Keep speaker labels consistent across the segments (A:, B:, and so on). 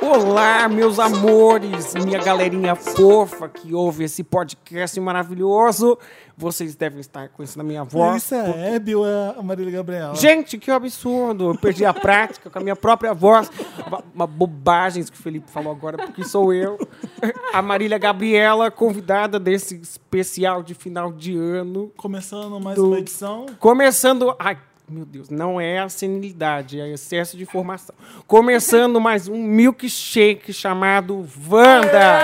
A: Olá, meus amores, minha galerinha fofa que ouve esse podcast maravilhoso. Vocês devem estar conhecendo a minha voz.
B: Larissa Hebe ou é a Marília Gabriela?
A: Gente, que absurdo! Eu perdi a prática com a minha própria voz. Uma- Uma bobagens que o Felipe falou agora, porque sou eu. A Marília Gabriela, convidada desse especial de final de ano.
B: Começando mais
A: Do-
B: uma edição.
A: Começando. Ai, meu Deus, não é a senilidade, é excesso de informação. Começando mais um milkshake chamado Wanda.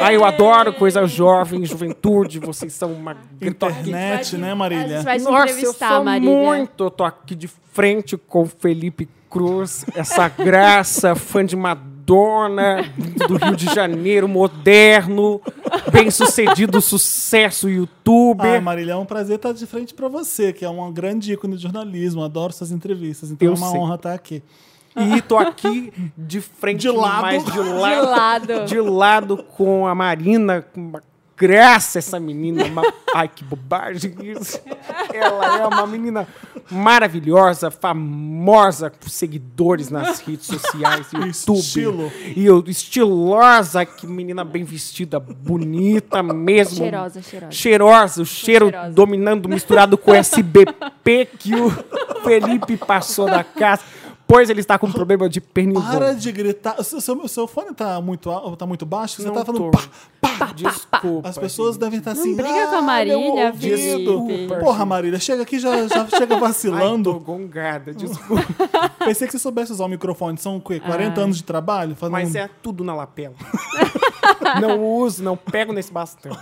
A: Ai, eu adoro coisa jovem, juventude, vocês são uma
B: Internet, né,
C: A
B: Marília?
C: gente vai te
A: Nossa, eu
C: entrevistar,
A: sou
C: Marília.
A: muito. Eu tô aqui de frente com o Felipe Cruz, essa graça, fã de Madonna, do Rio de Janeiro, moderno, bem sucedido, sucesso,
B: Ah,
A: youtuber.
B: Marília, é um prazer estar de frente para você, que é uma grande ícone do jornalismo. Adoro suas entrevistas, então
A: Eu
B: é uma
A: sei.
B: honra estar aqui.
A: E tô aqui de frente,
B: De lado.
A: mas de
C: De
A: lado,
C: lado.
A: de lado com a Marina, com uma graça essa menina. uma- Ai, que bobagem isso. Ela é uma menina maravilhosa, famosa, com seguidores nas redes sociais, YouTube.
B: Estilo.
A: E eu, estilosa, que menina bem vestida, bonita mesmo.
C: Cheirosa, cheirosa.
A: Cheirosa, o cheiro
C: Cheirosa.
A: dominando, misturado com SBP que o Felipe passou da casa. Pois ele está com um problema de pernil.
B: Para de gritar. O seu, seu, seu fone tá muito, al- tá muito baixo? Você
A: Não
B: tá falando
A: tô.
B: pá, pá.
A: Desculpa.
B: As pessoas
A: gente.
B: devem estar assim.
C: briga com a
B: "Ah, meu
C: Marília,
B: ouvido."
C: Felipe.
B: Porra, Marília, chega aqui já, já chega
A: Ai, tô
B: vacilando.
A: gongada, desculpa.
B: Pensei que você soubesse usar o microfone. São o quê? 40 anos de trabalho? um Fazendo
A: Ah. Mas é tudo na lapela. não uso, não pego nesse bastão.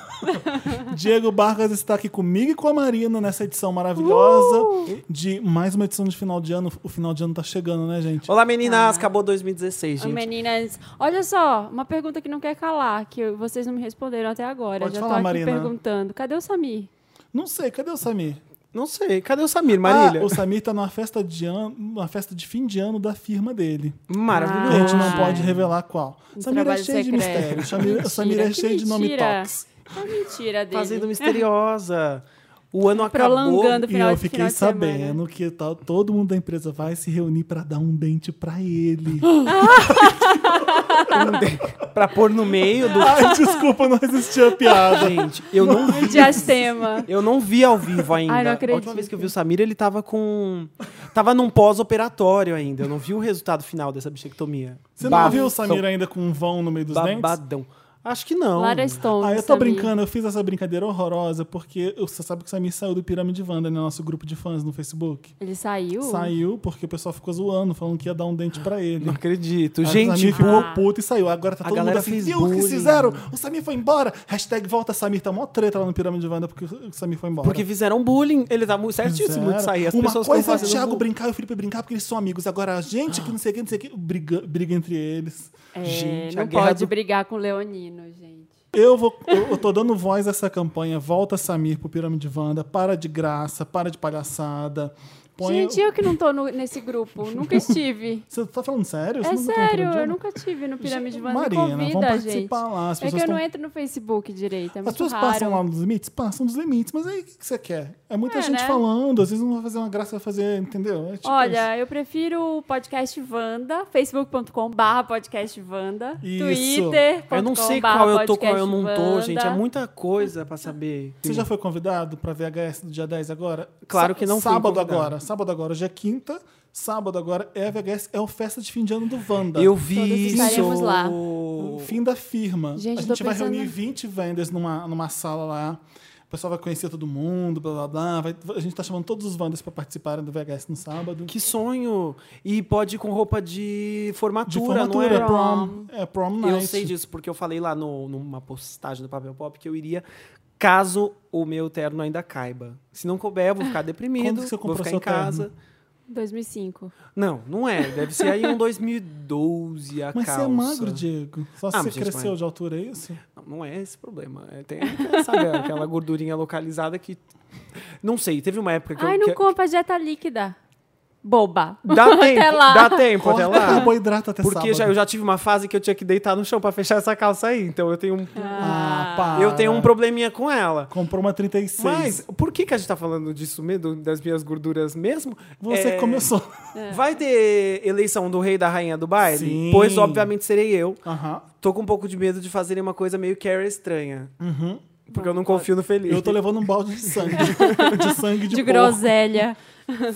B: Diego Bargas está aqui comigo e com a Marina nessa edição maravilhosa
C: Uh!
B: de mais uma edição de final de ano. O final de ano tá chegando, né, gente?
A: Olá, meninas. Acabou 2016,
C: Ô,
A: gente.
C: Meninas, olha só, uma pergunta que não quer calar, que eu- vocês não me responderam até agora.
B: Pode
C: Já
B: falar,
C: tô aqui
B: Marina.
C: perguntando. Cadê o Samir?
B: Não sei, cadê o Samir?
A: Não sei. Cadê o Samir, Marília?
B: Ah, o Samir tá numa festa de ano, uma festa de fim de ano da firma dele.
A: Maravilhoso.
B: A gente não
C: Ah.
B: pode revelar qual.
C: Um
B: Samir é
C: trabalho
B: cheio de
C: secreto.
B: mistério. Samir,
C: Mentira,
B: o Samir é
C: que
B: cheio de nome
C: mentira.
B: tox.
C: É mentira dele.
A: Fazendo misteriosa. O ano acabou.
C: Prolongando o
B: E
C: final
B: eu
C: de-
B: fiquei
C: final de semana.
B: sabendo que tal, todo mundo da empresa vai se reunir pra dar um dente pra ele.
A: Pra pôr no meio do...
B: Ai, desculpa, não resisti à piada.
A: Gente, eu não vi
C: é Diastema.
A: Eu não vi ao vivo ainda.
C: Ai, não
A: A
C: acredito.
A: última vez que eu vi o Samir, ele tava com. Tava num pós-operatório ainda. Eu não vi o resultado final dessa bichectomia.
B: Você não
A: Bafo.
B: viu o Samir ainda com um vão no meio dos dentes?
A: Babadão. Acho que não.
C: Lara Stone.
B: Ah, eu tô
C: Samir.
B: brincando, eu fiz essa brincadeira horrorosa porque eu- você sabe que o Samir saiu do Pirâmide Wanda, né? Nosso grupo de fãs no Facebook.
C: Ele saiu?
B: Saiu porque o pessoal ficou zoando, falando que ia dar um dente pra ele.
A: Não acredito.
B: Aí o
A: Gente,
B: Samir
A: o-
B: ficou puto e saiu. Agora tá
A: a
B: todo mundo
A: galera
B: assim.
A: fez
B: Viu o que
A: bullying."
B: fizeram? O Samir foi embora. Hashtag volta Samir. Tá mó treta lá no Pirâmide Wanda porque o Samir foi embora.
A: porque fizeram bullying. Ele tá muito certíssimo de
B: Fizeram.
A: sair. As
B: Uma
A: pessoas
B: coisa é o
A: estão
B: Thiago
A: fazendo. bullying.
B: brincar e o Felipe brincar porque eles são amigos. Agora a gente que não sei o que, não sei o que, briga, briga entre eles.
C: É,
A: Gente, a
C: não
A: guerra
C: pode
A: do-
C: brigar com o Leonino, gente.
B: Eu vou. Eu, eu tô dando voz a essa campanha. Volta Samir pro Pirâmide Wanda. Para de graça, para de palhaçada. Põe.
C: Gente, eu que não tô no- nesse grupo. Nunca estive.
B: Você tá falando sério? Você
C: É
B: não tá no Pirâmide Wanda?
C: sério, eu nunca tive no Pirâmide Wanda.
B: Marina,
C: Me convida,
B: vão participar
C: gente.
B: lá. As
C: é que
B: pessoas
C: eu não
B: tão-
C: entro no Facebook direito. É
B: As
C: muito
B: pessoas
C: raro.
B: passam lá nos limites? Passam dos limites, mas aí o que que você quer? É muita
C: É,
B: gente
C: né?
B: falando, às vezes não vai fazer uma graça vai fazer, entendeu? É tipo
C: Olha, eu prefiro o podcast Vanda, facebook.com barra podcast Vanda,
B: Isso.
C: twitter.com
A: Eu não sei qual eu tô, qual eu não tô, gente. É muita coisa pra saber.
B: Você já foi convidado para VHS do dia 10 agora?
A: Claro que não fui
B: Sábado
A: convidado.
B: agora. Sábado agora já é quinta. Sábado agora é a VHS, é o festa de fim de ano do Wanda.
A: Eu vi
C: Todas
A: isso.
C: estaremos lá.
B: Fim da firma.
C: Gente,
B: a
C: tô
B: gente vai
C: pensando-
B: reunir 20 vendors numa, numa sala lá. O pessoal vai conhecer todo mundo, blá blá blá. Vai- a gente tá chamando todos os vendors para participarem do VHS no sábado.
A: Que sonho. E pode ir com roupa de
B: de
A: formatura, não
B: formatura,
A: é?
B: é prom. É prom night.
A: Eu sei disso, porque eu falei lá no- numa postagem do Papel Pop que eu iria caso o meu terno ainda caiba. Se não couber, eu vou ficar deprimido,
B: Quando que você
A: vou
B: comprou
A: ficar
B: seu
A: em casa.
C: 2005.
A: Não, não é. Deve ser aí um 2012 a
B: Mas
A: calça.
B: você é magro, Diego. Só se
A: Ah,
B: você
A: mas gente,
B: cresceu
A: mas-
B: de altura, é isso?
A: Não, não é esse problema. É, Tem aquela- sabe, aquela gordurinha localizada que... Não sei, teve uma época que
C: Ai,
A: eu...
C: não
A: que-
C: compra dieta líquida. boba.
A: Dá tempo,
C: lá.
A: dá tempo até
B: Corta
A: lá.
B: carboidrato até
A: Porque
B: sábado.
A: já, eu já tive uma fase que eu tinha que deitar no chão pra fechar essa calça aí. Então eu tenho um,
B: Ah, pá.
A: eu tenho um probleminha com ela.
B: Comprou uma 36.
A: Mas por que, que a gente tá falando disso mesmo, das minhas gorduras mesmo?
B: Você
A: É,
B: começou.
A: Vai ter eleição do rei e da rainha do baile?
B: Sim.
A: Pois, obviamente, serei eu.
B: Aham.
A: Tô com um pouco de medo de fazerem uma coisa meio Carrie estranha.
B: Uhum.
A: Porque eu não confio no Felipe.
B: Eu tô levando um balde de sangue. de sangue de,
C: De
B: porco.
C: groselha.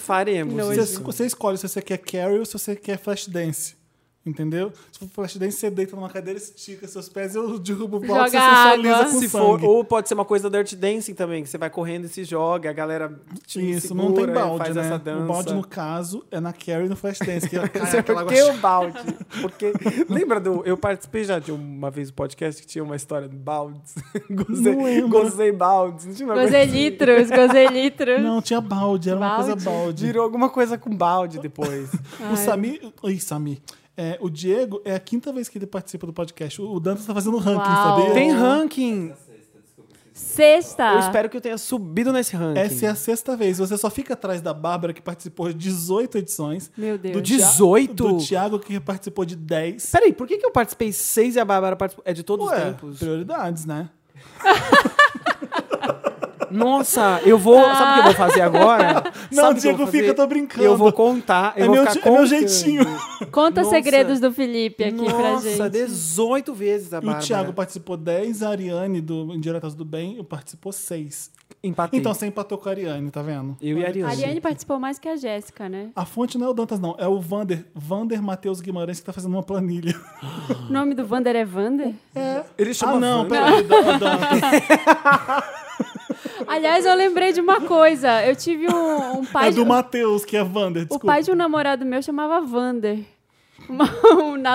A: Faremos.
C: Nojo.
B: Você, você escolhe se você quer carry ou se você quer flashdance. Entendeu? Se for flashdance, você deita numa cadeira, estica seus pés e eu derrubo o balde. Você
C: Joga
B: só
C: água.
B: lisa com
A: Se
B: sangue.
A: for, ou pode ser uma coisa Dirty Dancing também, que você vai correndo e se joga, a galera te
B: Isso,
A: segura,
B: não tem balde,
A: faz
B: né?
A: essa dança.
B: O balde, no caso, é na Carrie e no Flashdance. Que cai
A: Por
B: aquela água
A: que o balde? Porque, lembra do... Eu participei já de uma vez do podcast que tinha uma história de baldes.
B: Não
A: gozei,
B: lembro.
A: gozei baldes. Não tinha uma coisa assim?
C: Gozelitros, gozelitros.
B: Não, tinha balde, era uma coisa balde.
A: Virou alguma coisa com balde depois.
B: O Sami. Oi, Sami. É, o Diego é a quinta vez que ele participa do podcast. O o Dantas tá fazendo ranking,
C: Uau.
B: sabia?
A: Tem ranking.
C: Sexta.
A: Eu espero que eu tenha subido nesse ranking.
B: Ah. Essa é a sexta vez. Você só fica atrás da Bárbara, que participou de 18 edições.
C: Meu Deus.
B: Thi-
A: 18?
B: Do Thiago, que participou de 10.
A: Peraí, por que, que eu participei seis e a Bárbara participou? É de todos os
B: Ué,
A: tempos?
B: prioridades, né?
A: Nossa, eu vou. Sabe o que eu vou fazer agora?
B: Ah. Não,
A: sabe o que
B: Diego,
A: eu vou fazer?
B: fica, eu tô brincando.
A: Eu vou contar. Eu
B: é
A: vou
B: meu,
A: ficar
B: ti- é meu
A: contando.
B: jeitinho.
C: Conta
A: Nossa.
C: segredos do Felipe aqui pra gente.
A: Nossa, 18 vezes a
B: E o
A: Bárbara.
B: Thiago participou 10, a Ariane do Indiretas do Bem participou 6.
A: Empatei.
B: Então você empatou com a Ariane, tá vendo?
A: eu e a Ariane.
C: A Ariane participou mais que a Jéssica, né?
B: A fonte não é o Dantas, não. É o Vander, Vander Matheus Guimarães que tá fazendo uma planilha.
C: O nome do Vander é Vander?
A: Ele chama
B: ah, não,
A: Wanda.
B: peraí. Dan- Dan-
C: Aliás, eu lembrei de uma coisa. Eu tive um, um pai.
B: É do
C: de-
B: Matheus, que é Vander,
C: O
B: desculpa.
C: pai de um namorado meu chamava Vander. na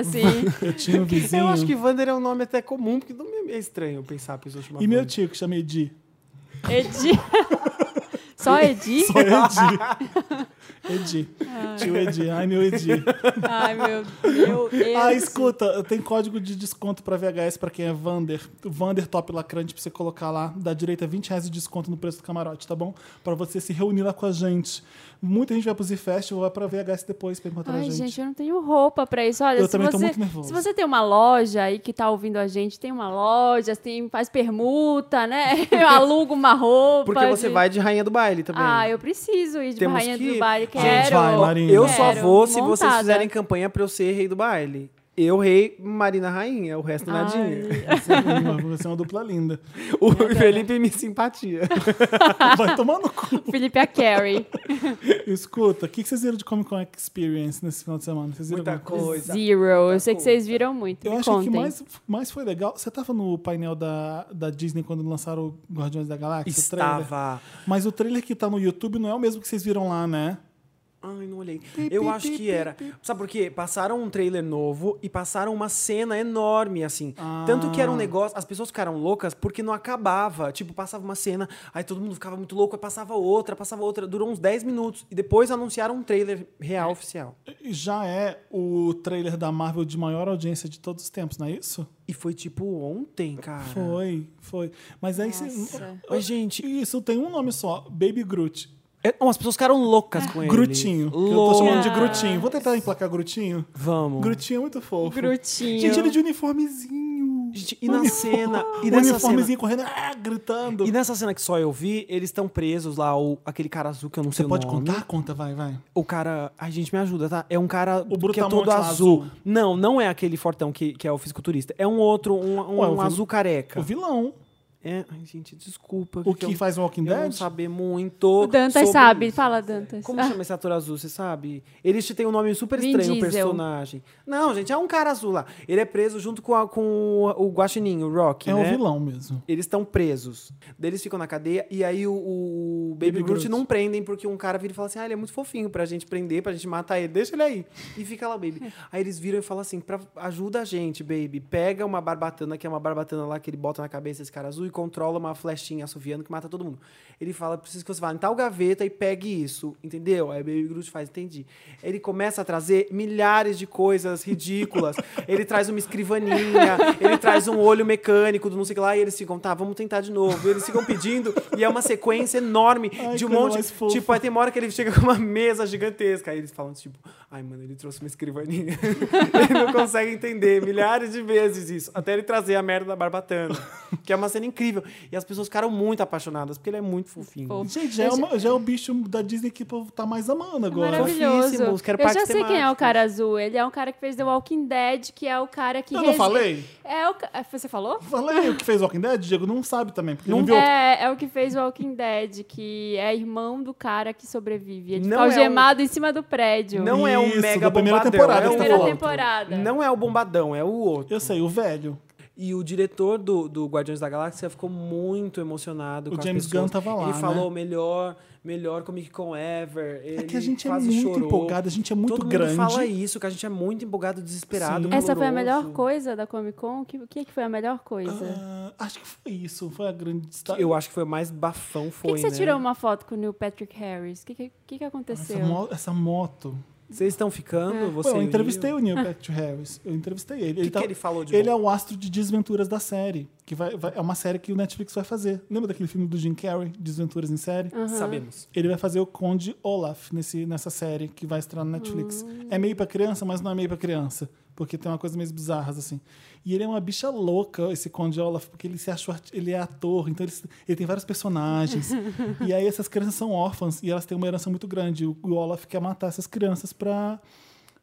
C: assim.
B: Eu tinha um vizinho.
A: Eu acho que Wander é um nome até comum, porque não me é estranho eu pensar a pessoa chamar
B: E meu
A: Wander.
B: tio, que chamei de.
C: Edi. Só Edi?
B: Só Edi. Edi. Tio Edi. Ai, meu Edi.
C: Ai, meu meu Deus.
B: Ah, escuta, tem código de desconto pra VHS pra quem é Vander. Vander Top Lacrante, pra você colocar lá. Dá direito a 20 reais de desconto no preço do camarote, tá bom? Pra você se reunir lá com a gente. Muita gente vai pro Z-Festival, vai pra VHS depois pra encontrar a
C: Ai,
B: gente.
C: gente. eu não tenho roupa pra isso. Olha,
B: Eu
C: se
B: também
C: você,
B: tô muito nervoso.
C: Se você tem uma loja aí que tá ouvindo a gente, tem uma loja, tem, faz permuta, né? Eu alugo uma roupa.
A: Porque você
C: de-
A: vai de rainha do baile também.
C: Ah, eu preciso ir de
A: Temos
C: Rainha
A: que-
C: do Baile.
A: Gente,
C: Quero.
B: vai, Marina.
A: Eu só
C: Quero,
A: vou se vocês
C: montada.
A: fizerem campanha pra eu ser rei do baile. Eu, rei, Marina Rainha, o resto
C: Ai.
A: nadinha.
B: Você é uma dupla linda.
A: O Felipe me simpatia.
B: Vai tomar no cu.
C: Felipe é a Carrie.
B: Escuta, o que que vocês viram de Comic Con Experience nesse final de semana? Vocês viram
A: Muita
B: alguma coisa?
A: coisa.
C: Zero. Eu sei que
A: Conta.
C: vocês viram muito.
B: Tá Eu
C: Me
B: acho que
C: contem.
B: o que mais, mais foi legal. Você tava no painel da, da Disney quando lançaram o Guardiões da Galáxia? O trailer?
A: Estava.
B: Mas o trailer que tá no YouTube não é o mesmo que vocês viram lá, né?
A: Ai, não olhei. Eu acho que era. Sabe por quê? Passaram um trailer novo e passaram uma cena enorme, assim.
B: Ah.
A: Tanto que era um negócio. As pessoas ficaram loucas porque não acabava. Tipo, passava uma cena, aí todo mundo ficava muito louco, aí passava outra, passava outra. Durou uns 10 minutos. E depois anunciaram um trailer real oficial.
B: Já é o trailer da Marvel de maior audiência de todos os tempos, não é isso?
A: E foi tipo ontem, cara.
B: Foi, foi. Mas aí você.
C: Nossa.
A: Mas, gente,
B: Isso tem um nome só: Baby Groot.
A: é- não, as pessoas ficaram loucas com ele.
B: Grutinho. que Eu tô
A: É. Loucas.
B: chamando de Grutinho. Vou tentar emplacar Grutinho.
A: Vamos.
B: Grutinho é muito fofo.
C: Grutinho.
B: Gente, ele é de uniformezinho.
A: Gente, e na cena. E nessa cena.
B: uniformezinho correndo, ah, gritando.
A: E nessa cena que só eu vi, eles estão presos lá, o, aquele cara azul que eu não sei
B: Você pode
A: o nome.
B: contar? Conta, vai, vai.
A: O cara. Ai, gente, me ajuda, tá? É um cara que é
B: Brutamonte
A: todo
B: lá,
A: azul.
B: azul.
A: Não, não é aquele fortão que, que é o fisiculturista. É um outro, um, um,
B: Ué, o
A: um
B: vil-
A: azul careca.
B: O vilão.
A: É, ai, gente, desculpa.
B: O que
A: eu,
B: faz o Walking
A: eu não
B: Dead?
A: saber muito.
C: O Dantas
A: sobre
C: sabe.
A: isso.
C: Fala, Dantas.
A: Como chama esse ator azul, você sabe? Ele te- tem um nome super
C: Vin
A: estranho, o
C: Diesel.
A: personagem. Não, gente, é um cara azul lá. Ele é preso junto com, a- com o, o Guaxininho, o Rock,
B: É
A: né?
B: o vilão mesmo.
A: Eles estão presos. Daí eles ficam na cadeia e aí o, o Baby,
B: Baby
A: Groot,
B: Groot.
A: não prendem porque um cara vira e fala assim: "Ah, ele é muito fofinho pra gente prender, pra gente matar ele. Deixa ele aí". E fica lá o Baby. Aí eles viram e falam assim: pra, "Ajuda a gente, Baby. Pega uma barbatana, que é uma barbatana lá que ele bota na cabeça esse cara azul e controla uma flechinha assoviando que mata todo mundo. Ele fala, preciso que você vá em tal gaveta e pegue isso, entendeu? Aí Baby Groot faz, entendi. Ele começa a trazer milhares de coisas ridículas. ele traz uma escrivaninha, ele traz um olho mecânico do não sei o que lá, e eles ficam, tá, vamos tentar de novo. E eles ficam pedindo, e é uma sequência enorme
B: Ai,
A: de um
B: coisa
A: monte.
B: mais fofa.
A: Tipo, aí tem uma hora que ele chega com uma mesa gigantesca. Aí eles falam, tipo, ai, mano, ele trouxe uma escrivaninha. ele não consegue entender milhares de vezes isso. Até ele trazer a merda da barbatana. que é uma cena incrível. E as pessoas ficaram muito apaixonadas, porque ele é muito fofinho.
C: Fofo.
B: Gente, já é, uma- já é o bicho da Disney que o povo tá mais amando agora.
A: Maravilhoso. Fofíssimos,
C: Ah, Maravilhoso.
A: quero
C: Eu já
A: parques
C: sei quem é o
A: temáticos.
C: cara azul. Ele é um cara que fez The Walking Dead, que é o cara que.
B: Eu não
C: resi-
B: falei?
C: É o. ca- Ah, Você falou?
B: Falei o que fez Walking Dead, Diego não sabe também, porque não, viu.
C: É, é o que fez Walking Dead, que é irmão do cara que sobrevive. Ele
A: Não
C: fica
A: é
C: algemado em cima do prédio.
A: Não é um
B: Isso,
A: mega
B: da primeira
A: bombadão.
B: temporada,
A: é o
B: você tá
C: Primeira
B: falando.
A: outro.
C: temporada.
A: Não é o bombadão, é o outro.
B: Eu sei, o velho.
A: E o diretor do, do Guardiões da Galáxia ficou muito emocionado
B: O
A: com as
B: James
A: pessoas.
B: Gunn tava lá,
A: Ele
B: né?
A: falou melhor, melhor Comic Con ever. Ele
B: É que a gente é
A: quase
B: muito
A: chorou.
B: empolgado, a gente é muito
A: Todo
B: grande.
A: mundo fala isso, que a gente é muito empolgado, desesperado.
B: Sim.
C: Essa foi a
A: doloroso.
C: melhor coisa da Comic Con? O que, o que que foi a melhor coisa?
B: Ah, acho que foi isso, foi a grande destaque.
A: Eu acho que foi o mais bafão
C: Por
A: foi,
C: que, que você
A: né?
C: tirou uma foto com o Neil Patrick Harris? O que, que, que que
B: essa,
C: aconteceu?
B: mo- essa moto.
A: Vocês estão
C: É.
A: ficando? Você
B: Pô, eu
A: e o
B: entrevistei
A: Neil?
B: o Neil Patrick Harris. Eu entrevistei ele.
A: O que,
B: tá-
A: que ele falou de
B: Ele é
A: bom?
B: o astro de desventuras da série. Que vai, vai- é uma série que o Netflix vai fazer. Lembra daquele filme do Jim Carrey, Desventuras em Série?
A: Sabemos.
B: Ele vai fazer o Conde Olaf nesse, nessa série que vai estrear no Netflix. É meio pra criança, mas não é meio pra criança. Porque tem uma coisa meio bizarras, assim. E ele é uma bicha louca, esse Conde Olaf, porque ele se achou. arti- Ele é ator, então ele, se- ele tem vários personagens. e aí essas crianças são órfãs e elas têm uma herança muito grande. O, o Olaf quer matar essas crianças pra.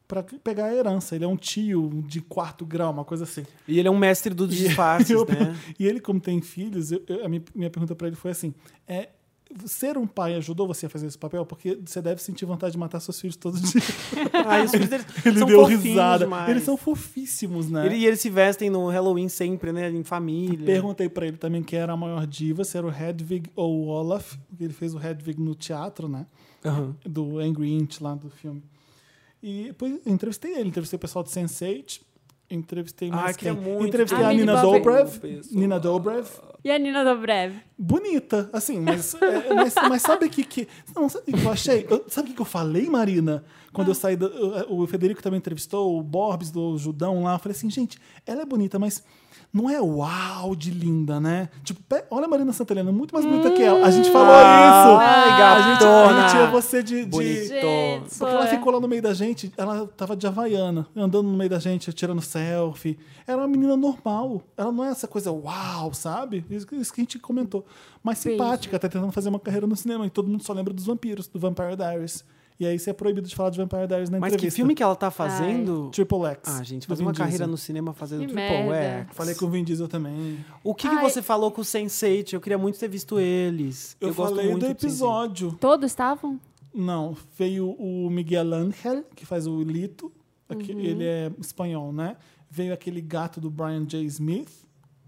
B: Pra pegar a herança. Ele é um tio de quarto grau, uma coisa assim.
A: E ele é um mestre dos disfarces,
B: Eu-
A: né?
B: E ele, como tem filhos, eu- eu- a minha, minha pergunta pra ele foi assim: é, ser um pai ajudou você a fazer esse papel? Porque você deve sentir vontade de matar seus filhos todo dia.
A: Ah, os filhos deles
B: ele
A: são
B: deu
A: fofinhos
B: risada.
A: demais.
B: Eles são fofíssimos, né? Tá
A: Ele- e eles se vestem no Halloween sempre, né? Em família.
B: Perguntei pra ele também quem era a maior diva, se era o Hedwig ou o Olaf, porque ele fez o Hedwig no teatro, né?
A: Aham.
B: do Angry Inch lá do filme. E depois eu entrevistei ele, entrevistei o pessoal de Sense8, entrevistei mais
A: Ah, queria
B: quem?
A: muito
B: entrevistei
C: ter
B: a,
C: A
B: Nina
C: Minnie Bob-
B: Dobrev,
A: Pessoa.
B: Nina Dobrev,
C: E a Nina Dobrev?
B: bonita, assim, mas, é, mas, mas sabe o que que... Não, sabe o que eu achei? Eu- sabe o que que eu falei, Marina? Quando eu saí, da- eu- é, o Federico também entrevistou, o Borbes do Judão lá, eu falei assim, gente, ela é bonita, mas... Não é uau de linda, né? Tipo, pe- olha a Marina Santelena, muito mais bonita que ela. A gente falou isso.
A: Ah, Ai,
B: a gente, a
A: gatona.
B: gente tinha você de- de,
A: Bonita.
C: Gente,
B: porque ela
C: é.
B: ficou lá no meio da gente, ela tava de Havaiana, andando no meio da gente, tirando selfie. Era uma menina normal. Ela não é essa coisa uau, sabe? Isso, isso que a gente comentou. Mas
C: Beijo.
B: simpática, tá tentando fazer uma carreira no cinema e todo mundo só lembra dos vampiros, do Vampire Diaries. E aí você é proibido de falar de Vampire Diaries na
A: Mas que
B: entrevista.
A: filme que ela tá fazendo?
B: Triple X.
A: Ah, gente,
B: do
A: fazer
B: Vin
A: uma carreira
B: Diesel.
A: no cinema fazendo
C: Que
A: Triple
C: merda.
A: X.
B: Falei com o Vin Diesel também.
A: é. O que, que
C: Ai.
A: você falou com o Sense8? Eu queria muito ter visto eles.
B: Eu,
A: gosto
B: falei
A: muito de
B: do
A: Sense8.
B: episódio.
C: Todos estavam?
B: Não, veio o Miguel Ángel, que faz o Lito. Aqui-
C: Uhum.
B: Ele é espanhol, né? Veio aquele gato do Brian J. Smith,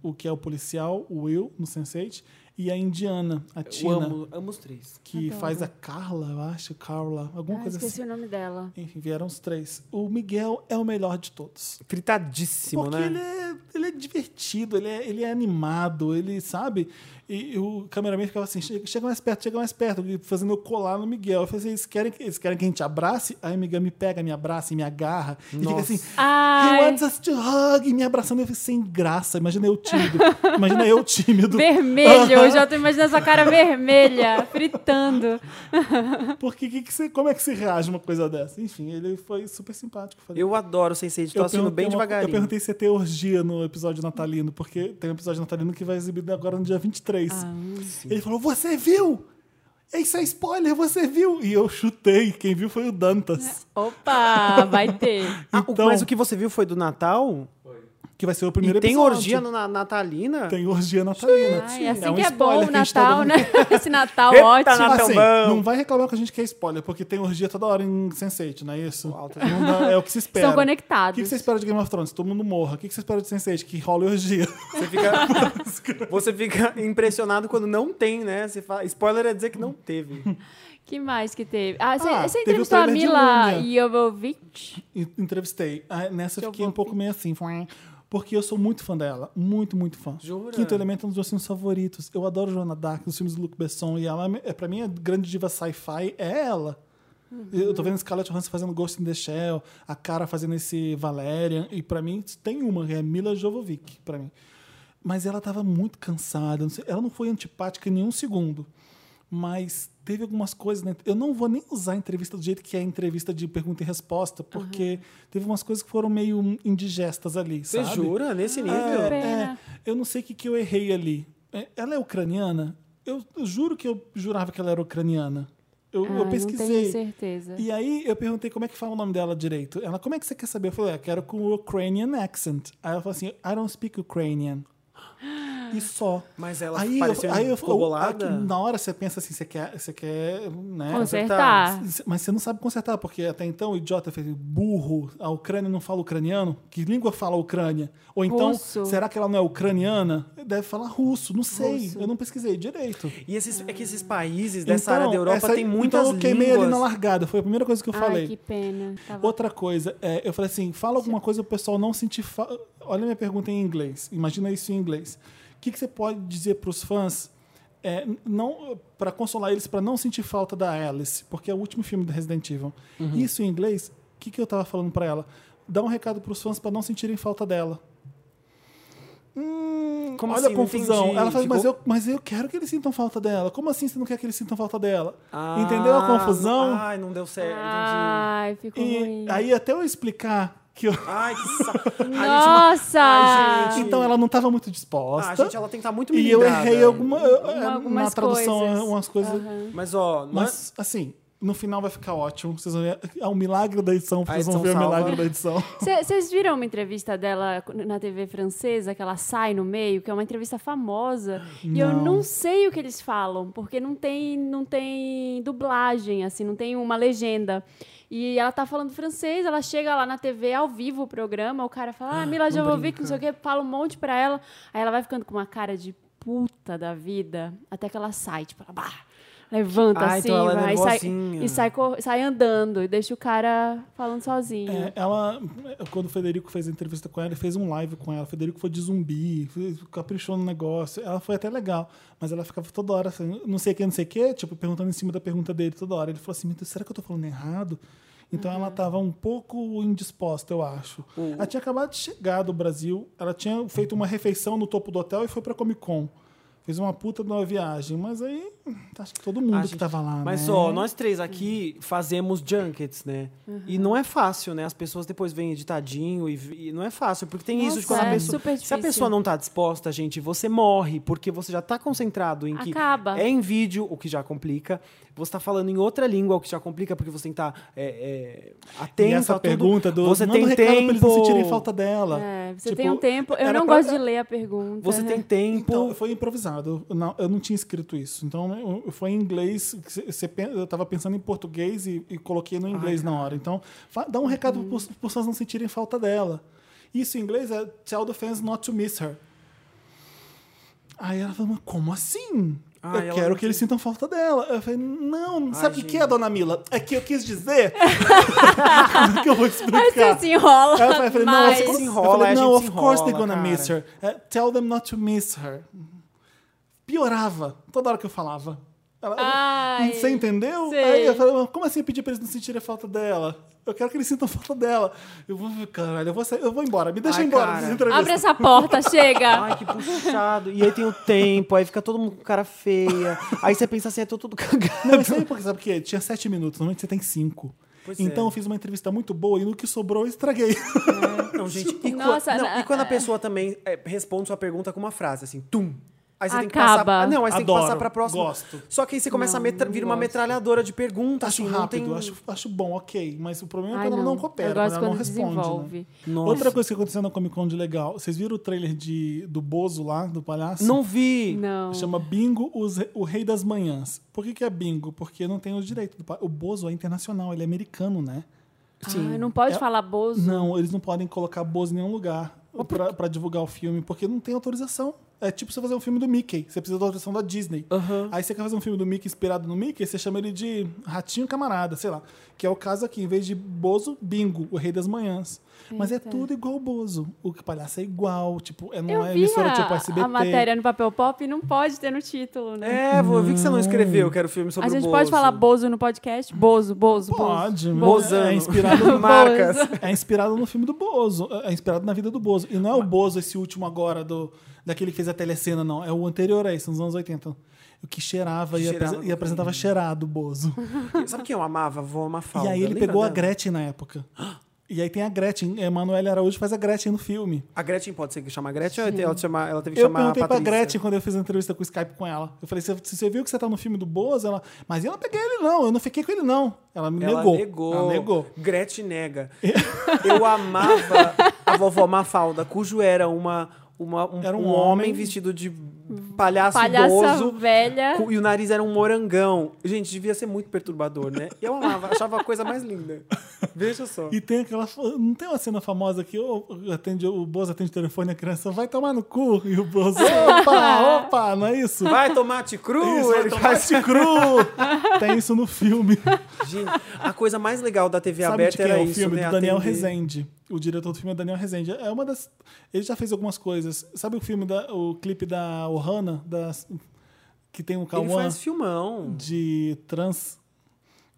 B: o que é o policial, o Will, no Sense8. E a indiana, a
A: Eu
B: Tina,
A: amo, amo os três.
B: que faz a Carla, eu acho, Carla, alguma
C: Ah,
B: coisa
C: esqueci
B: assim.
C: o nome dela.
B: Enfim, vieram os três. O Miguel é o melhor de todos.
A: Fritadíssimo,
B: Porque
A: né?
B: ele, é, ele é divertido, ele é, ele é animado, ele sabe. E, o cameraman ficava assim: chega, chega mais perto, chega mais perto, fazendo eu colar no Miguel. Eu falei assim: eles querem, que- eles querem que a gente abrace? Aí o Miguel me pega, me abraça e me agarra. E fica
A: Nossa.
B: assim: He
C: Ai,
B: wants us to hug, e me abraçando. Eu falei, sem graça, imagina eu tímido. imagina eu tímido.
C: vermelho. Eu já tô imaginando sua cara vermelha, fritando.
B: Porque que que você- como é que se reage a uma coisa dessa? Enfim, ele foi super simpático. Falei,
A: Eu adoro o Sense8. Tô assistindo
B: perguntei
A: bem
B: uma- Eu
A: devagarinho.
B: perguntei se ia ter orgia no episódio natalino, porque tem um episódio natalino que vai exibir agora no dia 23.
C: Ah,
B: Ele falou: Você viu? Isso é spoiler, você viu? E eu chutei. Quem viu foi o Dantas,
C: É. Opa, vai ter.
A: Ah, o-
B: Então-
A: mas o que você viu foi do Natal?
B: que vai ser o
A: E
B: primeiro
A: tem
B: episódio.
A: orgia no, na natalina?
B: Tem orgia natalina.
C: Ai, assim
B: um
C: que é bom
B: spoiler
C: o
B: que a gente tá
C: Natal,
B: dando.
C: né? Esse Natal
A: Eita,
C: ótimo.
A: Natal.
B: assim,
A: bom.
B: não vai reclamar com a gente que é spoiler, porque tem orgia toda hora em Sense8, não é isso?
A: Alta-
B: Não dá- é o que se espera.
C: Estão
B: O que que
C: conectados.
B: você espera de Game of Thrones? Todo mundo morra. O que que você espera de Sense8? Que rola orgia.
A: Você
B: Tá
A: fica, você fica impressionado quando não tem, né? Você fala, spoiler é dizer que não teve.
C: que mais que teve? Ah, você,
B: Ah,
C: você
B: teve o
C: entrevistou a
B: trailer de
C: Mila
B: Múmia.
C: Jovovich?
B: E- Entrevistei. Ah, nessa eu
C: Que eu
B: fiquei
C: vou
B: um pouco meio assim. fué. Porque eu sou muito fã dela. Muito, muito fã.
A: Jura?
B: Quinto Elemento é um dos meus filmes favoritos. Eu adoro Joana Dark, os filmes do Luc Besson. E ela, é- pra mim, a grande diva sci-fi é ela. Eu tô vendo Scarlett Johansson fazendo Ghost in the Shell, a cara fazendo esse Valerian. E pra mim, tem uma, que é Mila Jovovic, pra mim. Mas ela tava muito cansada. não sei- ela não foi antipática em nenhum segundo. Mas teve algumas coisas. Né? Eu não vou nem usar a entrevista do jeito que é a entrevista de pergunta e resposta, porque teve umas coisas que foram meio indigestas ali.
A: Você
B: sabe?
A: jura? Nesse nível?
B: É,
C: Pena.
B: é, eu não sei o que, que eu errei ali. É, Ela é ucraniana? Eu, eu juro que eu jurava que ela era ucraniana. Eu,
C: Ah,
B: eu
C: Não tenho
B: pesquisei.
C: certeza.
B: E aí eu perguntei como é que fala o nome dela direito. Ela, como é que você quer saber? Eu falei, eu quero com o Ukrainian accent. Aí ela falou assim, I don't speak Ukrainian. E só.
A: Mas ela
B: aí
A: pareceu
B: eu, aí eu,
A: ficou bolada?
B: aí que na hora você pensa assim, você quer, você quer, né?
C: Consertar.
B: Mas você não sabe consertar, porque até então o idiota fez burro, a Ucrânia não fala ucraniano. Que língua fala a Ucrânia? Ou então,
C: Russo.
B: será que ela não é ucraniana? Deve falar russo, não sei.
C: Russo.
B: Eu não pesquisei direito.
A: E esses, é que esses países dessa
B: Então,
A: área da Europa
B: essa-
A: tem muitas
B: Então eu queimei
A: línguas.
B: ali na largada, foi a primeira coisa que eu
C: Ai,
B: falei.
C: que pena. Tava-
B: Outra coisa, é, eu falei assim, fala alguma coisa pro pessoal não sentir fa... Olha minha pergunta em inglês, imagina isso em inglês. O que, que você pode dizer pros fãs é, não para consolar eles para não sentir falta da Alice, porque é o último filme do Resident Evil.
A: Uhum.
B: Isso em inglês, o que, que eu tava falando para ela? Dá um recado pros fãs para não sentirem falta dela. Hum,
A: Como
B: olha
A: assim?
B: a
A: Não
B: confusão.
A: entendi.
B: Ela fala, mas
A: Ficou-
B: eu, mas eu quero que eles sintam falta dela. Como assim você não quer que eles sintam falta dela?
A: Ah,
B: Entendeu a confusão?
A: Ai, não deu certo. Entendi.
C: Ai, ficou
B: E
C: ruim. Ah,
B: aí até eu explicar que eu...
A: Ai, que saco.
C: Nossa!
A: Ai, gente.
B: Então ela não estava muito
A: Ah,
B: disposta.
A: gente, ela tem que estar muito
B: e eu
A: melindrada.
B: errei alguma, eh, na
C: algumas
B: tradução
C: coisas.
B: umas coisas.
A: Mas, ó, não é-
B: Mas assim, no final vai ficar ótimo. Vocês vão ver. É um milagre da edição, vocês
A: edição
B: vão ver o
A: salva.
B: milagre da edição.
C: Vocês viram uma entrevista dela na TV francesa, que ela sai no meio, que é uma entrevista famosa, e eu
B: Não.
C: não sei o que eles falam, porque não tem, não tem dublagem, assim, não tem uma legenda. E ela tá falando francês, ela chega lá na TV ao vivo o programa, o cara fala, ah, Mila Jovovich, não sei o quê, fala um monte pra ela, aí ela vai ficando com uma cara de puta da vida, até que ela sai, tipo, ela bah, levanta
A: Ah,
C: assim,
A: então ela é
C: vai, e sai,
A: nervosinha.
C: e sai, cor- sai andando, e deixa o cara falando sozinho.
B: É, ela, quando o Federico fez a entrevista com ela, ele fez um live com ela. O Federico foi de zumbi, fez- caprichou no negócio. Ela foi até legal, mas ela ficava toda hora assim, não sei o que, não sei o que, tipo, perguntando em cima da pergunta dele toda hora. Ele falou assim: "Meu Deus, será que eu tô falando errado? Então
A: Uhum.
B: ela tava um pouco indisposta, eu acho. Ela tinha acabado de chegar do Brasil, ela tinha feito uma refeição no topo do hotel e foi pra Comic Con. Fez uma puta de uma viagem, mas aí acho que todo mundo
A: Ah,
B: que
A: gente,
B: tava lá.
A: Mas
B: né?
A: ó, nós três aqui fazemos junkets, né? E
B: Uhum.
A: não é fácil, né? As pessoas depois vêm editadinho e, vi- e não é fácil, porque tem isso de
C: Nossa,
A: quando a
C: é
A: pessoa. se
C: super
A: a
C: difícil.
A: pessoa não tá disposta, gente, você morre, porque você já tá concentrado em que
C: Acaba.
A: é em vídeo, o que já complica. Você tá falando em outra língua, o que já complica, porque você tem que estar tá, é, é, atento
B: e
A: a
B: essa
A: tudo.
B: pergunta do
A: você
B: manda
A: tem
B: um recado pra eles
A: tempo.
B: não sentirem falta dela.
C: É, você
B: Tipo,
C: tem um tempo. Eu
B: era
C: não
B: pra-
C: gosto de ler a pergunta.
A: Você tem tempo.
B: Então, foi improvisado. Eu Não, eu não tinha escrito isso. Então, eu- foi em inglês. que cê- cê pen- Eu tava pensando em português e, e coloquei no inglês na hora. Então, fa- dá um recado
A: Hum.
B: para as pessoas não sentirem falta dela. Isso em inglês é tell the fans not to miss her. Aí ela falou, mas como assim?
A: Ah,
B: eu
A: ela
B: quero
A: não
B: que eles
A: quis-
B: sintam falta dela. Eu falei, não,
A: Ai,
B: sabe o que que é,
A: gente.
B: dona Mila? É que eu quis dizer. Como é que eu vou explicar?
C: Aí você se enrola.
B: Aí eu falei, eu falei, não, of
C: mas...
B: course-
A: Se
B: eu
A: enrola,
B: falei,
A: a gente
B: não,
A: se
B: of course they're
A: enrola,
B: gonna
A: cara.
B: miss her. É, tell them not to miss her. Piorava toda hora que eu falava. Ela-
C: Ai,
B: você entendeu?
C: sei.
B: Aí eu falei, mas como assim eu pedi pra eles não sentirem falta dela? Eu quero que eles sintam falta dela. Eu vou, caralho, eu vou, sair- eu vou embora. Me deixa
A: Ai,
B: embora
A: cara.
B: dessa entrevista.
C: Abre essa porta, chega.
A: Ai, que puxado. E aí tem o tempo, aí fica todo mundo com cara feia. Aí você pensa assim, é tô tudo cagado.
B: Não, isso aí porque, sabe por quê? Tinha sete minutos, normalmente você tem cinco.
A: Pois
B: então
A: é.
B: eu fiz uma entrevista muito boa e no que sobrou eu estraguei.
A: Não, gente, e, qua-
C: Nossa,
A: não,
C: na-
A: e quando a
C: é.
A: pessoa também é, responde sua pergunta com uma frase, assim, tum. Aí você tem que
C: Acaba.
A: passar. Ah, Não, aí você tem que
B: Adoro,
A: passar pra próxima.
B: gosto.
A: Só que aí você começa
C: Não,
A: a metra-
C: não
A: vira uma
C: gosto.
A: metralhadora de perguntas.
B: acho
A: assim, não
B: Tá rápido,
A: tem-
B: acho, acho bom, ok. Mas o problema é
C: Ai,
B: quando ela não coopera,
C: Eu
B: quando
C: gosto
B: ela
C: quando
B: não responde. né?
C: desenvolve.
A: Nossa.
B: Outra coisa que aconteceu na Comic Con de legal, vocês viram o trailer de, do Bozo lá, do palhaço?
A: Não vi.
C: Não.
B: Chama Bingo os- o Rei das Manhãs. Por que, que é Bingo? Porque não tem o direito. Do, pa- o Bozo é internacional, ele é americano, né?
C: Ai, Ah, não pode
B: É-
C: falar bozo.
B: Não, eles não podem colocar Bozo em nenhum lugar pra, pra divulgar o filme, porque não tem autorização. É tipo você fazer um filme do Mickey. Você precisa da autorização da Disney. Aí você quer fazer um filme do Mickey inspirado no Mickey, você chama ele de Ratinho Camarada, sei lá. Que é o caso aqui, em vez de Bozo, Bingo, o Rei das Manhãs. Mas é
C: Eita.
B: tudo igual o Bozo. O palhaço é igual, tipo, é, não
C: Eu
B: é
C: vi
B: emissora
C: a,
B: tipo SBT.
C: a matéria no papel pop não pode ter no título, né?
A: É, vô, eu vi que você não escreveu, que era o filme sobre
C: a gente
A: o Bozo.
C: pode falar Bozo no podcast? Bozo, Bozo, Bozo.
B: Pode, mas
A: Bozano.
B: é inspirado no
A: Marcas.
B: É inspirado no filme do Bozo. É inspirado na vida do Bozo. E não é o Bozo esse último agora, do, daquele que fez a telecena, não. É o anterior a esse, nos anos 80. O que cheirava, e,
A: Cheirava
B: apresen- e apresentava cheirado o Bozo.
A: Sabe quem eu amava? Vô Mafalda.
B: e aí ele
A: Lembra
B: pegou a
A: dela?
B: Gretchen na época. E aí tem a Gretchen. Emanuele Araújo faz a Gretchen no filme.
A: A Gretchen pode ser que chama Gretchen ou ela, chama- ela teve que
B: Eu
A: chamar a
B: perguntei pra
A: Patrícia?
B: Gretchen quando eu fiz a entrevista com o Skype com ela. Eu falei, se você viu que você tá no filme do Bozo? Ela, mas eu não peguei ele não, eu não fiquei com ele não. Ela me
A: Ela
B: negou.
A: negou.
B: Ela negou.
A: Gretchen nega. Eu amava a vovó Mafalda, cujo era uma, uma- um,
B: Era um
A: um homem
B: homem.
A: vestido de
B: Assim,
A: palhaço
C: Palhaça
A: idoso.
C: velha.
A: cu- E o nariz era um morangão. Gente, devia ser muito perturbador, né? E eu amava, achava a coisa mais linda. Veja só.
B: E tem aquela. fa- Não tem uma cena famosa que o, atende, o Bozo atende o telefone e a criança vai tomar no cu. E o Bozo, opa, opa, não é isso? É
A: Vai tomate cru!
B: Isso, vai
A: ele
B: tomar
A: faz-
B: de cru! Tem isso no filme.
A: Gente, a coisa mais legal da TV
B: Sabe de
A: aberta
B: quem é
A: era
B: o
A: isso,
B: filme?
A: né?
B: Do Daniel
A: Atender.
B: Rezende. O diretor do filme é Daniel Rezende. É uma das. Ele já fez algumas coisas. Sabe o filme, da, o clipe da Ohana? Das, que tem o
A: Ele
B: Cauã
A: faz filmão.
B: de trans.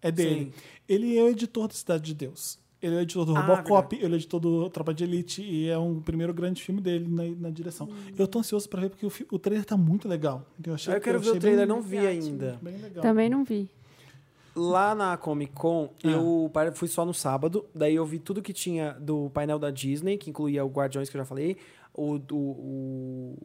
B: É dele.
A: Sim.
B: Ele é o editor do Cidade de Deus. Ele é o editor do
A: Ah,
B: Robocop, ele é o editor do Tropa de Elite e é um primeiro grande filme dele na, na direção. Eu tô ansioso pra ver porque o, fi- o trailer tá muito legal. Eu, achei,
A: Hum. Eu quero ver
B: achei
A: o trailer,
B: bem,
A: não vi
C: Ótimo.
A: ainda.
B: bem legal.
C: Também não vi.
A: Lá na Comic Con,
B: Ah.
A: eu par- fui só no sábado, daí eu vi tudo que tinha do painel da Disney, que incluía o Guardiões, que eu já falei, o do o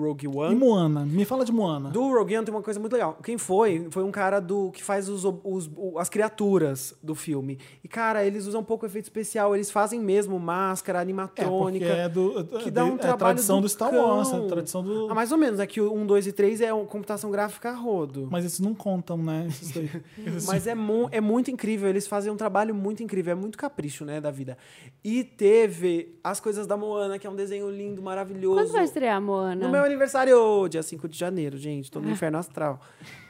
A: Rogue
B: E
A: One.
B: Moana, me fala de Moana.
A: Do Rogue One tem uma coisa muito legal. Quem foi? Foi um cara do que faz os, ob- os- o- as criaturas do filme. E, cara, eles usam um pouco efeito especial, eles fazem mesmo máscara,
B: é, porque
A: animatrônica.
B: é do, é-
A: que dá um
B: é a
A: trabalho
B: tradição do,
A: do
B: Star Wars,
A: cão.
B: é a tradição do.
A: Ah, mais ou menos, é que o 1, 2 e 3 é um- computação gráfica a rodo.
B: Mas esses não contam, né? Esses daí.
A: Mas é, mu- é muito incrível, eles fazem um trabalho muito incrível, é muito capricho, né, da vida. E teve As Coisas da Moana, que é um desenho lindo, maravilhoso.
C: Quando vai estrear, Moana?
A: No meu aniversário, dia 5 de janeiro, gente,
C: Ah.
A: tô no inferno astral.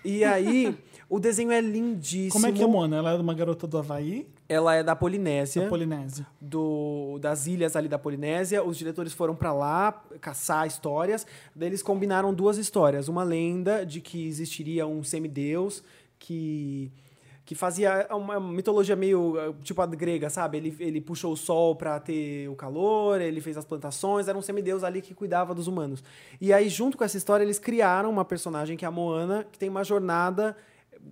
A: E aí, o desenho é lindíssimo.
B: Como é que é Moana? Ela era uma garota do Havaí,
A: Ela é da
B: da
A: Polinésia,
B: Polinésia.
A: do, das ilhas ali da Polinésia. Os diretores foram pra lá caçar histórias. Daí eles combinaram duas histórias. Uma lenda de que existiria um semideus que que fazia uma mitologia meio eh, tipo a grega, sabe? Ele, ele puxou o sol pra ter o calor, ele fez as plantações, era um semideus ali que cuidava dos humanos. E aí, junto com essa história, eles criaram uma personagem que é a Moana, que tem uma jornada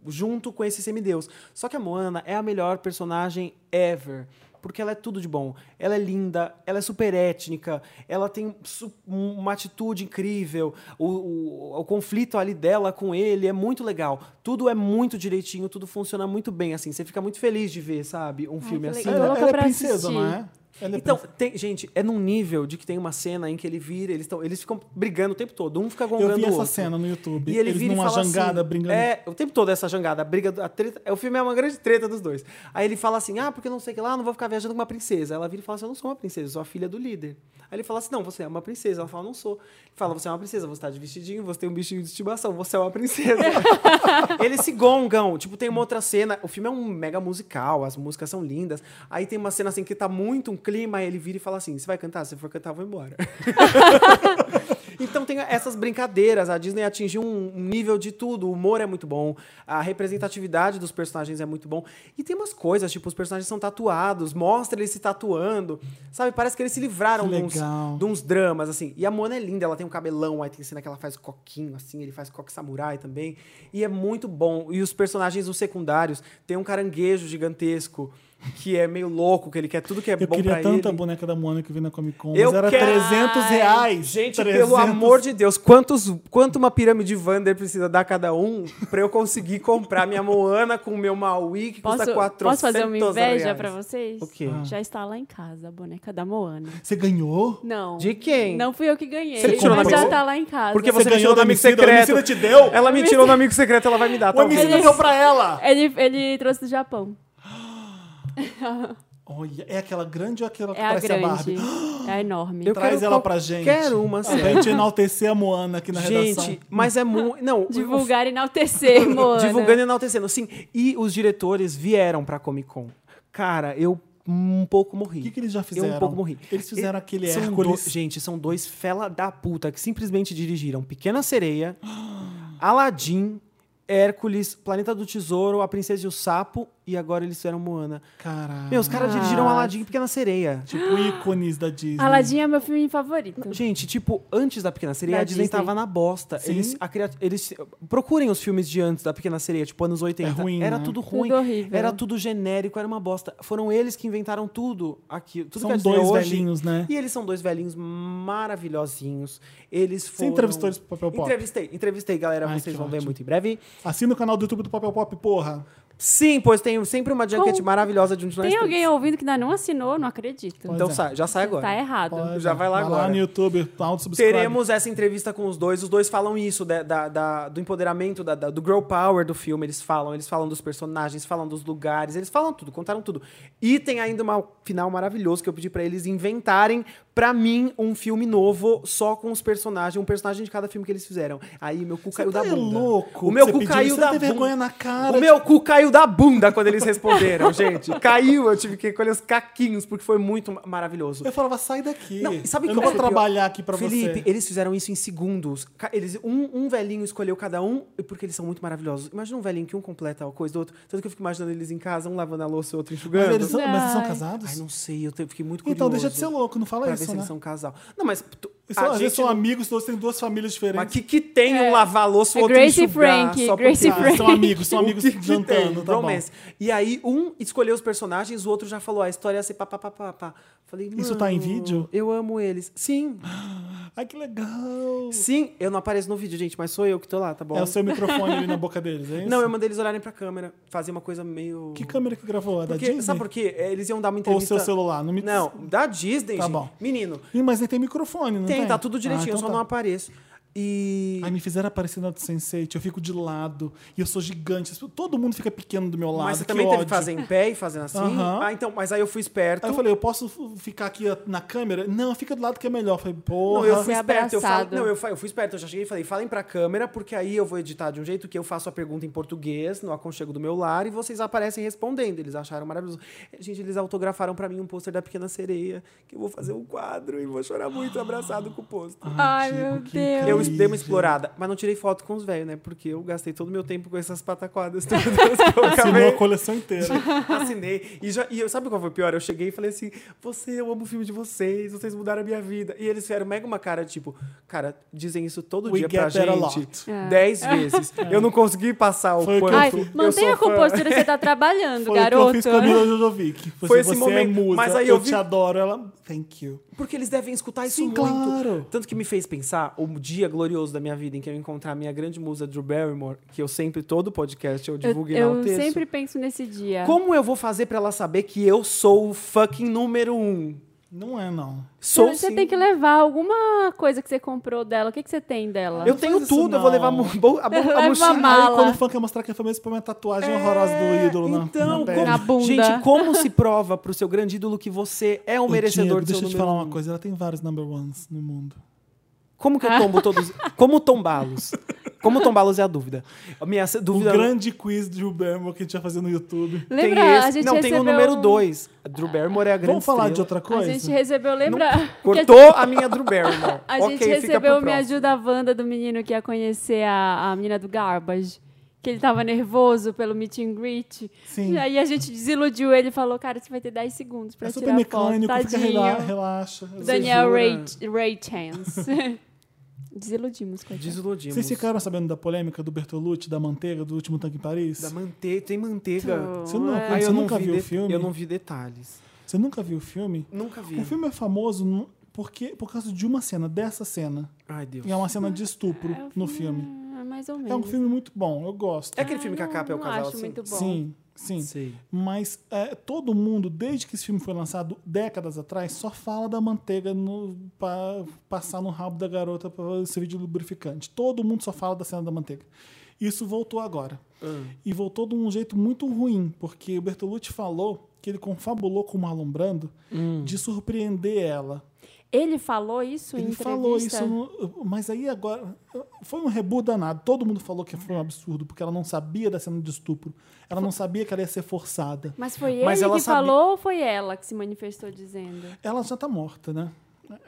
A: junto com esse semideus. Só que a Moana é a melhor personagem ever. Porque ela é tudo de bom. Ela é linda, ela é super étnica, ela tem su- um- uma atitude incrível. O, o- o conflito ali dela com ele é muito legal. Tudo é muito direitinho, tudo funciona muito bem, assim. Você fica muito feliz de ver, sabe, um
C: Ai,
A: filme
C: que
A: assim.
C: Tô legal.
B: Ela,
C: louca
B: ela é
C: tá pra
B: princesa,
C: assistir.
B: não é? Ela é
A: Então, tem- gente, é num nível de que tem uma cena em que ele vira, eles, tão, eles ficam brigando o tempo todo, um fica gongando
B: Eu vi
A: o
B: essa
A: outro.
B: cena no YouTube.
A: E ele
B: Eles
A: vira e
B: numa
A: fala
B: jangada
A: assim,
B: brincando.
A: É, o tempo todo essa jangada, a briga, do- a treta. é, O filme é uma grande treta dos dois. Aí ele fala assim: ah, porque não sei o que lá, não vou ficar viajando com uma princesa. Ela vira e fala assim: eu não sou uma princesa, eu sou a filha do líder. Aí ele fala assim: não, você é uma princesa. Ela fala: não sou. Ele fala: você é uma princesa, você tá de vestidinho, você tem um bichinho de estimação, você é uma princesa. Eles se gongam. Tipo, tem uma outra cena. O filme é um mega musical, as músicas são lindas. Aí tem uma cena assim que tá muito um clima, aí ele vira e fala assim: você vai cantar? Se for cantar, eu vou embora. Então tem essas brincadeiras. A Disney atingiu um um nível de tudo. O humor é muito bom, a representatividade dos personagens é muito bom. E tem umas coisas, tipo, os personagens são tatuados, mostra eles se tatuando. Sabe? Parece que eles se livraram
B: Que
A: de uns,
B: legal.
A: de uns dramas, assim. E a Moana é linda, ela tem um cabelão, aí tem cena que ela faz coquinho, assim, ele faz coque samurai também. E é muito bom. E os personagens, os secundários, tem um caranguejo gigantesco. Que é meio louco, que ele quer tudo que é
B: eu
A: bom pra
B: queria
A: ele.
B: tanta boneca da Moana que vi na Comic Con,
A: Eu
B: mas era
A: quero-
B: 300 reais.
A: Gente,
B: 300.
A: pelo amor de Deus, quantos, quanto uma pirâmide Vander precisa dar cada um pra eu conseguir comprar minha Moana com o meu Maui, que
C: Posso,
A: custa 400
C: posso fazer uma inveja
A: reais.
C: pra vocês?
A: O
B: Ah.
A: quê?
C: Já está lá em casa a boneca da Moana.
B: Você ganhou?
C: Não.
A: De quem?
C: Não fui eu que ganhei,
A: Você tirou
C: mas
A: na
C: já
A: mão?
C: tá lá em casa.
A: Porque
B: Você,
A: você me
B: ganhou
A: tirou
B: do
A: do amigo secreto.
B: O Emicida te deu?
A: Ela me tirou no amigo secreto, ela vai me dar. tá
B: O
A: talvez.
B: Emicida deu pra ela.
C: Ele, ele trouxe do Japão.
B: Olha, é aquela grande ou aquela que
C: É a
B: parece
C: grande.
B: a Barbie?
C: É enorme.
A: Eu
B: Traz
A: quero
B: ela
A: qual-
B: pra gente.
A: quero uma
B: Pra
A: série.
B: gente enaltecer a Moana aqui na redação.
A: Gente, mas é muito. Não,
C: Divulgar e enaltecer, mano.
A: divulgando e enaltecendo. Sim, e os diretores vieram pra Comic Con. Cara, eu um pouco morri.
B: O que, que eles já fizeram?
A: Eu um pouco morri.
B: Eles fizeram aquele
A: São
B: Hércules.
A: dois- gente, são dois fela da puta que simplesmente dirigiram Pequena Sereia, Aladdin, Hércules, Planeta do Tesouro, A Princesa e o Sapo e agora eles fizeram Moana.
B: Caralho.
A: Meu, os caras
C: Nossa.
A: dirigiram Aladdin e Pequena Sereia.
B: Tipo ícones da Disney.
C: Aladdin é meu filme favorito.
A: Gente, tipo, antes da Pequena Sereia,
C: Da
A: a Disney,
C: Disney.
A: tava na bosta.
B: Sim.
A: Eles, a cria- eles- procurem os filmes de antes da Pequena Sereia, tipo anos 80.
B: É ruim,
A: era
B: né?
A: tudo ruim.
C: Tudo horrível.
A: Era tudo genérico, era uma bosta. Foram eles que inventaram tudo aqui. Tudo que
B: São
A: a Disney é
B: dois
A: hoje.
B: velhinhos, né?
A: E eles são dois velhinhos maravilhosinhos. Eles
B: Você
A: foram.
B: entrevistou eles pro Papel Pop?
A: Entrevistei, entrevistei, galera.
B: Ai,
A: vocês
B: que
A: vão ver
B: ótimo.
A: muito em breve.
B: Assina o canal do YouTube do Papel Pop, porra.
A: Sim, pois tem sempre uma junket
C: Com-
A: maravilhosa de um de nós
C: Tem
A: três.
C: alguém ouvindo que ainda não assinou? Não acredito.
B: Pois
A: Então
B: é.
A: sai, já sai agora.
C: Tá errado.
B: Pode,
A: Já vai lá agora.
B: Lá no YouTube, um auto-subscribe.
A: Teremos essa entrevista com os dois. Os dois falam isso, da, da- da- do empoderamento, da- da- do girl power do filme. Eles falam, eles falam dos personagens, falam dos lugares, eles falam tudo, contaram tudo. E tem ainda um final maravilhoso que eu pedi pra eles inventarem, pra mim, um filme novo só com os personagens, um personagem de cada filme que eles fizeram. Aí meu cu
B: Você
A: caiu
B: tá
A: da bunda.
B: louco.
A: o meu
B: Você
A: cu
B: pediu,
A: caiu
B: você
A: da
B: tem
A: bunda.
B: vergonha na cara.
A: O meu cu caiu da bunda quando eles responderam, gente. Caiu, eu tive que colher os caquinhos, porque foi muito ma- maravilhoso.
B: Eu falava, sai daqui.
A: Não, e sabe
B: eu
A: que
B: não vou
A: é o pior?
B: trabalhar aqui pra
A: Felipe,
B: você.
A: eles fizeram isso em segundos. Ca- Eles, um, um velhinho escolheu cada um, porque eles são muito maravilhosos. Imagina um velhinho que um completa a coisa do outro. Tanto que eu fico imaginando eles em casa, um lavando a louça e o outro enxugando.
B: Mas eles, são, mas eles são
C: Ai.
B: casados?
A: Ai, não sei, eu te- fiquei muito curioso.
B: então deixa de ser louco, não fala
A: Pra ver
B: isso,
A: se
B: né?
A: eles são um casal. Não, mas... tu-
B: Eles
A: a
B: são, às vezes
A: gente
B: são
A: não-
B: amigos, todos têm duas famílias diferentes.
A: Mas que, que tem um
C: É.
A: lavar louça, o
C: É
A: outro
C: Grace e
A: enxugar?
C: Frank,
A: só porque-
C: Grace e
A: Ah,
C: Frank.
B: Ah, são amigos, são
A: o
B: amigos
A: que que
B: jantando,
A: tem?
B: tá
A: Romance. E aí, um escolheu os personagens, o outro já falou "Ah, a história ia ser pá, pá, pá, pá, pá. Falei,
B: Isso tá em
A: "Mano,
B: vídeo?"
A: Eu amo eles. Sim,
B: bom. Ai, que legal.
A: sim. Eu não apareço no vídeo, gente, mas sou eu que tô lá, tá bom?
B: É o seu microfone ali na boca deles, é isso?
A: Não, eu mandei eles olharem pra câmera, fazer uma coisa meio...
B: Que câmera que gravou? A da
A: Porque-
B: Disney?
A: Sabe por quê? É, Eles iam dar uma
B: Ou o
A: entrevista...
B: seu celular? Não me
A: Não, da Disney,
B: Tá
A: gente.
B: bom.
A: Menino,
B: Ih, mas aí tem microfone, não tem?
A: tem, tá tudo direitinho,
B: Ah,
A: eu
B: então
A: só
B: tá.
A: não apareço. E...
B: Ai, me fizeram aparecer na do Sensei, eu fico de lado e eu sou gigante. Todo mundo fica pequeno do meu lado.
A: Mas você
B: que
A: também teve
B: ódio.
A: que fazer em pé e fazendo assim?
B: Aham.
A: Ah, então, mas aí eu fui esperto.
B: Aí eu falei, eu posso f- ficar aqui na câmera? Não, fica do lado que é melhor. Eu falei, porra.
A: Não, eu fui
C: Ser
A: esperto. Eu falei,
C: abraçado.
A: não, eu, fa- eu fui esperto. Eu já cheguei e falei, falem pra câmera, porque aí eu vou editar de um jeito que eu faço a pergunta em português, no aconchego do meu lar, e vocês aparecem respondendo. Eles acharam maravilhoso. Gente, eles autografaram pra mim um pôster da Pequena Sereia, que eu vou fazer um quadro e vou chorar muito abraçado com o pôster.
C: Ai,
B: Digo,
C: meu
B: que
C: Deus.
A: Eu
B: incrível.
A: dei uma explorada, mas não tirei foto com os velhos, né? Porque eu gastei todo o meu tempo com essas pataquadas todas que eu
B: Assinou a
A: acabei
B: coleção inteira.
A: Assinei. E, já, e eu, sabe qual foi o pior? Eu cheguei e falei assim: você, eu amo o filme de vocês, vocês mudaram a minha vida. E eles fizeram mega uma cara, tipo, cara, dizem isso todo
B: We
A: dia
B: get
A: pra
B: that a
A: gente.
B: lot.
C: É.
A: Dez vezes. Eu não consegui passar o
B: Foi o que
A: pano.
B: eu
C: Ai,
B: sou-
C: mantenha a
A: sou fã.
C: compostura que você tá trabalhando,
B: Foi o
C: garoto.
B: que eu fiz com a Mila Jojovic. Você,
A: Foi esse
B: você é
A: momento,
B: musa,
A: mas aí
B: eu,
A: eu vi-
B: te adoro. Ela, thank you.
A: Porque eles devem escutar isso
B: Sim,
A: muito.
B: claro.
A: Tanto que me fez pensar o dia glorioso da minha vida em que eu encontrar a minha grande musa Drew Barrymore, que eu sempre, todo podcast, eu
C: Eu,
A: divulgo e
C: eu
A: enalteço.
C: sempre penso nesse dia.
A: Como eu vou fazer pra ela saber que eu sou o fucking número um?
B: Não é, não.
A: Sou
C: você
A: sim.
C: tem que levar alguma coisa que você comprou dela. O que, que você tem dela?
A: Eu
B: Não
A: tenho
B: faz isso,
A: tudo, eu vou levar a,
B: não.
A: mo- a, bo-
C: Leva
A: a
C: uma
A: mochila.
B: Aí
C: Mala.
B: quando o fã quer mostrar que é famoso, põe uma tatuagem horrorosa do ídolo na,
A: É, Então,
B: na pele.
A: como,
C: Na bunda.
A: gente, como se prova pro seu grande ídolo que você é um
B: Ô,
A: merecedor
B: Diego,
A: do seu
B: Deixa eu te
A: número
B: falar
A: um?
B: uma coisa, ela tem vários number ones no mundo.
A: Como que eu tombo todos? Como tombá-los? Como tombá-los é a dúvida. A minha se-
B: O
A: dúvida
B: grande quiz de Drew Barrymore que a gente vai fazer no YouTube.
A: tem
C: Lembra?
A: esse-
C: a gente
A: não, tem
C: recebeu
A: o número
C: um-
A: 2. A Drew Barrymore é a grande
B: Vamos falar de
A: estrela.
B: outra
C: A
B: coisa?
C: gente recebeu, lembra? que a
A: Cortou a minha Drew Barrymore.
C: A
A: Ok,
C: gente
A: fica pro
C: recebeu Me
A: próximo.
C: Ajuda a Wanda do menino que ia conhecer a, a menina do Garbage. Que ele tava nervoso pelo meet and greet.
B: Sim.
C: E aí a gente desiludiu ele e falou, cara, você vai ter 10 segundos pra
B: É super
C: tirar foto.
B: mecânico, fica
C: Tadinho.
B: rela- relaxa.
C: Daniel
A: jura?
C: Ray, Ray Chance. Desiludimos, coitado.
A: Desiludimos.
B: Vocês ficaram sabendo da polêmica do Bertolucci, da manteiga, do último tanque em Paris?
A: Da manteiga, tem manteiga.
B: Você não-
C: é.
A: Ah, eu
B: Você
A: não
B: nunca
A: vi
B: viu o
A: de-
B: filme?
A: Eu não vi detalhes.
B: Você nunca viu o filme?
A: Nunca vi.
B: O filme é famoso no- porque, por causa de uma cena, dessa cena.
A: Ai, Deus.
B: E é uma cena de estupro
C: É um
B: no filme.
C: Ah, mais ou menos.
B: É um filme muito bom, eu gosto.
A: É aquele filme que a
C: Não-
A: capa é o
C: Ah, não
A: casal
C: acho
A: assim?
C: muito bom.
B: Sim, sim.
A: Sei.
B: Mas é, todo mundo, desde que esse filme foi lançado décadas atrás, só fala da manteiga no, pra passar no rabo da garota para servir de lubrificante. Todo mundo só fala da cena da manteiga. Isso voltou agora. E voltou de um jeito muito ruim, porque o Bertolucci falou que ele confabulou com o Marlon Brando de surpreender ela.
C: Ele falou isso em
B: Ele
C: entrevista?
B: falou isso, no- mas aí agora foi um rebu danado. Todo mundo falou que foi um absurdo porque ela não sabia da cena de estupro. Ela não sabia que ela ia ser forçada.
C: Mas foi
A: Mas
C: ele
A: ela
C: que
A: sabia-
C: falou ou foi ela que se manifestou dizendo?
B: Ela já tá morta, né?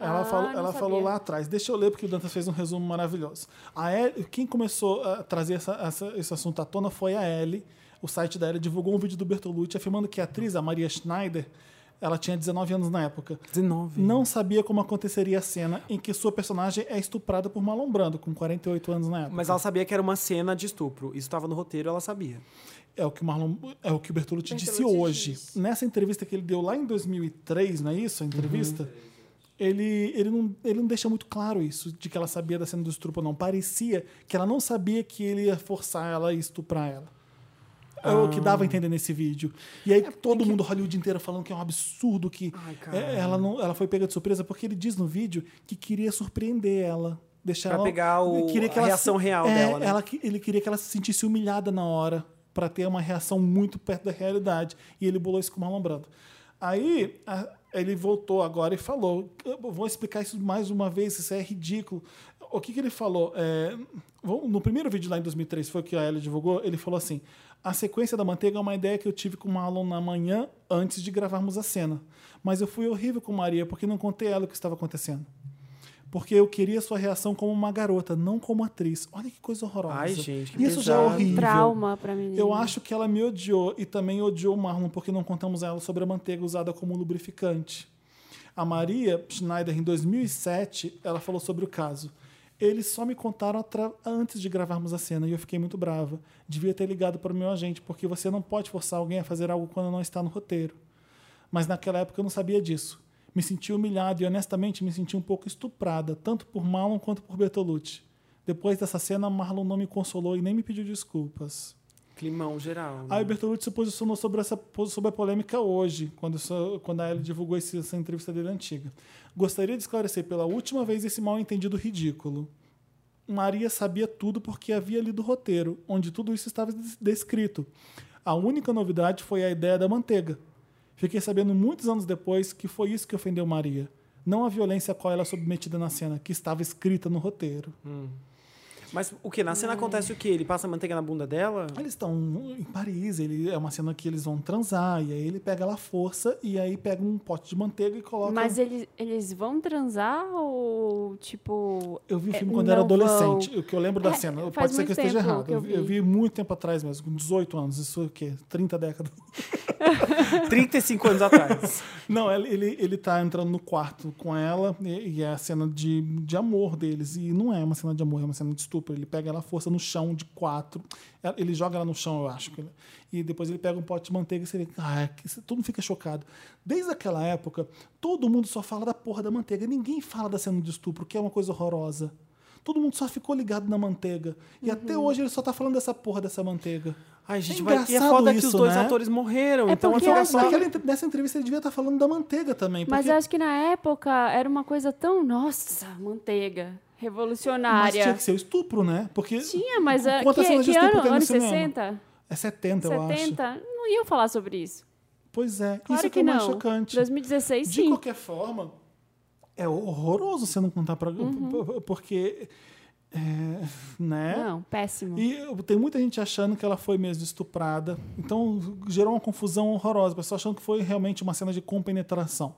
B: Ela,
C: Ah,
B: falou,
C: não
B: ela
C: sabia.
B: falou lá atrás. Deixa eu ler, porque o Dantas fez um resumo maravilhoso. A Ellie- quem começou a trazer essa- essa- esse assunto à tona foi a Ellie. O site da Ellie divulgou um vídeo do Bertolucci afirmando que a atriz, a Maria Schneider, ela tinha 19 anos na época.
A: 19.
B: Não sabia como aconteceria a cena em que sua personagem é estuprada por Marlon Brando, com 48 anos na época.
A: Mas ela sabia que era uma cena de estupro. Isso estava no roteiro, ela sabia.
B: É o que o Marlon, é o que o Bertolucci, disse
C: Bertolucci
B: hoje.
C: disse.
B: Nessa entrevista que ele deu lá em 2003, não é isso? A
A: Uhum.
B: entrevista. Ele, ele, não, ele não deixa muito claro isso, de que ela sabia da cena do estupro ou não. Parecia que ela não sabia que ele ia forçar ela e estuprar ela. É o que
A: Ah.
B: dava a entender nesse vídeo. E aí todo mundo, Hollywood inteiro, falando que é um absurdo que
A: É Ai, cara.
B: é, ela, não, ela foi pega de surpresa, porque ele diz no vídeo que queria surpreender ela. Deixar
A: Pra
B: ela,
A: pegar o-
B: queria que
A: a
B: ela
A: reação
B: se-
A: real
B: é,
A: dela, né?
B: ela ela que- ele queria que ela se sentisse humilhada na hora pra ter uma reação muito perto da realidade. E ele bolou isso com o Marlon Brando. Aí a- ele voltou agora e falou: "Eu vou explicar isso mais uma vez, isso é ridículo. O que, que ele falou? É, vamos- no primeiro vídeo lá em 2003, foi o que a Ellie divulgou, ele falou assim: a sequência da manteiga é uma ideia que eu tive com o Marlon na manhã antes de gravarmos a cena. Mas eu fui horrível com Maria porque não contei a ela o que estava acontecendo. Porque eu queria sua reação como uma garota, não como atriz. Olha que coisa horrorosa.
A: Ai, gente, que
B: Isso já é
A: pesado.
B: horrível.
C: Trauma pra menina.
B: Eu acho que ela me odiou e também odiou o Marlon porque não contamos a ela sobre a manteiga usada como lubrificante. A Maria Schneider, em 2007, ela falou sobre o caso. Eles só me contaram atra- antes de gravarmos a cena e eu fiquei muito brava. Devia ter ligado para o meu agente, porque você não pode forçar alguém a fazer algo quando não está no roteiro. Mas naquela época eu não sabia disso. Me senti humilhada e honestamente me senti um pouco estuprada, tanto por Marlon quanto por Bertolucci. Depois dessa cena, Marlon não me consolou e nem me pediu desculpas.
A: Climão geral. né?
B: Aí o Bertolucci se posicionou sobre, essa, sobre a polêmica hoje, quando, isso- quando a Ellie divulgou esse- essa entrevista dele antiga. Gostaria de esclarecer pela última vez esse mal-entendido ridículo. Maria sabia tudo porque havia lido o roteiro, onde tudo isso estava des- descrito. A única novidade foi a ideia da manteiga. Fiquei sabendo muitos anos depois que foi isso que ofendeu Maria. Não a violência a qual ela é submetida na cena, que estava escrita no roteiro.
A: Mas o que? Na cena acontece o quê? Ele passa manteiga na bunda dela?
B: Eles estão em Paris, ele, é uma cena que eles vão transar, e aí ele pega ela à força, e aí pega um pote de manteiga e coloca.
C: Mas é eles, eles vão transar ou, tipo...
B: Eu vi o
C: é,
B: filme quando era
C: não vão?
B: adolescente, o que eu lembro da
C: É,
B: cena. Pode
C: faz
B: ser que eu
C: muito
B: esteja
C: tempo
B: errado.
C: que eu
B: eu vi muito tempo atrás mesmo, com 18 anos, isso é o quê? 30 décadas. É
A: 35 anos atrás.
B: Não, ele, ele, ele tá entrando no quarto com ela e, e é a cena de, de amor deles. E não é uma cena de amor, é uma cena de estupro. Ele pega ela à força no chão de quatro. Ela- Ele joga ela no chão, eu acho. que ele- E depois ele pega um pote de manteiga e você vê. Ah, que isso- todo mundo fica chocado. Desde aquela época, todo mundo só fala da porra da manteiga. Ninguém fala da cena de estupro, que é uma coisa horrorosa. Todo mundo só ficou ligado na manteiga.
C: Uhum.
B: E até hoje ele só tá falando dessa porra dessa manteiga.
A: Ai, gente,
B: É
A: vai. E é
B: engraçado
A: foda que os
B: isso,
A: dois
B: né?
A: atores morreram.
C: É
A: então
C: porque
A: é
C: eu
A: foda.
C: acho
B: Mas naquela entre- nessa entrevista ele devia estar falando da manteiga também.
C: Mas
B: porque-
C: eu acho que na época era uma coisa tão... Nossa, manteiga.
B: Mas
C: Revolucionária.
B: tinha que ser o estupro, né? Porque
C: Tinha, mas é,
B: Quantas
C: que,
B: cenas de
C: que
B: estupro
C: ano?
B: tem no
C: Anos
B: cinema?
C: 60?
B: é 70, eu acho.
C: 70? Não iam falar sobre isso.
B: Pois é,
C: Claro
B: isso que,
C: que
B: é o mais
C: não.
B: chocante.
C: 2016,
B: De
C: sim.
B: qualquer forma, é horroroso você não contar pra... Porque... é, né?
C: Uhum. Não, péssimo.
B: E eu- tem muita gente achando que ela foi mesmo estuprada. Então gerou uma confusão horrorosa. O pessoal achando que foi realmente uma cena de compenetração.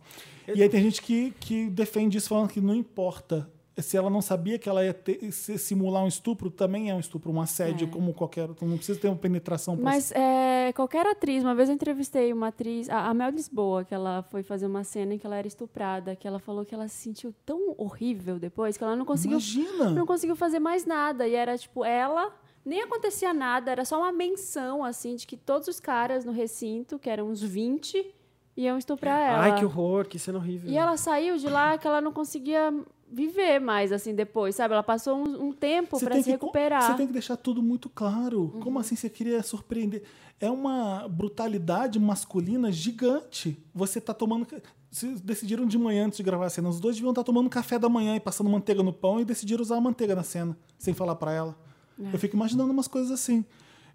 B: E aí tem gente que, que defende isso falando que não importa. Se ela não sabia que ela ia ter- se- simular um estupro, também é um estupro, um assédio, como qualquer outro. Não precisa ter uma penetração pra
C: Mas é, qualquer atriz, uma vez eu entrevistei uma atriz, a, a Mel Lisboa, que ela foi fazer uma cena em que ela era estuprada, que ela falou que ela se sentiu tão horrível depois que ela não conseguiu,
B: Imagina!
C: não conseguiu fazer mais nada. E era tipo, ela nem acontecia nada, era só uma menção assim de que todos os caras no recinto, que eram uns 20, iam estuprar ela.
A: Ai, que horror, que cena horrível.
C: E ela saiu de lá que ela não conseguia viver mais assim depois, sabe? Ela passou um, um tempo
B: Você
C: pra
B: tem
C: se
B: que co- Você
C: recuperar. Uhum.
B: tem que deixar tudo muito claro. Como assim você queria surpreender? É uma brutalidade masculina gigante. Você tá tomando. ca- se decidiram de manhã antes de gravar a cena. Os tá dois deviam estar tomando café da manhã e passando manteiga no pão e decidiram usar a manteiga na cena, sem falar pra ela.
C: É.
B: Eu fico imaginando umas coisas assim.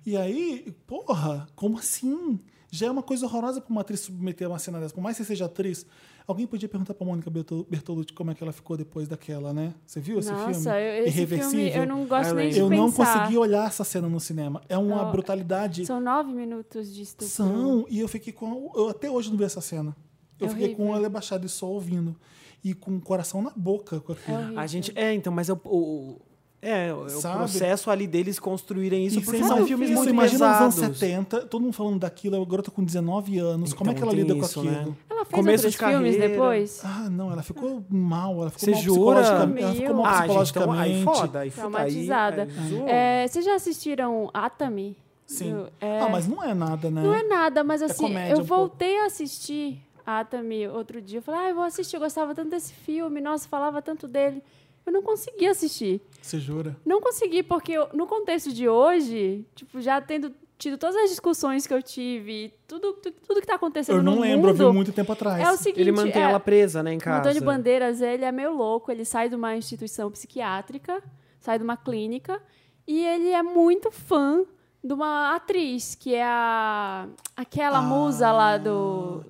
B: E aí, porra, como assim? Já é uma coisa horrorosa pra uma atriz submeter a uma cena dessa. Por mais que você seja atriz, alguém podia perguntar pra Mônica Bertol- Bertolucci como é que ela ficou depois daquela, né? Você viu esse
C: Nossa,
B: filme? é
C: eu- esse filme eu não gosto nem de
B: Eu não
C: pensar.
B: consegui olhar essa cena no cinema. É uma
C: Não,
B: brutalidade.
C: São nove minutos de estupro.
B: São, e eu fiquei com. Eu até hoje não vi essa cena. Eu
C: É
B: fiquei com
C: horrível.
B: ela abaixada e só ouvindo. E com o coração na boca com
C: É
B: aquilo.
C: horrível.
A: A gente. É, então, mas é o. o- o- é, é o
B: Sabe?
A: processo ali deles construírem isso,
B: E
A: porque
B: sem
A: são
B: mais-
A: filmes
B: isso,
A: muito
B: imagina nos anos
A: pesados. Ah,
B: 70, todo mundo falando daquilo, é uma garota com 19 anos, como é
A: Então,
B: que ela
A: tem
B: lida com
A: isso,
B: aquilo?
A: né?
C: Ela fez
A: Começo
C: outros
A: de
C: filmes
A: carreira.
C: depois?
B: Ah, não, ela ficou mal, ela ficou
A: Você
B: mal
A: jura?
B: psicologicamente. Ela ficou mal
C: Meu.
A: Ah, gente, então,
B: psicologicamente.
A: aí foda, aí foda. aí-
C: Traumatizada.
A: aí zoou.
C: É, vocês já assistiram Atami?
B: Sim.
C: Do- é,
B: Ah, mas não é nada, né?
C: Não é nada, mas assim,
B: comédia
C: eu
B: um pouco.
C: voltei a assistir Atami outro dia. Eu falei, ah, eu vou assistir, eu gostava tanto desse filme, nossa, falava tanto dele. Eu não consegui assistir.
B: Você jura?
C: Não consegui, porque eu- no contexto de hoje, tipo, já tendo tido todas as discussões que eu tive, tudo, tu- tudo que tá acontecendo
B: Eu não
C: no
B: lembro, eu
C: mundo,
B: vi muito tempo atrás.
C: é o seguinte...
A: Ele mantém
C: é-
A: ela presa, né, em
C: o
A: casa.
C: Antônio Bandeiras, ele é meio louco, ele sai de uma instituição psiquiátrica, sai de uma clínica, e ele é muito fã de uma atriz, que é a aquela
B: Ah.
C: musa lá do,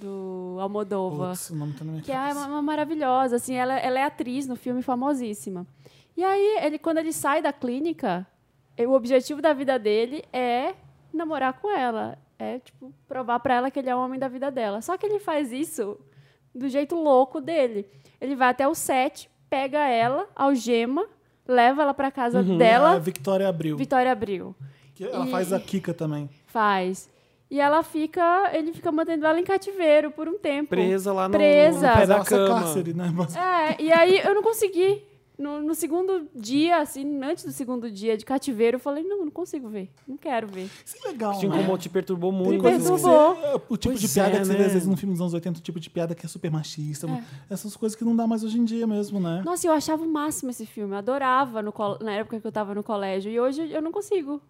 C: do Almodova.
B: Putz, o nome tá na minha
C: Que é
B: cabeça.
C: uma, uma maravilhosa, assim, ela, ela é atriz no filme famosíssima. E aí, ele, quando ele sai da clínica, eh, o objetivo da vida dele é namorar com ela. É, tipo, provar pra ela que ele é o homem da vida dela. Só que ele faz isso do jeito louco dele. Ele vai até o set, pega ela, algema, leva ela pra casa
B: Ah,
C: dela,
B: Victoria Abril.
C: Vitória Abril.
B: que Ela
C: e-
B: faz a Kika também.
C: Faz. E ela fica, ele fica mantendo ela em cativeiro por um tempo.
A: Presa lá no,
C: Presa.
A: no pé
B: Mas
A: da
B: ela é
A: cama.
B: cárcere, né? Mas-
C: É, e aí eu não consegui. No, no segundo dia, assim, antes do segundo dia de cativeiro, eu falei, não, não consigo ver. Não quero ver.
B: Isso é legal,
A: Te
B: né?
A: incomodou, te perturbou
B: Tem
A: muito. assim,
B: coisas que
C: perturbou.
B: você- é, o tipo
A: Pois
B: de piada
A: é,
B: que você
A: né?
B: vê, às vezes, no filme dos anos 80, o tipo de piada que é super machista.
C: É.
B: Essas coisas que não dá mais hoje em dia mesmo, né?
C: Nossa, eu achava o máximo esse filme. Eu adorava no col- na época que eu tava no colégio. E hoje eu não consigo.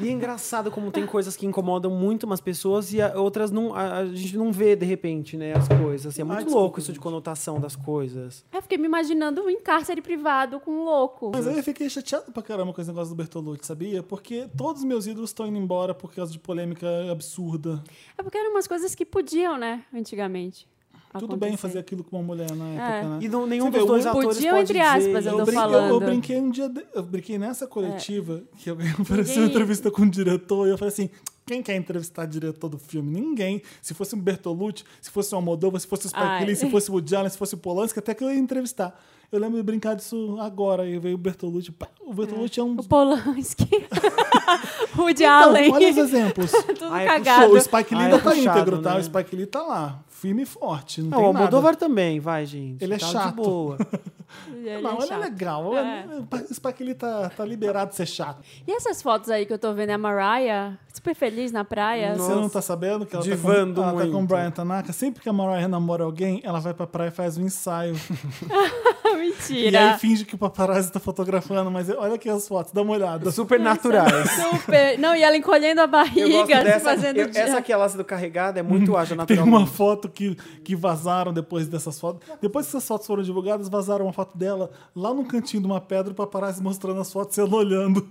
A: E é engraçado como tem coisas que incomodam muito umas pessoas e a- outras não, a, a gente não vê de repente, né, as coisas. Assim, é muito
B: Ah, desculpa,
A: louco isso de conotação das coisas.
C: Aí Eu fiquei me imaginando em cárcere privado com um louco.
B: Mas aí eu fiquei chateado pra caramba com esse negócio do Bertolucci, sabia? Porque todos os meus ídolos estão indo embora por causa de polêmica absurda.
C: É porque eram umas coisas que podiam, né, antigamente.
B: Tudo bem
C: acontecer.
B: fazer aquilo com uma mulher
C: É.
B: na época, né?
A: E não- nenhum
B: Você vê,
A: dos dois
B: o-
A: atores
C: Podiam,
A: pode
C: um entre
A: dizer,
C: aspas, eu
A: "Eu
C: tô
A: brinquei-
B: brinquei,
C: falando. É.
B: eu brinquei um dia. de- eu brinquei nessa coletiva que alguém ofereceu
C: Ninguém-
B: uma entrevista com o diretor e eu falei assim. Quem quer entrevistar diretor do filme? Ninguém. Se fosse um Bertolucci, se fosse um Almodóvar, se fosse o
C: Ai.
B: Spike Lee, se fosse o Woody Allen, se fosse o Polanski, até que eu ia entrevistar. Eu lembro de brincar disso agora e veio o Bertolucci. pá, o Bertolucci é, um...
C: O Polanski. o Woody
B: Então,
C: Allen.
B: olha os exemplos.
C: Tudo
A: Ah, é
C: cagado.
B: O Spike Lee
A: Ah, é
B: ainda tá
A: puxado,
B: íntegro, tá?
A: né?
B: O Spike Lee tá lá, firme e forte. Não,
A: Não,
B: tem
A: o
B: nada.
A: Almodóvar também, vai, gente.
B: Ele é
A: tá
B: chato.
A: de boa.
C: Ele é
B: Não, ele é
C: chato.
B: legal.
C: É.
B: O Spike Lee tá, tá liberado de ser chato.
C: E essas fotos aí que eu tô vendo, é a Mariah, super feliz na praia.
B: Você não tá sabendo que ela, tá com,
A: Divando
B: ela tá com o
A: muito.
B: Brian Tanaka? Sempre que a Mariah namora alguém, ela vai pra praia e faz um ensaio. E
C: Mentira.
B: aí finge que o paparazzi tá fotografando, mas olha aqui as fotos, dá uma olhada.
A: Super naturais.
C: Super. Não, e ela encolhendo a
A: Eu gosto
C: barriga, se
A: dessa.
C: fazendo
A: eu- essa
C: dia.
A: aqui, é ela do carregada, é muito ágil
B: Tem
A: natural.
B: uma foto que, que vazaram depois dessas fotos. Depois que essas fotos foram divulgadas, vazaram uma foto dela lá no cantinho de uma pedra, o paparazzi mostrando as fotos e ela olhando.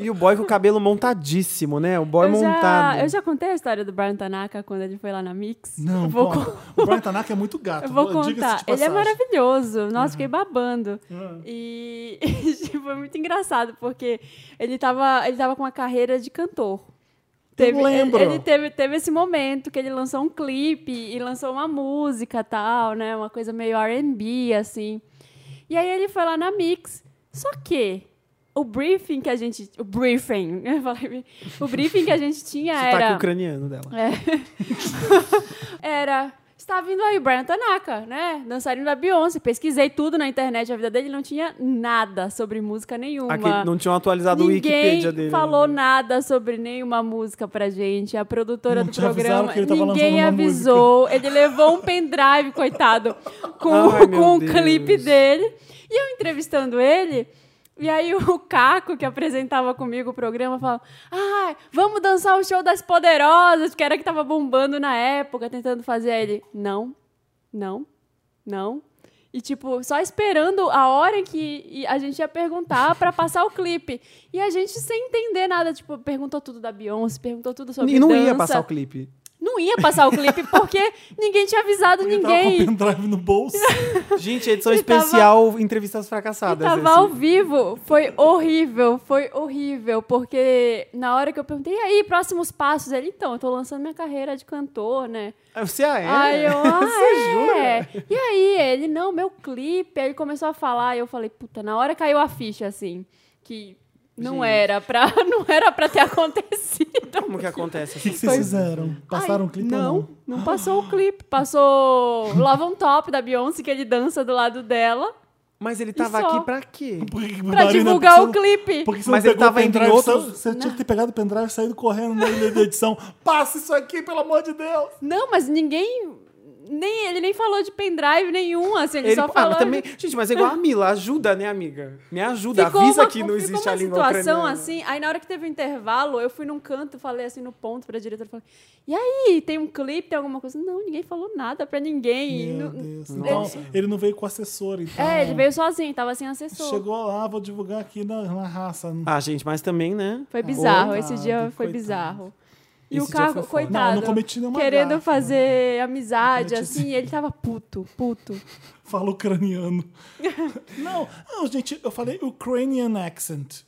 A: E o boy com o cabelo montadíssimo, né? O boy
C: eu,
A: montado.
C: já, eu já contei a história do Brian Tanaka quando ele foi lá na Mix.
B: Não,
C: eu vou,
B: conta.
C: con-
B: O Brian Tanaka é muito gato.
C: eu vou
B: diga-se de
C: contar. Ele
B: passagem.
C: é
B: Uhum.
C: maravilhoso. Nossa, fiquei babando. E tipo, foi muito engraçado, porque ele tava, ele tava com uma carreira de cantor. Teve,
B: lembro.
C: Ele, ele teve, teve esse momento que ele lançou um clipe e lançou uma música tal, né? Uma coisa meio RB, assim. E aí ele foi lá na Mix. Só que o briefing que a gente. O briefing. eu falei- O briefing que a gente tinha
A: Sotaque
C: era.
A: tá ucraniano dela.
C: Era. Está vindo aí o Brian Tanaka, né? Dançarino da Beyoncé. Pesquisei tudo na internet, a vida dele não tinha nada sobre música nenhuma.
A: Aqui, não tinham atualizado o
C: Ninguém
A: Wikipedia dele. né?
C: falou nada sobre nenhuma música pra gente. A produtora
B: Não
C: do
B: te avisaram
C: programa,
B: que ele tava
C: ninguém
B: lançando uma
C: avisou. Ele levou um pendrive, coitado, com,
A: Ai, meu
C: com o
A: Deus.
C: clipe dele. E eu entrevistando ele. E aí o Caco, que apresentava comigo o programa, falava: Ai, vamos dançar o show das Poderosas, que era que tava bombando na época, tentando fazer Aí ele. Não, não, não. E, tipo, só esperando a hora que e a gente ia perguntar pra passar o clipe. E a gente sem entender nada, tipo, perguntou tudo da Beyoncé, perguntou tudo sobre
A: E não
C: dança.
A: ia passar o clipe.
C: Não ia passar o clipe porque ninguém tinha avisado
B: Ele tava com o
C: ninguém.
B: pendrive no bolso.
A: Gente, edição
C: E tava-
A: especial Entrevistas
C: E
A: Fracassadas. assim.
C: tava
A: esse.
C: ao vivo. Foi horrível, foi horrível. Porque na hora que eu perguntei, e aí, próximos passos? Ele, então, eu tô lançando minha carreira de cantor, né?
A: Ah, Você ah, é?
C: Aí eu, ah,
A: Você
C: é? E aí, ele, não, meu clipe. Aí ele começou a falar, e eu falei, puta, na hora caiu a ficha, assim, que não
A: Gente.
C: era pra, não era pra ter acontecido.
A: Como que acontece
B: O que,
A: assim?
B: que vocês fizeram? Passaram o clipe ou
C: é. Não,
B: não?
C: não passou o clipe. Passou Love on Top, da Beyoncé, que ele dança do lado dela,
A: Mas ele tava
C: só.
A: aqui pra quê?
B: Por que que
C: pra
B: Marina-
C: divulgar
B: você
C: o
B: não-
C: clipe.
B: Porque você
A: Mas
B: não
A: ele
B: pegou
A: tava
B: o
A: entre
B: pendrive,
A: outros-
B: você- você tinha que ter pegado o pendrive e saído correndo no meio da edição. Passa isso aqui, pelo amor de Deus!
C: Não, mas ninguém... Nem, ele nem falou de pendrive nenhum, assim, ele,
A: Ele,
C: só
A: ah,
C: falou...
A: mas também, gente, mas é igual a Mila, ajuda, né, amiga? Me ajuda,
C: Ficou
A: avisa
C: uma-
A: que não
C: ficou
A: existe
C: uma
A: a língua
C: situação
A: ucraniana.
C: assim, aí na hora que teve o intervalo, eu fui num canto, falei assim no ponto pra diretora, falei, e aí, tem um clipe, tem alguma coisa? Não, ninguém falou nada pra ninguém.
B: Meu
C: Não-
B: Deus.
C: ele-
B: Então, ele não veio com assessor, então.
C: É, ele veio sozinho, tava sem assessor.
B: Chegou lá, vou divulgar aqui na, na raça.
A: Ah, gente, mas também, né?
C: Foi bizarro,
B: Coitado,
C: esse dia foi
B: coitado.
C: bizarro. E
A: Esse
C: o
A: dia
C: cargo,
A: foi foda.
B: Não, eu
C: coitado,
B: não cometi nenhuma
C: querendo
B: gafe,
C: fazer amizade,
B: Letícia.
C: assim, ele tava puto, puto.
B: Fala ucraniano. não, não, gente, eu falei Ukrainian accent.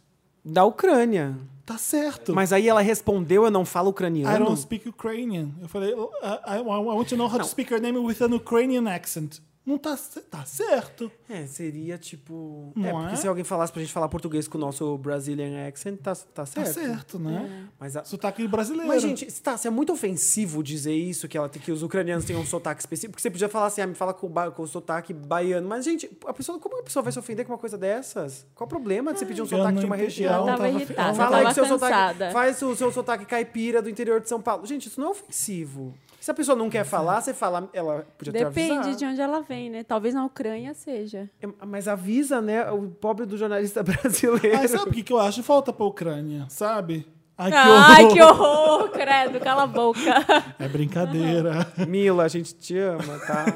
A: Da Ucrânia.
B: Tá certo.
A: Mas aí ela respondeu, eu não falo ucraniano.
B: I don't speak Ukrainian. Eu falei, uh, I, I want to know how to speak your name with an Ukrainian accent. Não tá, ce- tá certo.
A: É, seria tipo...
B: Não
A: é,
B: é?
A: porque se alguém falasse pra gente falar português com o nosso Brazilian accent, tá, tá
B: Tá
A: certo.
B: certo,
C: É.
B: né?
A: Mas a-
B: Sotaque brasileiro.
A: Mas, gente, Stassi, é muito ofensivo dizer isso, que, ela, que os ucranianos têm um sotaque específico, porque você podia falar assim, ah, me fala com, o ba- com o sotaque baiano. Mas, gente, a pessoa, como a pessoa vai se ofender com uma coisa dessas? Qual o problema de você pedir um
B: Eu
A: sotaque
B: não
A: de uma
B: entendi.
A: região?
C: Ela tava
B: tava-
C: irritada,
B: Fala
A: Fala
C: tava
A: aí que seu
C: cansada.
A: sotaque, faz o seu sotaque caipira do interior de São Paulo. Gente, isso não é ofensivo. Se a pessoa não
B: é
A: quer falar, você fala, ela podia ter
C: Depende
A: avisado.
C: de onde ela vem, né? Talvez na Ucrânia seja.
A: É, Mas avisa, né, o pobre do jornalista brasileiro.
B: Aí sabe o que, que eu acho? Falta pra Ucrânia, sabe? Ai, que
C: Ai,
B: horror.
C: que horror, credo, cala a boca.
B: É brincadeira.
A: Mila, a gente te ama, tá?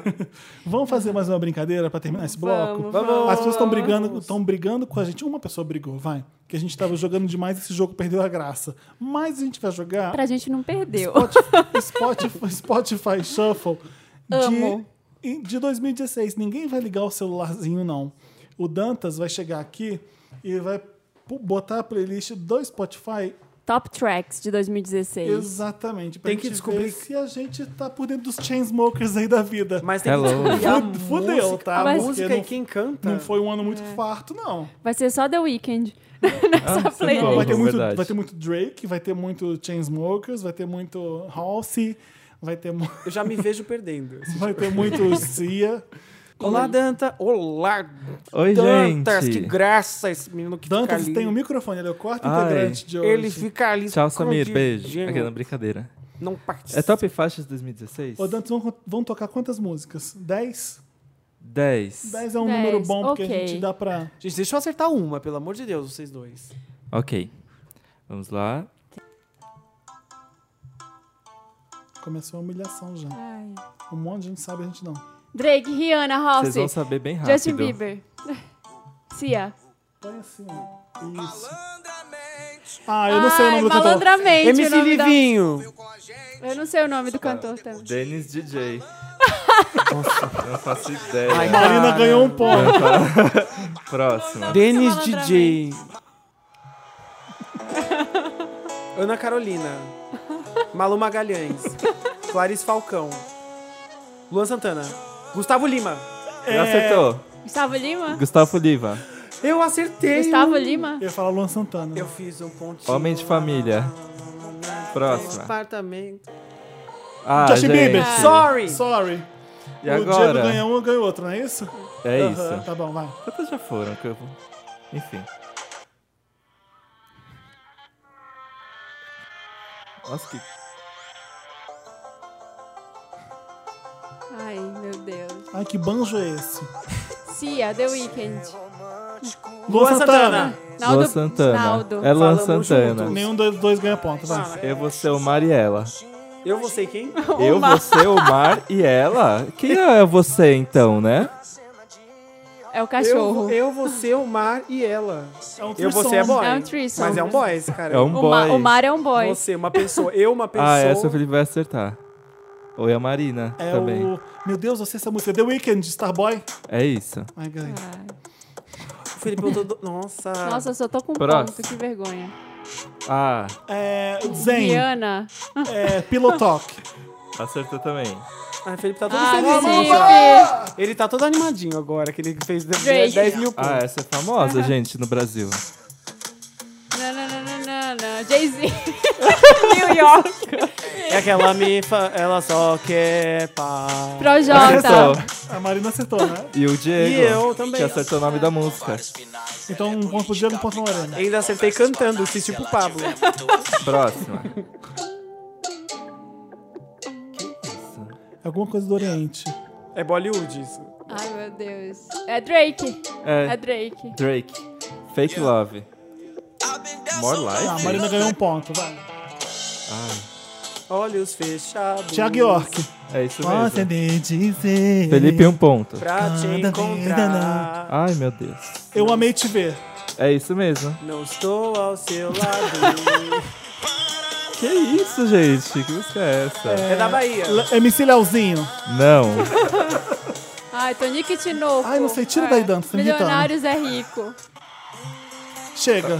B: Vamos fazer mais uma brincadeira pra terminar esse bloco?
C: Vamos,
A: vamos.
B: As pessoas estão brigando, estão brigando com a gente. Uma pessoa brigou, vai. Que a gente tava jogando demais, esse jogo perdeu a graça. Mas a gente vai jogar
C: pra gente não perdeu.
B: Spotify, Spotify Shuffle
C: Amo.
B: de, de 2016. Ninguém vai ligar o celularzinho, não. O Dantas vai chegar aqui e vai pu- botar a playlist do Spotify
C: Top Tracks de 2016.
B: exatamente. Pra
A: Tem que
B: gente
A: descobrir
B: ver
A: que-
B: se a gente tá por dentro dos Chainsmokers aí da vida.
A: Mas tem
D: Hello.
A: que descobrir a
B: Fu- fudeu,
A: música,
B: tá?
A: a
B: Mas-
A: música
B: Porque
A: e
B: não-
A: quem canta.
B: Não foi um ano muito farto, não.
C: Vai ser só The Weeknd
D: Ah,
C: nessa
D: sim,
C: playlist.
D: bom.
B: vai, ter muito,
D: verdade.
B: vai ter muito Drake, vai ter muito Chainsmokers, vai ter muito Halsey, vai ter, mu-
A: Eu já me vejo perdendo.
B: vai ter muito Cia.
E: Olá, Danta. Olá,
D: Oi,
E: Dantas. Que
D: gente.
E: graça esse menino que fica
B: Dantas
E: ali.
B: tem um microfone, ele é o quarto
D: Ai.
B: integrante de hoje.
E: Ele fica ali.
D: Tchau, Samir.
E: escondidinho.
D: Beijo. Aquela brincadeira.
E: Não participa.
D: É top faixas 2016?
B: Ô, Dantas, vão, vão tocar quantas músicas? Dez?
D: 10.
B: Dez é um
C: Dez,
B: número bom, porque
C: ok.
B: a gente dá pra...
A: Gente, deixa eu acertar uma, pelo amor de Deus, vocês dois.
D: Ok. Vamos lá.
B: Começou a humilhação já.
C: Ai.
B: Um monte de gente sabe, a gente não.
C: Drake, Rihanna,
D: Vocês vão
C: Halsey,
D: saber bem rápido.
C: Justin Bieber. Cia.
B: Põe assim, ó. Isso. Ah, eu não sei o nome
C: Ai,
B: do cantor.
C: malandramente o
A: MC
C: nome da-
A: Livinho.
C: Eu não sei o nome do cantor também.
D: Dennis DJ. Nossa, não faço ideia.
A: Ai,
B: Marina
D: Ah,
A: Cara.
B: ganhou um ponto.
D: É. Próxima.
A: Denis
C: Esse
A: DJ. Ana Carolina. Malu Magalhães. Clarice Falcão. Luan Santana. Gustavo Lima.
D: Não Acertou.
C: Gustavo Lima?
D: Gustavo Oliva.
A: Eu acertei.
C: Gustavo Lima?
B: Eu ia falar Luan Santana.
A: Eu fiz um pontinho.
D: Homem de família.
A: no
D: Próxima.
A: Apartamento.
D: Ah,
B: Justin Bieber.
C: É.
D: gente.
A: Sorry.
B: Sorry.
D: E
B: o
D: agora?
B: Diego ganha um, eu ganho outro, não é isso?
D: É
B: Aham,
D: isso.
B: Tá bom, vai.
D: Quantas já foram que eu vou... Enfim. Nossa, que...
C: Ai, meu Deus.
B: Ai, que banjo é esse?
C: Cia, The Weeknd.
B: Luan Santana.
C: Naldo-
D: Luan Santana.
C: Naldo.
D: É Luan
A: Falamos
D: Santana.
A: juntos.
B: Nenhum dos dois ganha ponto, vai.
D: Eu vou ser o Mar e ela.
A: Eu vou sei quem?
D: Eu,
C: Mar.
D: você, o Mar e ela? Quem é você então, né?
C: é o
A: Eu,
C: cachorro.
A: vou- eu, você, o mar e ela.
B: É um
A: Eu, você é
B: threesome.
A: boy.
C: É um threesome.
A: Mas é um boy, esse cara.
D: É um
C: o, ma-
D: boy.
C: o mar é um boy.
A: Você, uma pessoa. Eu, uma pessoa.
D: Ah, essa o Felipe vai acertar. Ou é a Marina
B: É
D: também.
B: o. Meu Deus, você é essa música. The Weeknd, Starboy.
D: É isso.
B: Ai, ganhei.
C: Ah,
A: O Felipe eu tô... do- Nossa.
C: Nossa, eu só tô com um
D: Próximo.
C: ponto, que vergonha.
D: Ah,
B: É, Zen,
C: Rihanna.
B: é, Pillow Talk.
D: acertou também.
A: Ah, o Felipe tá todo
C: Ah,
A: feliz.
C: Felipe.
A: Ele tá todo animadinho agora, que ele fez
C: Drake.
A: 10 mil pontos.
D: Ah, essa é famosa, gente, no Brasil.
C: Nananana, Jay-Z. New York.
A: É que ela me fa... Ela só quer pau.
C: Projota.
D: Acertou.
B: A Marina acertou, né?
D: E o Diego.
A: E eu também.
D: Que acertou o nome da música.
B: Então, um ponto pro Diego, um ponto pra Lorena.
A: Ainda acertei cantando, fiz tipo o Pablo.
D: Próxima.
B: Alguma coisa do Oriente.
A: É Bollywood isso.
C: Ai, meu Deus. É Drake. É
D: É,
C: Drake.
D: Drake. Fake Love. More
B: Ah, a
D: Life?
B: Marina ganhou um ponto, vai.
A: Olhos fechados.
B: Tiago York.
D: É isso
B: Posso
D: mesmo.
B: te
A: é
B: dizer.
D: Felipe, um ponto.
A: Pra te
B: Cada vida
A: encontrar.
D: Ai, meu Deus.
B: Eu amei te ver.
D: É isso mesmo.
A: Não estou ao seu lado.
D: Que isso, gente? Que música é essa?
A: é da Bahia.
B: L- MC Leozinho.
D: Não.
C: Ai, Tonique Tinoco.
B: Ai, não sei, tira
C: É.
B: daí, Dan, você tá me Tá irritando.
C: Milionários é rico.
B: Chega.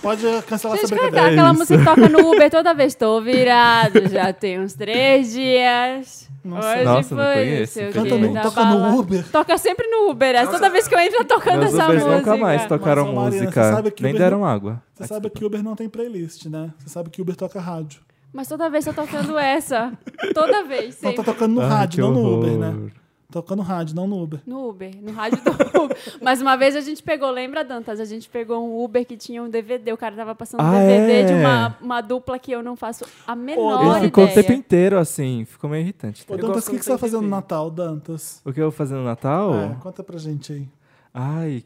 B: Pode cancelar essa
C: Gente,
B: brincadeira.
C: cantar aquela
D: isso.
C: música que toca no Uber toda vez. Tô virado, já tem uns três dias. Hoje
D: Nossa, não
C: foi
D: conheço.
C: seu
D: Canta
C: dia
D: no-
C: da
B: toca no
C: bala.
B: Uber?
C: Toca sempre no Uber. É toda vez que eu entro, tá tocando
D: Meus
C: essa
D: Ubers
C: música.
D: nunca mais tá. tocaram
B: Mas, ô, Marina, você
D: música.
B: sabe que
D: Nem
B: Uber
D: deram água.
B: Você sabe que Uber não tem playlist, né? Você sabe que Uber toca rádio.
C: Mas toda vez tá tocando essa. Toda vez,
B: Não, tá
C: sempre.
B: tocando no
D: Ai, que
B: rádio, não no Uber,
D: horror.
B: né? Tocando rádio, não no Uber.
C: No Uber, no rádio do Uber. Mas uma vez a gente pegou, lembra, Dantas? A gente pegou um Uber que tinha um DVD. O cara tava passando um
D: Ah,
C: DVD
D: é?
C: de uma, uma dupla que eu não faço a menor
B: Ele
D: Ele
C: ideia.
D: ficou o tempo inteiro assim, ficou meio irritante.
B: Ô,
D: tá?
B: Dantas,
A: gosto
B: o que,
A: quando
B: que você vai
A: tem
B: fazer no
A: TV.
B: Natal, Dantas?
D: O que eu vou fazer no Natal?
B: É, conta pra gente aí.
D: Ai,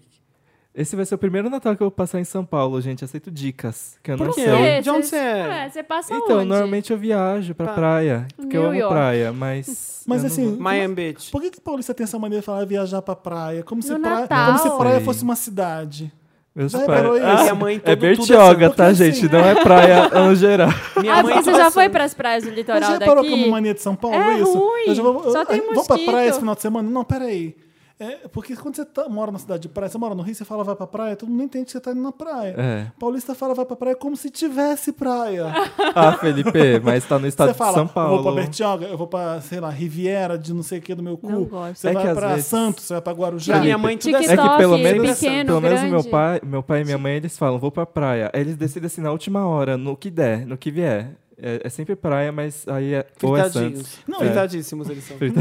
D: esse vai ser o primeiro Natal que eu vou passar em São Paulo, gente. Aceito dicas, que eu não
C: Por
D: sei.
C: quê?
A: De onde
C: Cê-
A: você é?
C: É, você passa
D: Então,
C: onde? Tá.
D: normalmente eu viajo pra praia, porque eu
C: New
D: amo
C: York.
D: praia, mas...
B: Mas
D: eu não
B: assim,
D: vou-
A: Miami Beach.
B: Por que, que paulista tem essa maneira de falar viajar pra praia? Como se,
C: No
B: praia,
C: Natal.
B: como se praia
D: Sei.
B: fosse uma cidade.
D: meus
B: Já
D: pais-
B: reparou
D: Ah,
B: isso?
A: Minha mãe, tudo,
D: É
A: tudo
D: Bertioga,
A: assim.
D: tá, gente? Não
B: né?
D: é praia no geral.
A: Minha
C: Ah,
A: mãe
C: porque você
A: tudo
C: já
A: assim.
C: foi pras praias do
B: Mas
C: litoral
B: já
C: daqui?
B: reparou como mania de São Paulo
C: É
B: isso?
C: ruim.
B: Eu já vou,
C: Só
B: eu-
C: tem
B: Vamos pra
C: mosquito.
B: praia esse final de semana? Não, peraí. É, porque quando você tá- mora na cidade de praia, você mora no Rio, você fala vai pra praia, todo mundo entende que você tá indo na praia.
D: É.
B: Paulista fala vai pra praia como se tivesse praia.
D: Ah, Felipe, mas tá no estado
B: você fala,
D: de São
B: eu vou pra
D: Paulo.
B: Bertioga, eu vou pra, sei lá, Riviera de não sei o que do meu cu.
C: Não gosto.
B: Você
D: É que
B: vai
D: às
B: pra
D: vezes-
B: Santos, você vai pra Guarujá.
A: Minha mãe tudo assim.
D: É que pelo
C: TikTok,
D: menos,
C: pequeno,
D: pelo menos meu
C: grande.
D: pai, meu pai e minha mãe, eles falam, vou pra praia. Aí eles decidem assim na última hora, no que der, no que vier. É, é sempre praia, mas aí é, ou é Santos.
A: Fritadinhos. Não,
D: É.
A: fritadíssimos eles são.
D: Frita-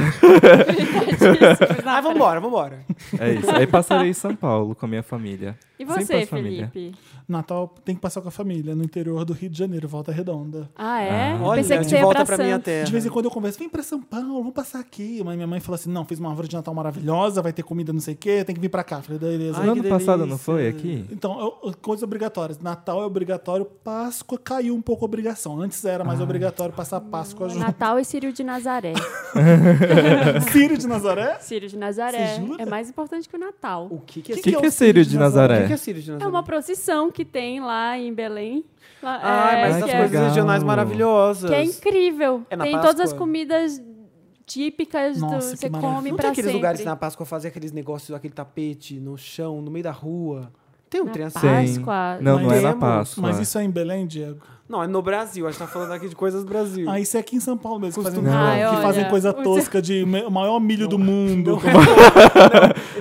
A: Ah, vambora, vambora.
D: É isso. Aí passarei em São Paulo com a minha família.
C: E
D: Sempre
C: você,
D: as família.
C: Felipe?
B: Natal tem que passar com a família, no interior do Rio de Janeiro, Volta Redonda.
C: Ah, é? Eu
A: Olha,
C: Pensei que
A: de
C: você ia
A: volta
C: pra,
A: pra minha
C: Santos.
D: É.
A: terra.
B: De vez em quando eu converso, vem pra São Paulo, vamos passar aqui. Mas minha mãe falou assim: não, fiz uma árvore de Natal maravilhosa, vai ter comida, não sei o quê, tem que vir pra cá. Falei, beleza.
D: No
A: que
D: ano passado não
A: delícia.
D: foi aqui?
B: Então, eu- eu- coisas obrigatórias. Natal é obrigatório, Páscoa caiu um pouco a obrigação. Antes era mais obrigatório passar Páscoa junto.
C: Natal e Círio de Nazaré.
A: é
B: Círio de Nazaré?
C: Círio de Nazaré
B: Você jura?
C: é mais importante que o Natal.
A: O que, que é
D: O que,
A: Sírio?
D: que é Círio de
A: O
D: Nazaré?
A: que, que é Sírio de
C: É
A: Nazaré?
C: uma procissão que tem lá em Belém. Lá-
A: Ai,
C: é,
A: Ah, mas
D: que
A: as
C: é-
A: coisas
D: legal.
A: regionais maravilhosas.
C: que é incrível.
A: É na
C: tem
A: Páscoa?
C: todas as comidas típicas
B: Nossa,
C: do
B: que
C: você
B: maravilha.
C: come
A: Não
C: pra
A: tem aqueles
C: sempre.
A: lugares que na Páscoa fazem aqueles negócios, aquele tapete no chão, no meio da rua. Tem um trem assim.
C: Páscoa.
D: Tem. Não, não é na
A: Mas-
D: Páscoa.
B: Mas isso é em Belém, Diego?
A: Não, é no Brasil. A gente tá falando aqui de coisas do Brasil.
B: Ah, isso é aqui em São Paulo mesmo. que Fazem,
D: Costuma-
B: que
C: Ai,
B: fazem
C: olha.
B: coisa
C: Você-
B: tosca de me- maior milho do mundo.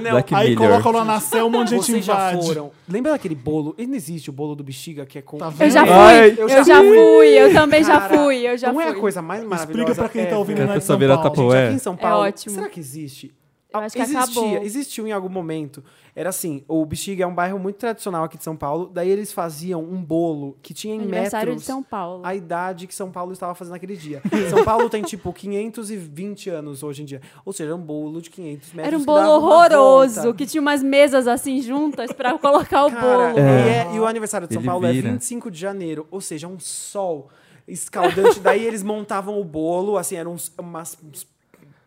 A: Não,
D: Black
B: Aí
D: Miller.
B: colocam lá na céu, um monte de gente
A: vocês já
B: invade.
A: foram. Lembra daquele bolo? Ele não existe o bolo do bexiga que é com...
B: Tá vendo?
C: Eu já fui,
D: Ai,
C: eu, já fui, eu também já
A: Cara,
C: fui, eu já
A: não
C: fui. É
A: é a coisa mais maravilhosa.
B: Explica pra quem tá
A: ever.
B: ouvindo
D: Que a
B: não é de
D: pessoa
B: São
D: vira
B: Paulo.
D: tapoé.
A: Gente, aqui em São Paulo,
C: ótimo.
A: será que existe?
C: Eu acho que
A: existia,
C: acabou.
A: existiu em algum momento. Era assim, o Bexiga é um bairro muito tradicional aqui de São Paulo. Daí eles faziam um bolo que tinha em
C: Aniversário
A: metros
C: de São Paulo.
A: a idade que São Paulo estava fazendo naquele dia. São Paulo tem tipo 520 anos hoje em dia. Ou seja, era um bolo de 500 metros.
C: Era um
A: que dava
C: bolo
A: uma
C: horroroso,
A: volta.
C: que tinha umas mesas assim juntas pra colocar o
A: Cara,
C: bolo.
A: e, é- e o aniversário de São
D: Ele
A: Paulo
D: vira.
A: é 25 de janeiro, ou seja, um sol escaldante. Daí eles montavam o bolo, assim, eram uns, umas, uns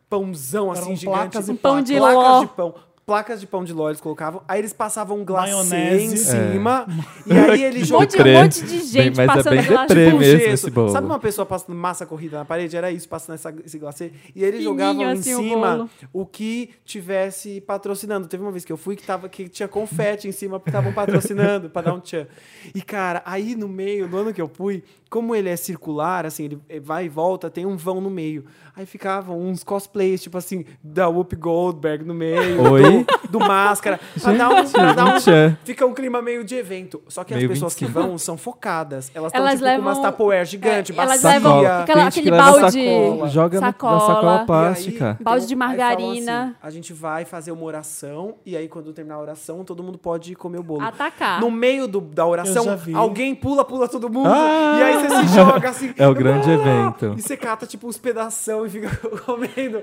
A: pãozão assim
B: Eram
A: gigante.
B: placas e
A: Um
C: pão de ló.
A: placas de pão. placas de pão de ló eles colocavam, aí eles passavam um glacê
B: Maionese.
A: em cima,
D: É.
A: e aí eles
C: Um monte, um
D: Deprê.
C: monte de gente
D: Bem, mas é
C: passando
D: bem
C: de lá.
D: deprê
C: tipo,
A: um
D: mesmo
A: gesso.
D: esse bolo.
A: Sabe uma pessoa passando massa corrida na parede? Era isso, passando essa, esse glacê. E eles
C: Fininho,
A: jogavam em
C: assim, o
A: cima
C: bolo.
A: o, que tivesse patrocinando. Teve uma vez que eu fui que, tava, que tinha confete em cima porque estavam patrocinando pra dar um tchan. E, cara, aí no meio, no ano que eu fui, como ele é circular, assim, ele eh, vai e volta, tem um vão no meio. Aí ficavam uns cosplays, tipo assim, da Whoop Goldberg no meio.
D: Oi?
A: Do, do Máscara. Pra dar um, pra dar um
D: Um tchan.
A: Fica um clima meio de evento. Só que
D: Meio
A: as pessoas
D: 25.
A: que vão são focadas. Elas estão
C: Elas
A: tipo,
C: levam-
A: com umas tapoer gigante,
C: é, elas
A: bacia.
C: levam
D: Sacola.
C: aquela-
D: Tem gente que
C: aquele
D: leva
C: balde,
D: sacola. Joga na-
C: sacola.
D: na sacola
A: E aí,
D: plástica.
A: tem
C: Balde
A: um-
C: de
A: aí falam
C: margarina.
A: a gente vai fazer uma oração e aí quando terminar a oração, todo mundo pode comer o bolo.
C: Atacar.
A: No meio do- da
B: Eu já
A: oração,
B: vi.
A: alguém pula, pula todo mundo.
D: Ah!
A: E aí você se joga assim.
D: É o grande
A: "Ah!"
D: evento. É.
A: E você cata tipo os pedação e fica comendo.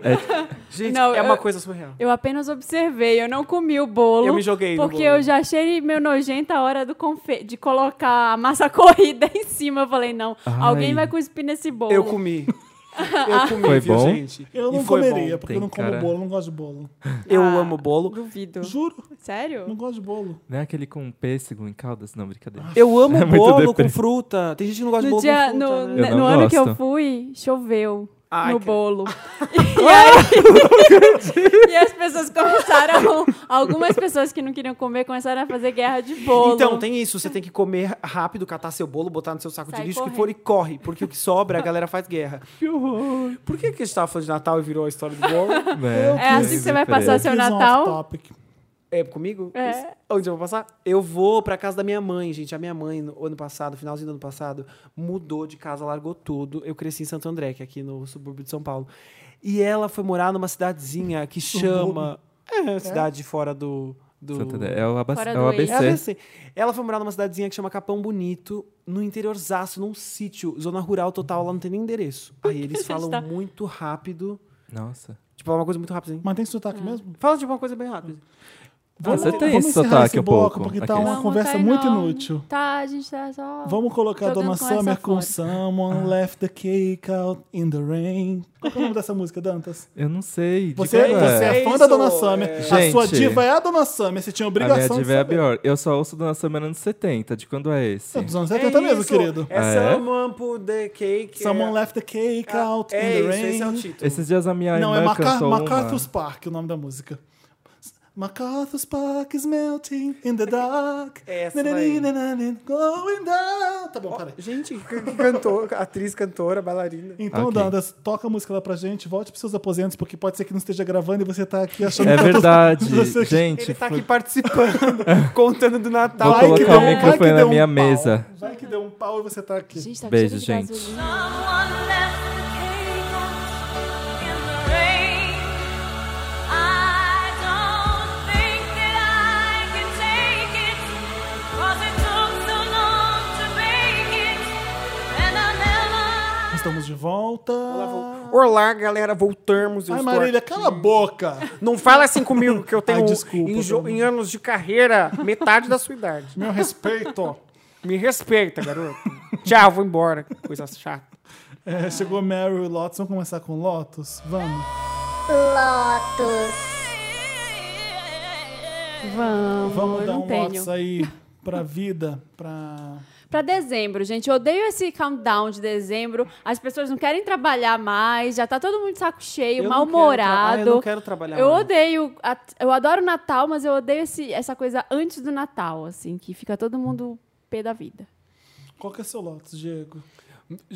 A: Gente,
C: Não,
A: é uma
C: eu-
A: coisa surreal.
C: Eu apenas observei, eu não comi o bolo.
A: Eu me joguei no
C: Porque
A: bolo.
C: eu já achei meu nojento a hora do confe de colocar a massa corrida em cima. Eu falei, não,
D: Ai.
C: alguém vai cuspir nesse bolo.
A: Eu comi. Eu comi,
D: Foi
A: viu,
D: bom?
A: gente?
B: Eu
A: E
B: não
A: foi bom.
B: comeria, porque eu não como
D: cara.
B: bolo, eu não gosto de bolo.
A: Eu
C: Ah.
A: amo bolo.
C: Duvido.
B: Juro, não
C: Sério?
B: gosto de bolo.
D: Não é aquele com pêssego em caldas? Não, brincadeira.
A: Eu amo
D: É muito
A: bolo
D: deprê.
A: com fruta. Tem gente que não gosta de
C: No,
A: bolo
C: dia,
A: com fruta.
C: no,
A: né?
D: Eu não
C: no ano que eu
D: gosto.
C: fui, choveu
A: Ai,
C: no
A: cara.
C: bolo. E, aí- e as pessoas começaram. Algumas pessoas que não queriam comer começaram a fazer guerra de bolo.
A: Então, tem isso. Você tem que comer rápido, catar seu bolo, botar no seu saco
C: Sai
A: de lixo, que
C: correndo.
A: for e corre. Porque o que sobra, a galera faz guerra. Que horror. Por que, que a gente tava falando de Natal e virou a história do bolo?
B: Ah,
C: É assim que você vai passar
B: Eu
C: seu
B: fiz um
C: Natal?
B: off-topic.
A: É comigo?
C: É.
A: Isso. Onde eu vou passar? Eu vou pra casa da minha mãe, gente. A minha mãe, no ano passado, finalzinho do ano passado, mudou de casa, largou tudo. Eu cresci em Santo André, que é aqui no subúrbio de São Paulo. E ela foi morar numa cidadezinha que chama. É, cidade fora do.
B: assim,
A: do...
D: Santo André, É o, aba-
C: Fora
D: é
C: do
D: o
A: É a
D: ABC.
A: VC. Ela foi morar numa cidadezinha que chama Capão Bonito, no interiorzaço, num sítio, zona rural total, lá não tem nem endereço. Aí eles falam
C: tá-
A: muito rápido.
D: Nossa.
A: Tipo, é uma coisa muito rápida, hein?
B: Mas tem sotaque mesmo?
A: Fala tipo uma coisa bem rápida.
D: você
B: Vamos-
D: tem
B: vamos
D: esse
B: encerrar
D: sotaque um
B: bloco,
D: pouco,
B: Porque tá
D: aquele.
B: uma
C: Não,
B: conversa
C: tá aí
B: muito
C: não.
B: inútil.
C: Tá, a gente tá só.
B: Vamos colocar a
C: Jogando
B: Dona
C: com essa
B: Summer com
C: fora.
B: Someone Left the Cake Out in the Rain. Qual que é o nome dessa música, Dantas?
D: Eu não sei.
B: Você,
D: diga agora.
B: você é
A: É
B: fã da
A: isso,
B: Dona Summer.
A: é.
B: A sua
D: Gente,
B: diva é a Dona Summer. Você tinha
D: A minha
B: obrigação de
D: diva é a
B: saber.
D: pior. Eu só ouço Dona Summer anos 70. De quando é esse?
B: É dos anos 70 mesmo,
A: isso.
B: querido.
A: É
D: Ah, é?
A: Someone Put the Cake.
B: Someone
A: é...
B: Left the Cake Out
A: é
B: in the
A: isso,
B: Rain.
A: esse é o título.
D: Esses dias a minha
B: Não, é
D: irmã
B: Maca
D: cantou
B: MacArthur's
D: uma...
B: Park o nome da música. MacArthur's Park is melting in the dark.
A: É essa daí.
B: Nananina, Going down. Tá bom, parei.
A: Gente, que- que cantor, atriz, cantora, bailarina.
B: Então,
D: Ok.
B: Dandas, toca a música lá pra gente, volte pros seus aposentos, porque pode ser que não esteja gravando e você tá aqui achando
D: É
B: que tá tudo-
D: verdade,
B: Você-
D: gente.
A: Ele tá
D: foi-
A: aqui participando, contando do Natal.
D: Vou
B: Vai que
D: colocar o
B: deu- vai
D: microfone
B: que
D: na
B: deu um
D: minha
B: pau.
D: mesa.
B: Vai que deu um pau e você tá aqui.
C: Gente, tá
D: Beijo,
C: cheio de
D: gente.
C: gasolina.
F: Someone left the cake out in the rain. I don't think that I can take it. 'Cause it took so long to make it. And I never
B: Estamos de volta.
A: Olá, galera, voltamos. Eu
B: Ai,
A: estou
B: Marília,
A: aqui.
B: cala a boca.
A: Não fala assim comigo, que eu tenho
B: Ai, desculpa,
A: em, jo-
B: Bruno.
A: em anos de carreira metade da sua idade.
B: Meu respeito.
A: Me respeita, garoto. Tchau, vou embora. que Coisa chata.
B: É, chegou Mary Lotus. Vamos começar com Lotus? Vamos.
C: Vamos,
B: Vamos
C: eu
B: dar
C: não
B: um
C: tenho.
B: Lotus aí pra vida, pra...
C: Pra dezembro, gente. Eu odeio esse countdown de dezembro. As pessoas não querem trabalhar mais, já tá todo mundo de saco cheio,
A: Eu não quero tra- Ah,
C: mal-humorado.
A: eu não quero trabalhar
C: Eu
A: mais.
C: odeio. a- Eu adoro Natal, mas eu odeio esse- essa coisa antes do Natal, assim, que fica todo mundo pé da vida.
B: Qual que é seu Lotus, Diego?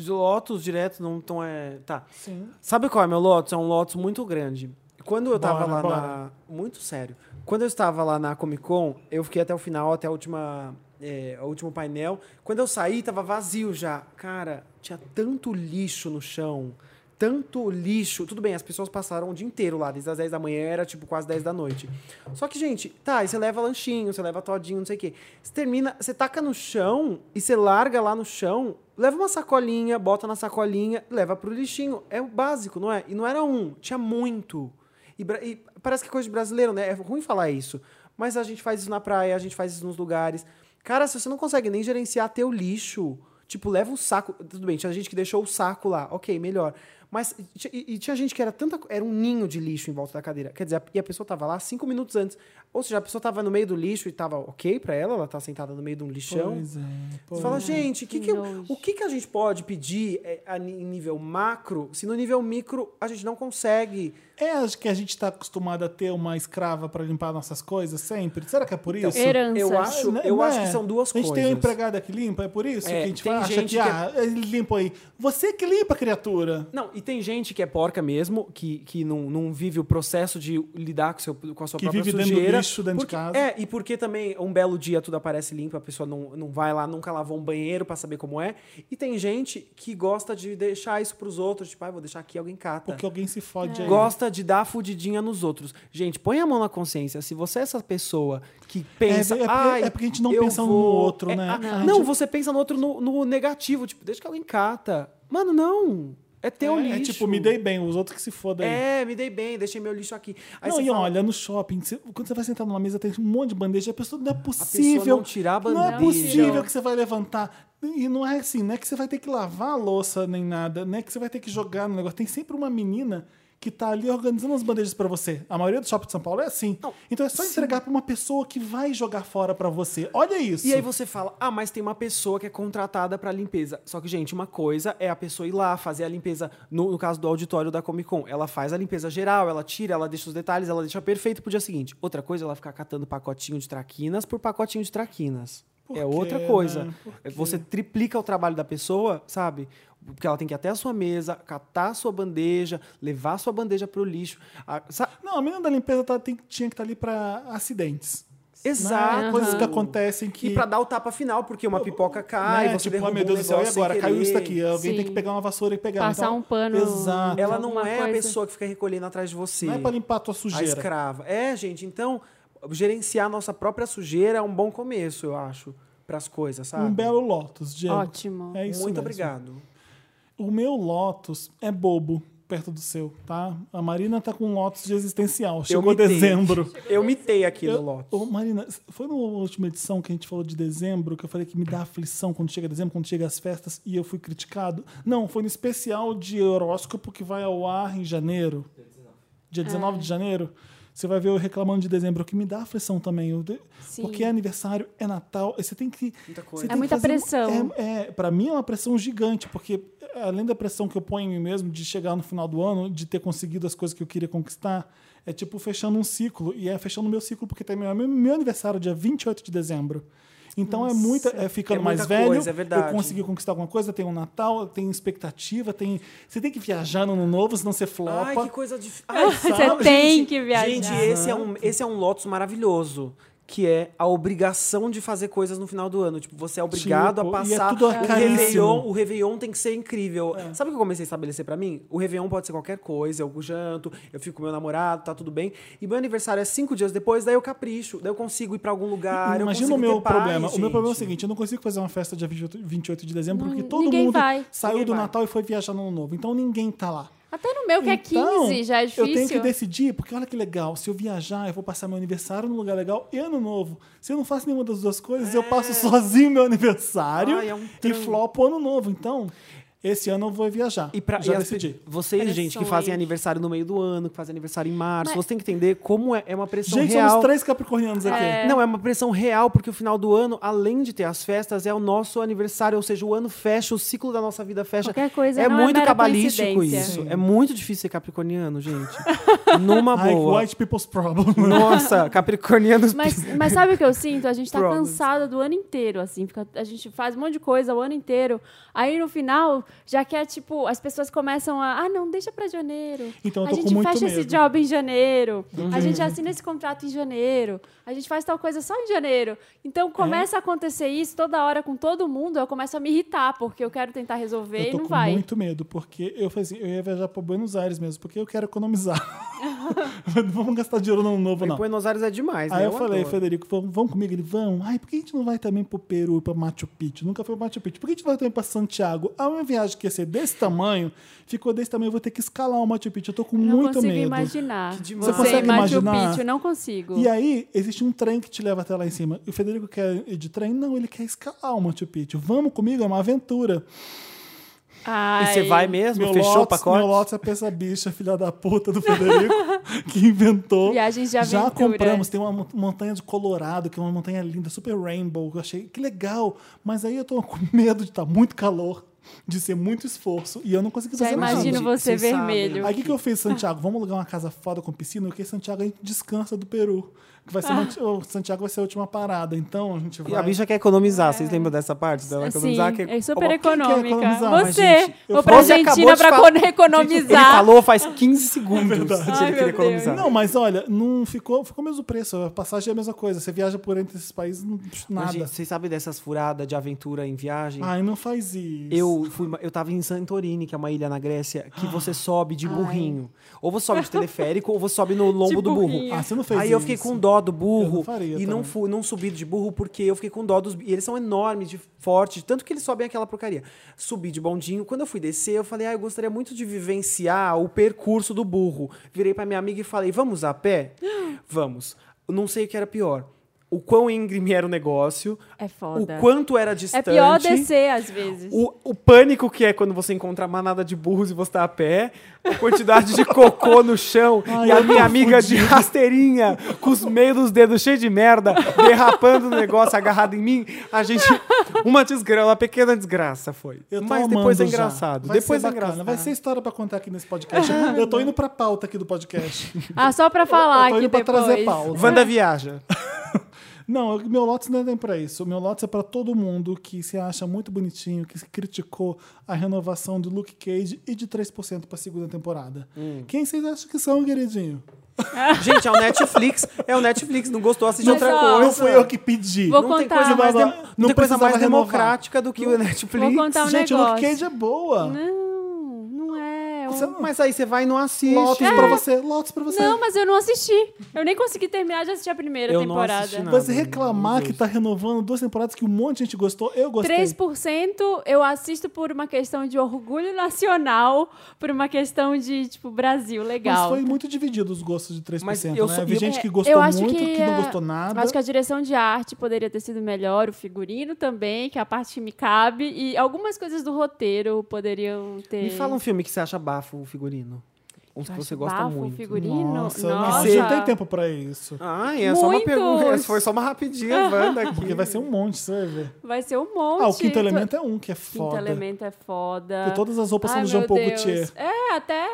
A: Lotus direto não tão é. Tá.
B: Sim.
A: Sabe qual é meu Lotus? É um Lotus muito grande. Quando eu tava
B: Bora,
A: lá
B: bora.
A: na. Muito sério. Quando eu estava lá na Comic Con, eu fiquei até o final, até a última. É, o último painel. Quando eu saí, tava vazio já. Cara, tinha tanto lixo no chão. Tanto lixo. Tudo bem, as pessoas passaram o dia inteiro lá, desde as 10 da manhã, era tipo quase 10 da noite. Só que, gente, tá, aí você leva lanchinho, você leva todinho, não sei o quê. Você termina, você taca no chão e você larga lá no chão Leva uma sacolinha, bota na sacolinha, leva pro lixinho. É o básico, não é? E não era um, tinha muito. E, bra- e parece que é coisa de brasileiro, né? É ruim falar isso. Mas a gente faz isso na praia, a gente faz isso nos lugares. Cara, se você não consegue nem gerenciar teu lixo, tipo, leva um saco. Tudo bem, tinha gente que deixou o saco lá. Ok, melhor. Mas e ti- e, e tinha gente que era tanta. Era um ninho de lixo em volta da cadeira. Quer dizer, a- e a pessoa tava lá cinco minutos antes. Ou seja, a pessoa tava no meio do lixo e tava ok pra ela, ela tá sentada no meio de um lixão.
B: Pois é.
A: Você
B: pois
A: fala,
B: é.
A: gente, que
C: que
A: que eu-
C: nojo.
A: o que, que a gente pode pedir eh, a ni- em nível macro, se no nível micro a gente não consegue?
B: É acho que a gente tá acostumado a ter uma escrava para limpar nossas coisas sempre? Será que é por isso?
C: Herança.
A: Eu Então, acho,
B: Né?
A: eu
B: Não
A: acho
B: é?
A: que são duas
B: A gente
A: coisas.
B: tem um empregado que limpa, é por isso
A: É,
B: que a gente
A: tem
B: acha
A: gente
B: que,
A: que é-
B: ah, ele limpa aí. Você que limpa, criatura.
A: Não, e tem gente que é porca mesmo, que, que não, não vive o processo de lidar com, seu, com a sua
B: Que
A: própria
B: vive dentro do
A: sujeira.
B: lixo, dentro de
A: porque-
B: casa.
A: É, e porque também um belo dia tudo aparece limpo, a pessoa não, não vai lá, nunca lavou um banheiro pra saber como é. E tem gente que gosta de deixar isso pros outros, tipo, ah, vou deixar aqui, alguém cata.
B: Porque alguém se fode aí.
A: É. Gosta de dar fudidinha nos outros. Gente, põe a mão na consciência. Se você é essa pessoa que pensa.
B: é porque-
A: Ai,
B: é porque a gente não
A: eu
B: pensa um
A: vou-
B: no outro,
A: é,
B: né?
A: ah,
B: A
A: não,
B: gente-
A: você pensa no outro no, no negativo. Tipo, deixa que alguém cata. Mano, não. É teu
B: é,
A: lixo.
B: é tipo, me dei bem, os outros que se fodam aí.
A: É, me dei bem, deixei meu lixo aqui. Aí
B: não,
A: você
B: e
A: fala,
B: olha, no shopping, você- quando você vai sentar numa mesa, tem um monte de bandeja, a pessoa não é
A: pessoa
B: possível.
A: não tirar a
B: Não é
A: bandeja.
B: possível que você vai levantar. E não é assim, não é que você vai ter que lavar a louça nem nada, não é que você vai ter que jogar no negócio. Tem sempre uma menina que tá ali organizando as bandejas pra você. A maioria do shopping de São Paulo é assim.
A: Não,
B: então é só
A: sim.
B: entregar pra uma pessoa que vai jogar fora pra você. Olha isso.
A: E aí você fala, ah, mas tem uma pessoa que é contratada pra limpeza. Só que, gente, uma coisa é a pessoa ir lá fazer a limpeza, no, no caso do auditório da Comic Con. Ela faz a limpeza geral, ela tira, ela deixa os detalhes, ela deixa perfeito pro dia seguinte. Outra coisa é ela ficar catando pacotinho de traquinas por pacotinho de traquinas.
B: Por
A: é
B: quê,
A: outra coisa.
B: né? Por quê?
A: Você triplica o trabalho da pessoa, sabe? Porque ela tem que ir até a sua mesa, catar a sua bandeja, levar a sua bandeja pro lixo. A- sa-
B: Não, a menina da limpeza tá- tem- tinha que estar ali pra acidentes.
A: Exato.
B: Né? Coisas que acontecem que.
A: E pra dar o tapa final, porque uma pipoca cai,
B: né?
A: você
B: tipo,
A: derruba
B: ai meu Deus
A: um
B: do céu, e
A: negócio sem
B: agora? Caiu
A: querer.
B: isso daqui. Alguém tem
C: Sim.
B: que pegar uma vassoura e pegar.
C: Passar
B: então-
C: um pano.
B: Exato.
A: Ela não
C: Alguma
A: é assim. a
C: coisa.
A: pessoa que fica recolhendo atrás de você.
B: Não é pra limpar a tua
A: a
B: sujeira.
A: escrava. É, gente, então gerenciar a nossa própria sujeira é um bom começo, eu acho, pras coisas, sabe?
B: Um belo Lotus, Diego.
C: Ótimo.
B: É isso
A: Muito
B: mesmo.
A: obrigado.
B: O meu Lotus é bobo perto do seu, tá? A Marina tá com um Lotus de existencial. Chegou
A: mitei.
B: dezembro.
A: Eu mitei aqui
B: Eu-
A: no Lotus.
B: Ô, Marina, foi na última edição que a gente falou de dezembro que eu falei que me dá aflição quando chega dezembro, quando chega as festas e eu fui criticado? Não, foi no especial de horóscopo que vai ao ar em janeiro. Dia 19 de janeiro. Você vai ver eu reclamando de dezembro, que me dá aflição também. Eu de-
C: Sim.
B: Porque é aniversário, é Natal, você tem que.
A: Muita coisa.
B: você
A: É
B: tem que
C: muita
B: fazer-
C: pressão.
B: É, é, pra mim é uma pressão gigante, porque eh, além da pressão que eu ponho em mim mesmo de chegar no final do ano, de ter conseguido as coisas que eu queria conquistar, é tipo fechando um ciclo. E é fechando o meu ciclo, porque termina meu, meu aniversário dia 28 de dezembro. Então é muita. É ficando
A: É
B: mais
A: muita
B: velho.
A: coisa, é verdade.
B: Eu consegui conquistar alguma coisa, tem um Natal, tem expectativa, tem. Você tem que viajar no ano novo, senão você flopa.
A: Ai, que coisa difícil. Ai,
C: Você
A: sabe,
C: tem
A: gente?
C: que viajar.
A: Gente, esse é, um, esse é um Lotus maravilhoso. Que é a obrigação de fazer coisas no final do ano. Tipo, você é obrigado
B: Tipo,
A: a
B: e é
A: passar
B: tudo É.
A: o
B: caríssimo.
A: Réveillon. O Réveillon tem que ser incrível. Sabe o que eu comecei a estabelecer pra mim? O Réveillon pode ser qualquer coisa. Eu janto, eu fico com meu namorado, tá tudo bem. E meu aniversário é cinco dias depois, daí eu capricho. Daí eu consigo ir pra algum lugar. eu
B: Imagina o
A: consigo
B: meu
A: ter paz,
B: problema. o meu
A: gente.
B: problema é o seguinte: eu não consigo fazer uma festa dia 28 28 de dezembro
C: Não,
B: porque todo
C: ninguém
B: mundo
C: vai.
B: saiu
A: Ninguém
B: do
A: vai.
B: Natal e foi viajar no Ano Novo. Então ninguém tá lá.
C: Até no meu, que
B: Então,
C: é 15, já é difícil.
B: Eu tenho que decidir, porque olha que legal. Se eu viajar, eu vou passar meu aniversário num lugar legal e ano novo. Se eu não faço nenhuma das duas coisas, eu passo sozinho meu aniversário
A: É. Ai, é um
B: e
A: trampo.
B: flopo ano novo. Então, esse ano eu vou viajar.
A: E pra,
B: já
A: e assim, as pe-
B: decidi.
A: vocês, gente, que
C: Pressões.
A: fazem aniversário no meio do ano, que fazem aniversário em março,
C: Mas-
A: você tem que entender como é, é uma pressão
B: Gente,
A: real.
B: somos três capricornianos aqui.
A: Não, é uma pressão real, porque o final do ano, além de ter as festas, é o nosso aniversário, ou seja, o ano fecha, o ciclo da nossa vida fecha.
C: Qualquer coisa,
A: é
C: não é
A: muito
C: mera
A: cabalístico
C: coincidência.
A: isso. É muito difícil ser capricorniano, gente. Numa
B: Ai,
A: boa.
B: white people's problem.
A: Nossa, capricornianos.
C: Mas, mas sabe o que eu sinto? A gente tá
A: Problems.
C: cansada do ano inteiro, assim. fica- a gente faz um monte de coisa o ano inteiro. Aí no final, já que é tipo, as pessoas começam a. Ah, não, deixa pra janeiro.
B: Então, eu
C: a
B: tô
C: gente
B: com muito
C: fecha esse
B: medo. Uhum.
C: job em janeiro. A gente assina esse contrato em janeiro. A gente faz tal coisa só em janeiro.
B: É.
C: Então começa a acontecer isso toda hora com todo mundo. Eu começo a me irritar, porque eu quero tentar resolver
B: Eu
C: e
B: tô
C: não
B: com
C: vai.
B: muito medo, porque eu falei assim, eu ia viajar pra Buenos Aires mesmo, porque eu quero economizar. não vamos gastar dinheiro no ano novo,
A: E
B: não.
A: Buenos Aires é demais,
B: Aí
A: né?
B: eu falei,
A: adoro.
B: Frederico, vamos, vamos comigo? Ele, vamos. Ai, por que a gente não vai também pro Peru e pra Machu Picchu? Nunca foi pra Machu Picchu. Por que a gente não vai também pra Santiago? A minha viagem que ia ser desse tamanho, ficou desse tamanho, eu vou ter que escalar o Machu Picchu. Eu tô com
C: não
B: muito
C: consigo
B: medo.
C: imaginar.
A: Que demais.
C: Você
A: Você consegue
C: em Machu
B: imaginar?
C: Picchu, não consigo.
B: E aí, existe um trem que te leva até lá em cima. E o Federico quer ir de trem? Não, ele quer escalar o Machu Picchu. Vamos comigo, é uma aventura.
C: Ai,
A: E você vai mesmo?
B: Meu
A: Fechou o
B: Lotus,
A: pacote?
B: Meu Lotus é pra essa bicha, filha da puta do Frederico, que inventou.
C: Viagens de
B: Já
C: aventura.
B: compramos. Tem uma mon- montanha de Colorado, que é uma montanha linda, super rainbow. que Eu achei que legal. Mas aí eu tô com medo de estar muito calor, de ser muito esforço. E eu não consegui
C: Já
B: fazer nada.
C: imagino você
A: Vocês sabem.
C: vermelho.
B: Aí o que, que eu fiz, Santiago? Vamos alugar uma casa foda com piscina, porque Santiago a gente descansa do Peru. Que vai ser o Santiago vai ser a última parada. Então a gente vai.
A: E a bicha quer economizar. Vocês lembram dessa parte dela
C: Sim,
A: Então, economizar? Que-
C: é super
A: Opa,
C: econômica.
B: economizar? Mas,
C: Você,
B: gente, eu
C: vou pra
A: Você acabou
C: Argentina
A: de
C: pra
A: falar- Ele
C: economizar. É
A: falou faz 15 segundos
B: verdade.
A: que ele
C: Ai,
A: queria
C: meu Deus.
A: economizar.
B: Não, mas olha, não ficou, ficou o mesmo preço. A passagem é a mesma coisa. Você viaja por entre esses países, não, nada.
A: Mas, gente, vocês sabem dessas furadas de aventura em viagem?
B: Ai, Ah, não faz isso.
A: Eu fui, eu tava em Santorini, que é uma ilha na Grécia, que você sobe de burrinho. Ou você sobe de teleférico, ou você sobe no lombo
C: De
A: do burro.
C: burrinho.
B: Ah, você não fez
A: Aí
B: isso.
A: eu fiquei com dó do burro
B: Eu não faria
A: e não
B: também.
A: fui, não subi de burro porque eu fiquei com dó dos e eles são enormes, de fortes, tanto que eles sobem aquela porcaria. Subi de bondinho, quando eu fui descer, eu falei: "Ah, eu gostaria muito de vivenciar o percurso do burro". Virei pra minha amiga e falei: "Vamos a pé?". Vamos. Não sei o que era pior. O quão íngreme era o negócio,
C: É foda.
A: o quanto era
C: É
A: distante.
C: pior descer, às vezes.
A: O, o pânico que é quando você encontra a manada de burros e você tá a pé, a quantidade de cocô no chão
B: Ai,
A: e a
B: eu
A: minha
B: tô
A: amiga de rasteirinha, com os meios dos dedos cheios de merda, derrapando no negócio agarrado em mim. A gente. Uma desgraça, uma pequena desgraça foi.
B: Eu tô
A: Mas
B: amando
A: depois é
B: já.
A: engraçado.
B: Vai
A: depois
B: ser
A: é
B: bacana.
A: engraçado.
B: Vai ser história pra contar aqui nesse podcast. eu tô indo pra pauta aqui do podcast.
C: Ah, só pra falar
B: eu tô
C: aqui
B: indo pra
C: depois.
B: trazer pauta.
A: Wanda viaja.
B: Não, eu- meu Lotus não é nem pra isso. O meu Lotus é pra todo mundo que se acha muito bonitinho, que criticou a renovação do Luke Cage e de 3% pra segunda temporada.
A: Hum.
B: Quem vocês acham que são, queridinho?
A: Gente, é o Netflix. É o Netflix. Não gostou, assiste
C: Mas,
A: outra
C: ó,
A: coisa.
B: Não fui eu que pedi.
C: Vou
A: Não tem
C: contar.
A: coisa mais, de-
B: Não,
A: não
B: não
A: tem coisa mais
B: precisava renovar.
A: democrática do que o Netflix.
C: Vou contar um
B: Gente, o Luke
C: negócio.
B: Cage é boa.
C: Não, não é.
A: Você- Mas aí você vai e não assiste. É.
B: Lotus pra você, Lotus pra você.
C: Não, mas eu não assisti. Eu nem consegui terminar de assistir a primeira
A: Eu não assisti
C: temporada.
A: nada.
B: Você reclamar que tá renovando duas temporadas que um monte de gente gostou, eu gostei.
C: 3% eu assisto por uma questão de orgulho nacional, por uma questão de, tipo, Brasil,
B: Mas
C: legal.
B: foi muito dividido os gostos de 3%,
A: Mas eu
B: né?
A: sou-
B: Vi
A: eu-
B: gente
C: É,
B: que gostou
C: eu acho
B: muito, que,
C: que
B: não
C: a-
B: gostou nada.
C: Acho que é a direção de arte poderia ter sido melhor, o figurino também, que é a parte que me cabe, e algumas coisas do roteiro poderiam ter.
A: Me fala um filme que você acha bafo o figurino. Uns que você gosta
C: Bafo,
A: muito.
C: figurino.
B: Nossa,
C: Nossa,
B: nossa, não tem tempo pra isso.
A: Ah, é só uma
C: Muitos.
A: pergunta. Foi só uma rapidinha, Wanda, aqui.
B: Porque vai ser um monte, você vai ver.
C: Vai ser um monte.
B: Ah, o quinto
C: Tu-
B: elemento é um que é
C: Quinto
B: foda.
C: Elemento é foda.
B: Porque todas as roupas são
C: Ai,
B: do
C: meu
B: Jean
A: um
B: Paul
C: Deus.
B: Gaultier.
C: É, até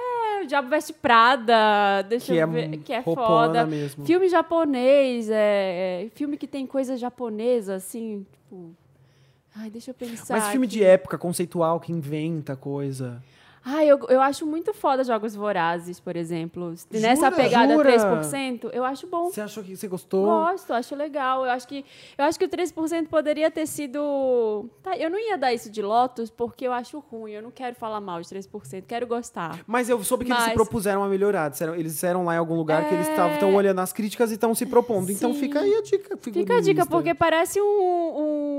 C: o Diabo Veste Prada, deixa
A: Que
C: eu
A: é
C: ver, que é
A: roupona
C: foda.
A: mesmo.
C: Filme japonês, é, é, filme que tem coisa japonesa, assim, tipo... Ai, deixa eu pensar.
A: Mas filme
C: aqui.
A: de época, conceitual, que inventa coisa.
C: Ai, eu, eu acho muito foda Jogos Vorazes, por exemplo. Nessa
A: Jura?
C: pegada
A: Jura? é
C: 3%, eu acho bom.
A: Você achou que você gostou?
C: Gosto, acho legal. Eu acho que, eu acho que o 3% poderia ter sido. Tá, eu não ia dar isso de Lotus porque eu acho ruim. Eu não quero falar mal de 3%, quero gostar.
A: Mas eu soube que eles se
C: Mas-
A: propuseram a melhorar. Disseram- Eles disseram lá em algum lugar que eles
C: É.
A: estão olhando as críticas e estão se propondo. Então
C: Sim.
A: fica aí a dica.
C: Fica a dica,
A: figurinista.
C: porque parece um,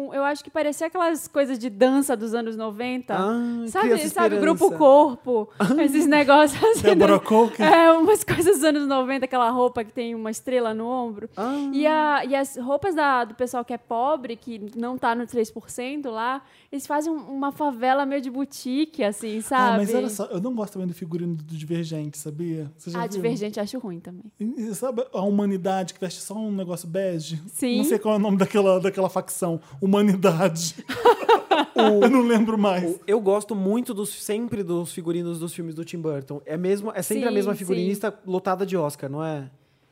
C: um- Eu acho que parecia aquelas coisas de dança dos anos 90.
A: Ah,
C: sabe,
A: criança
C: sabe,
A: esperança. Ah. É,
C: grupo corpo, esses negócios assim. né?
B: Deborah Coker.
C: É, umas coisas dos anos 90, aquela roupa que tem uma estrela no ombro.
A: Ah.
C: E, a- e as roupas da- do pessoal que é pobre, que não tá no 3% lá, eles fazem um- uma favela meio de boutique, assim, sabe?
B: Ah, mas olha só, eu não gosto também do figurino do Divergente, sabia? Você já
C: Ah,
A: né?
B: viu?
C: Divergente acho ruim também.
B: E- e Sabe a humanidade que veste só um negócio bege?
C: Sim.
B: Não sei qual é o nome daquela, daquela facção. Humanidade. eu não lembro mais.
A: O- Eu gosto muito dos, sempre dos figurinos dos filmes do Tim Burton. É, mesmo, é sempre a
C: Sim,
A: mesma
C: sim.
A: figurinista lotada de Oscar, não é?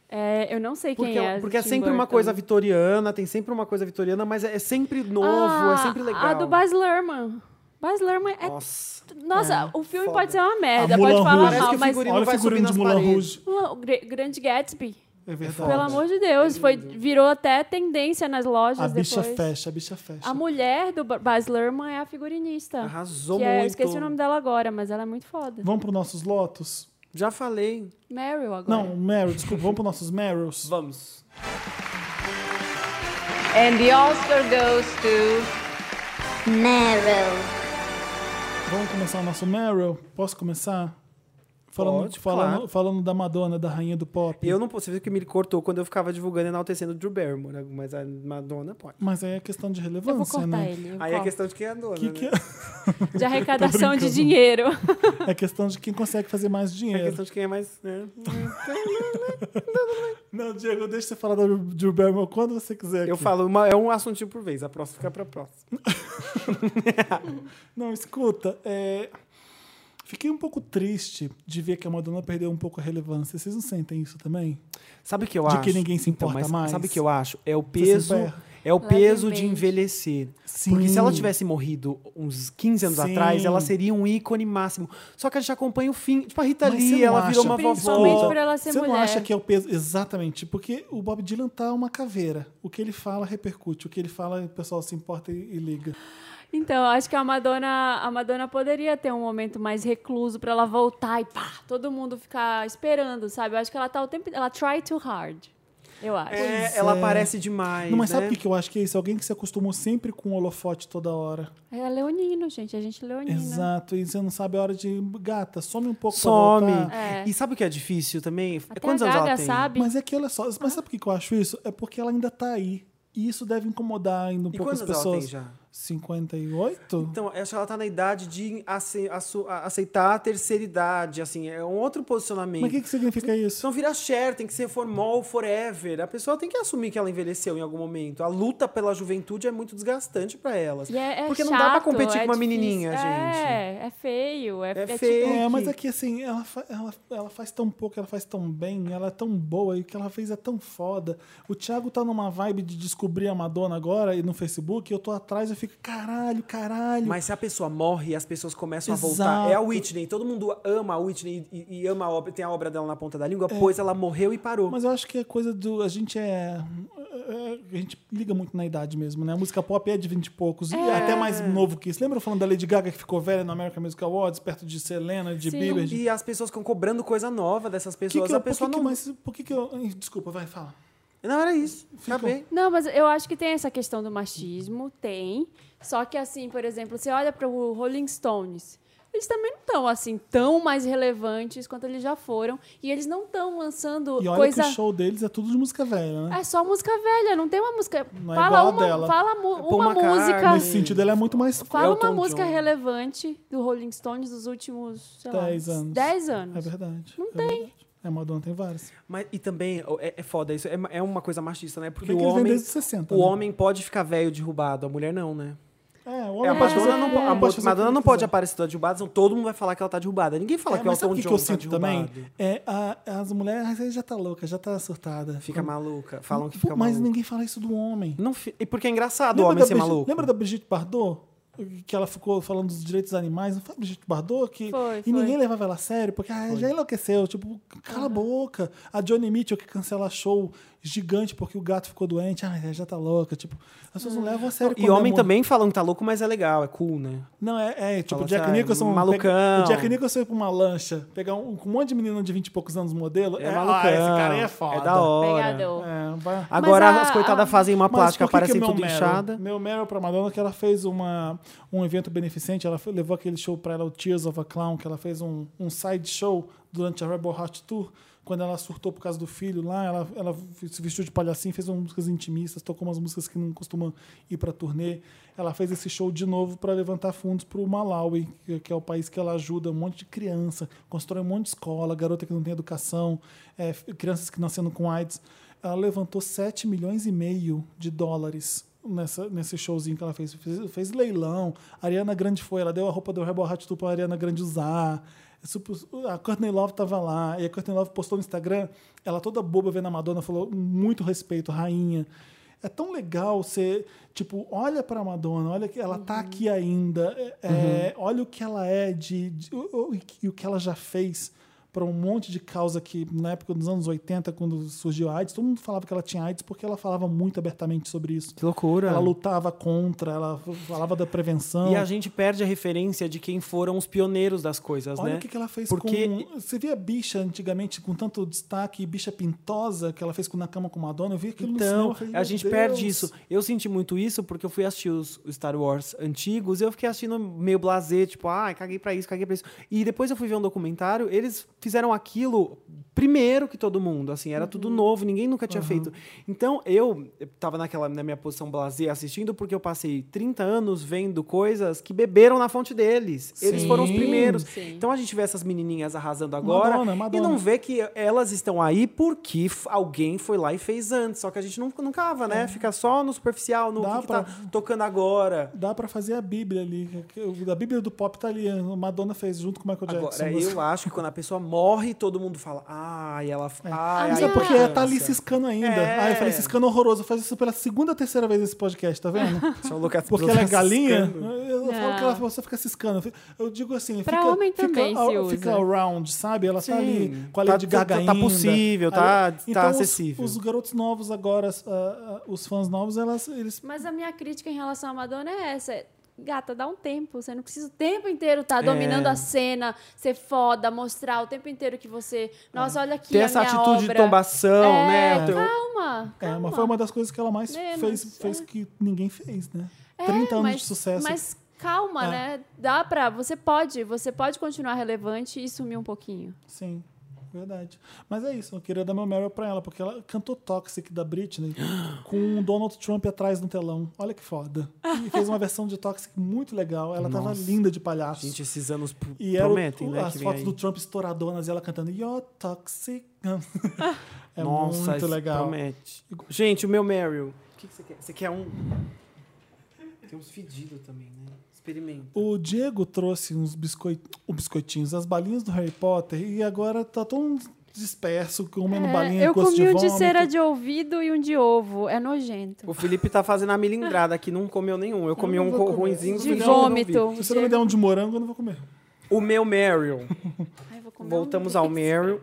C: É, eu não sei
A: Porque,
C: quem é.
A: porque é
C: Tim
A: sempre uma
C: Burton.
A: coisa vitoriana, tem sempre uma coisa vitoriana, mas é, é sempre novo,
C: Ah,
A: é sempre legal.
C: A do Baz Luhrmann. Baz Luhrmann é...
A: Nossa. é
C: Nossa, o filme
A: foda.
C: pode ser uma
B: A
C: merda,
B: Moulin
C: pode falar
B: Rouge.
A: Parece que
C: mal,
A: o
C: mas...
A: figurino
B: Olha o
A: vai
B: figurino
A: subir
B: de
A: nas
B: Mulan
A: paredes.
B: Rouge.
C: O Gre- Grande Gatsby.
B: É verdade.
C: Pelo amor de Deus, foi, virou até tendência nas lojas
B: a bicha
C: depois.
B: fecha, a bicha fecha.
C: A mulher do Ba- Baz Luhrmann é a figurinista.
A: Arrasou
C: que é-
A: muito.
C: eu esqueci o nome dela agora, mas ela é muito foda.
B: Vamos pros nossos Lotus?
A: Já falei.
C: Meryl agora.
B: Não, Meryl, desculpa, vamos pros nossos Meryls.
A: Vamos.
G: And the Oscar goes to
H: Meryl.
B: Vamos começar o nosso Meryl? Posso começar? Falando,
A: Pode,
B: falando,
A: claro.
B: falando da Madonna, da rainha do pop.
A: Eu não posso. Você viu que me cortou quando eu ficava divulgando e enaltecendo o Drew Barrymore, né? mas a Madonna pode.
B: Mas aí é questão de
C: Eu vou
B: relevância,
C: cortar
B: né?
C: ele. eu
A: Aí é
C: corto.
A: questão Tá de quem é a dona,
B: Que
A: né?
B: que é?
C: De arrecadação de dinheiro.
B: é questão de quem consegue fazer mais
A: É
B: dinheiro.
A: questão de quem é mais. Né?
B: Tá Não, Diego, deixa você falar da Drew Barrymore quando você quiser.
A: Eu
B: aqui.
A: falo, uma- é um assuntinho por vez, a próxima fica pra próxima.
B: Não, escuta, é, fiquei um pouco triste de ver que a Madonna perdeu um pouco a relevância. Vocês não sentem isso também?
A: Sabe o que eu
B: De
A: acho?
B: que ninguém se importa
A: mas
B: mais.
A: Sabe o que eu acho? É o
B: Você se
A: peso.
B: emperra.
A: É o peso de
C: Levemente.
A: envelhecer.
B: Sim.
A: Porque se ela tivesse morrido uns 15 anos
B: Sim.
A: atrás, ela seria um ícone máximo. Só que a gente acompanha o fim. Tipo, a Rita
B: Mas você
A: Lee,
B: não
A: ela
B: acha-
A: virou uma
C: Principalmente
A: vovó.
C: por ela ser
B: Você não
C: mulher.
B: acha que é o peso. Exatamente, porque o Bob Dylan tá uma caveira. O que ele fala repercute. O que ele fala, o pessoal se importa e, e liga.
C: Então, eu acho que a Madonna, a Madonna poderia ter um momento mais recluso pra ela voltar e pá, todo mundo ficar esperando, sabe? Eu acho que ela tá o tempo, ela try too hard. Eu acho.
A: É,
B: Pois
A: ela
B: é.
A: aparece demais.
B: não, mas
A: né?
B: sabe o que que eu acho que é isso? Alguém que se acostumou sempre com o holofote toda hora.
C: É leonino, gente, a gente é leonino.
B: Exato, e você não sabe a hora de. Gata, some um pouco pra
A: Some.
B: voltar.
C: É.
A: E sabe o que é difícil também?
C: Até
A: Quantos
C: a
A: anos
C: Gaga,
A: ela tem?
C: sabe?
B: Mas é que, olha só, mas sabe por que que eu acho isso? É porque ela ainda tá aí. E isso deve incomodar ainda um
A: E
B: pouco as
A: quantos ela tem
B: pessoas.
A: já?
B: 58?
A: Então, eu acho que ela tá na idade de ace- assu- a- aceitar a terceira idade, assim, é um outro posicionamento.
B: Mas o que, que significa isso?
A: Se não virar share, tem que ser for more forever. A pessoa tem que assumir que ela envelheceu em algum momento. A luta pela juventude é muito desgastante pra elas.
C: E é- é
A: porque não dá pra
C: chato,
A: competir
C: é
A: com uma
C: difícil.
A: menininha, gente.
C: É, é feio. É,
A: É
C: tipo-
A: feio.
B: É, mas
A: que-
B: é que assim, ela, fa- ela, ela faz tão pouco, ela faz tão bem, ela é tão boa, e o que ela fez é tão foda. O Thiago tá numa vibe de descobrir a Madonna agora e no Facebook, e eu tô atrás e eu fico, caralho, caralho.
A: Mas se a pessoa morre, as pessoas começam a voltar.
B: Exato.
A: É a Whitney. Todo mundo ama a Whitney e, e ama a obra, tem a obra dela na ponta da língua, pois ela morreu e parou.
B: É. Mas eu acho que é coisa do. A gente é. é- A gente liga muito na idade mesmo, né? A música pop é de 20 e poucos, e é até mais novo que isso. Lembra eu falando da Lady Gaga que ficou velha no American Music Awards, perto de Selena, de
C: Sim.
B: Bieber? De...
A: E as pessoas ficam cobrando coisa nova dessas
B: Que
A: pessoas.
B: que eu,
A: a pessoa
B: por que
A: não.
B: que mais- por que que eu. Ih, Desculpa, vai, fala.
A: Não era isso. Acabei.
C: Não, mas eu acho que tem essa questão do machismo, tem. Só que, assim, por exemplo, você olha para o Rolling Stones. Eles também não estão, assim, tão mais relevantes quanto eles já foram. E eles não estão lançando
B: E olha
C: coisa.
B: que o show deles é tudo de música velha, né?
C: É só música velha, não tem uma música.
B: Não é
C: fala
B: igual a
C: uma,
B: dela. É
C: fala mu-
A: Paul
C: uma
A: McCartney.
C: música.
B: Nesse sentido, ela é muito mais.
C: Fala
A: Elton
C: uma música
A: John.
C: relevante do Rolling Stones dos últimos, sei lá,
B: Dez anos.
C: 10
B: É
C: anos.
B: verdade. Não tem. É, Madonna tem várias.
A: Mas, e também ó, é, é foda isso. É, é uma coisa machista, né? Porque
B: Bem
A: o
B: que eles vêm
A: homem.
B: desde 60,
A: O
B: né?
A: homem pode ficar velho derrubado, a mulher não, né?
B: É, o
A: É,
B: homem
A: a
B: pode fazer-
A: Madonna, não, po- a
B: pode fazer o que
A: Madonna
B: ele
A: não pode
B: quiser.
A: aparecer toda derrubada, senão todo mundo vai falar que ela tá derrubada. Ninguém fala
B: É,
A: que o
B: mas
A: Elton
B: sabe o que,
A: John
B: que eu
A: tá
B: sinto também?
A: derrubado.
B: É, a- as mulheres "Ah, já tá louca, já tá surtada.
A: Fica maluca. Falam que
B: Pô,
A: fica
B: Mas
A: maluca.
B: ninguém fala isso do homem.
A: Não fi- E porque é engraçado o
B: Lembra
A: homem
B: da
A: ser
B: Brigitte-
A: maluco.
B: Lembra da Brigitte Bardot? Que ela ficou falando dos direitos dos animais. Não foi a Brigitte Bardot? Que...
C: Foi,
B: e
C: foi.
B: ninguém levava ela a sério, porque ah, já enlouqueceu. Tipo, cala a boca. A Johnny Mitchell que cancela show gigante porque o gato ficou doente. Ah, já tá louca. Tipo, as pessoas não levam a sério.
A: E
B: quando é
A: homem
B: mu-
A: também falam que tá louco, mas é legal, é cool, né?
B: Não, é, é, tipo,
A: Fala
B: o Jack
A: assim, ah,
B: Nicholson. pega-
A: malucão.
B: o Jack Nicholson ia pra uma lancha, pegar um, com um monte de menino de 20 e poucos anos modelo.
A: É,
B: ah,
A: malucão.
B: esse cara aí é foda.
A: É da hora.
C: Pegador.
B: É, vai.
A: Agora
C: Mas a-
A: as coitadas
C: a-
A: fazem uma
B: Mas
A: plástica,
B: por que que
A: aparecem
B: meu
A: tudo
B: Meryl?
A: inchada.
B: Meu Meryl pra Madonna que ela fez uma, um evento beneficente, ela foi- levou aquele show pra ela, o Tears of a Clown, que ela fez um, um side show durante a Rebel Heart Tour, quando ela surtou por causa do filho lá, ela, ela se vestiu de palhacinho, fez umas músicas intimistas, tocou umas músicas que não costumam ir pra turnê. Ela fez esse show de novo pra levantar fundos pro Malawi, que- que é o país que ela ajuda um monte de criança, constrói um monte de escola, garota que não tem educação, é, f- crianças que nascendo com AIDS ela levantou 7 milhões e meio de dólares nessa, nesse showzinho que ela fez. fez. Fez leilão. A Ariana Grande foi, ela deu a roupa do Rebel Heart Tour pra Ariana Grande usar. Supo- A Courtney Love tava lá, e a Courtney Love postou no Instagram, ela toda boba vendo a Madonna, falou muito respeito, rainha. É tão legal você, tipo, olha pra Madonna, olha que ela tá aqui ainda, é, é, olha o que ela é de, de- o- o- e o que ela já fez para um monte de causa que na época dos anos 80, quando surgiu a AIDS, todo mundo falava que ela tinha AIDS porque ela falava muito abertamente sobre isso.
A: Que loucura.
B: Ela lutava contra, ela falava da prevenção.
A: E a gente perde a referência de quem foram os pioneiros das coisas,
B: Olha
A: né?
B: o que, que ela fez
A: Porque-
B: com. um, Você via bicha antigamente com tanto destaque, bicha pintosa que ela fez com na cama com Madonna, eu vi aquilo no cinema,
A: Então,
B: eu falei,
A: a
B: "Meu
A: gente
B: Deus".
A: perde isso. Eu senti muito isso porque eu fui assistir os os Star Wars antigos e eu fiquei assistindo meio blasé, tipo, ai, caguei pra isso, caguei pra isso. E depois eu fui ver um documentário, eles fizeram aquilo primeiro que todo mundo, assim, era
B: Uhum.
A: tudo novo, ninguém nunca tinha feito. Então, eu tava naquela, na minha posição blasé assistindo, porque eu passei 30 anos vendo coisas que beberam na fonte deles. Eles
B: Sim.
A: foram os primeiros.
C: Sim.
A: Então, a gente vê essas menininhas arrasando agora
B: Madonna, Madonna.
A: e não vê que elas estão aí porque f- alguém foi lá e fez antes. Só que a gente não, não cava, né? Fica só no superficial, no
B: É. Dá
A: que, que
B: pra-
A: tá tocando agora.
B: Dá pra fazer a Bíblia ali. A Bíblia do pop tá ali. A Madonna fez junto com o Michael Jackson.
A: Agora, eu acho que quando a pessoa morre, todo mundo fala, ai, ela. Ai,
B: Ah,
A: a
B: mas é porque
A: importância."
B: tá ali ciscando ainda.
A: É.
B: Ah, eu falei ciscando horroroso. Eu faço isso é pela segunda ou terceira vez nesse podcast, tá vendo?
A: Só o Lucas tá
B: Porque ela é
A: ciscando.
B: galinha? Eu falo que ela
C: Não.
B: você fica ciscando. Eu digo assim,
C: É. Pra
B: fica,
C: homem
B: fica,
C: também
B: ao-
C: se usa.
B: fica around, sabe? Ela tá ali
A: Sim.
B: com a Lady
A: Tá- tá-
B: Gaga
A: tá
B: ainda.
A: possível, tá-
B: Aí-
A: tá
B: então os-
A: acessível.
B: Os, garotos novos agora, as- ah, ah, os fãs novos, elas, eles...
C: Mas a minha crítica em relação à Madonna é essa. é, Gata, dá um tempo. Você não precisa o tempo inteiro
B: É.
C: estar dominando a cena, ser foda, mostrar o tempo inteiro que você. Nossa,
B: É.
C: olha aqui.
A: Ter
C: a
A: essa
C: minha
A: atitude de
C: obra.
A: tombação,
C: é,
A: né? Então,
C: Calma.
B: É,
C: calma.
B: mas foi uma das coisas que ela mais
C: Menos,
B: fez, fez
C: é.
B: que ninguém fez, né?
C: É,
B: 30 anos
C: mas-
B: de sucesso.
C: Mas calma,
B: É.
C: né? Dá pra. Você pode, você pode continuar relevante e sumir um pouquinho.
B: Sim, verdade. Mas é isso, eu queria dar meu Meryl pra ela, porque ela cantou Toxic da Britney com o Donald Trump atrás no telão. Olha que foda. E fez uma versão de Toxic muito legal. Ela tava linda de palhaço.
A: gente, esses anos p-
B: e era o-
A: prometem, né?
B: as
A: que vem
B: fotos
A: aí.
B: do Trump estouradonas e ela cantando You're Toxic. é
A: Nossa,
B: muito
A: isso
B: legal.
A: promete. Gente, o meu Meryl. O que que você quer? Você quer um. Tem uns fedidos também, né? Experimenta.
B: O Diego trouxe uns biscoi... uns biscoitinhos, as balinhas do Harry Potter, e agora tá todo mundo disperso, comendo
C: É,
B: balinha
C: eu
B: com gosto
C: comi um de
B: vômito.
C: cera de ouvido e um de ovo. É nojento.
A: O Felipe tá fazendo a melindrada aqui, não comeu nenhum. Eu comi
B: não
A: um
B: vou
A: co-
B: comer.
A: ruinzinho
C: De
A: do final, eu não vi.
C: vômito.
B: Se você não me der um de morango, eu não vou comer.
A: O meu Meryl.
C: Ai, vou comer um
A: Voltamos ao
C: desse.
A: Meryl.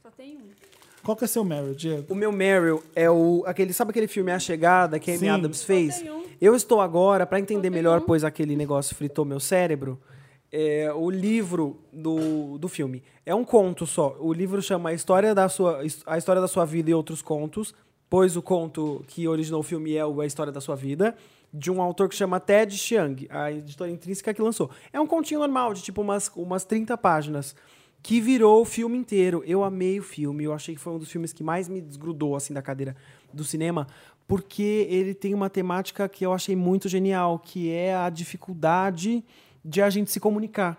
C: Só tem um.
B: Qual que é seu Meryl, Diego?
A: O meu Meryl é o aquele, sabe aquele filme A Chegada que a Amy
B: Sim.
A: Adams fez?
C: Só tem um.
A: Eu estou agora para
C: Só
A: entender
C: tem
A: melhor,
C: um.
A: pois aquele negócio fritou meu cérebro. É, o livro do, do filme é um conto só. O livro chama a história da sua a história da sua vida e outros contos, pois o conto que originou o filme é o a história da sua vida. De um autor que chama Ted Chiang, a editora intrínseca que lançou. É um continho normal, de tipo umas, umas 30 páginas que virou o filme inteiro. Eu amei o filme, eu achei que foi um dos filmes que mais me desgrudou assim da cadeira do cinema, porque ele tem uma temática que eu achei muito genial, que é a dificuldade de a gente se comunicar.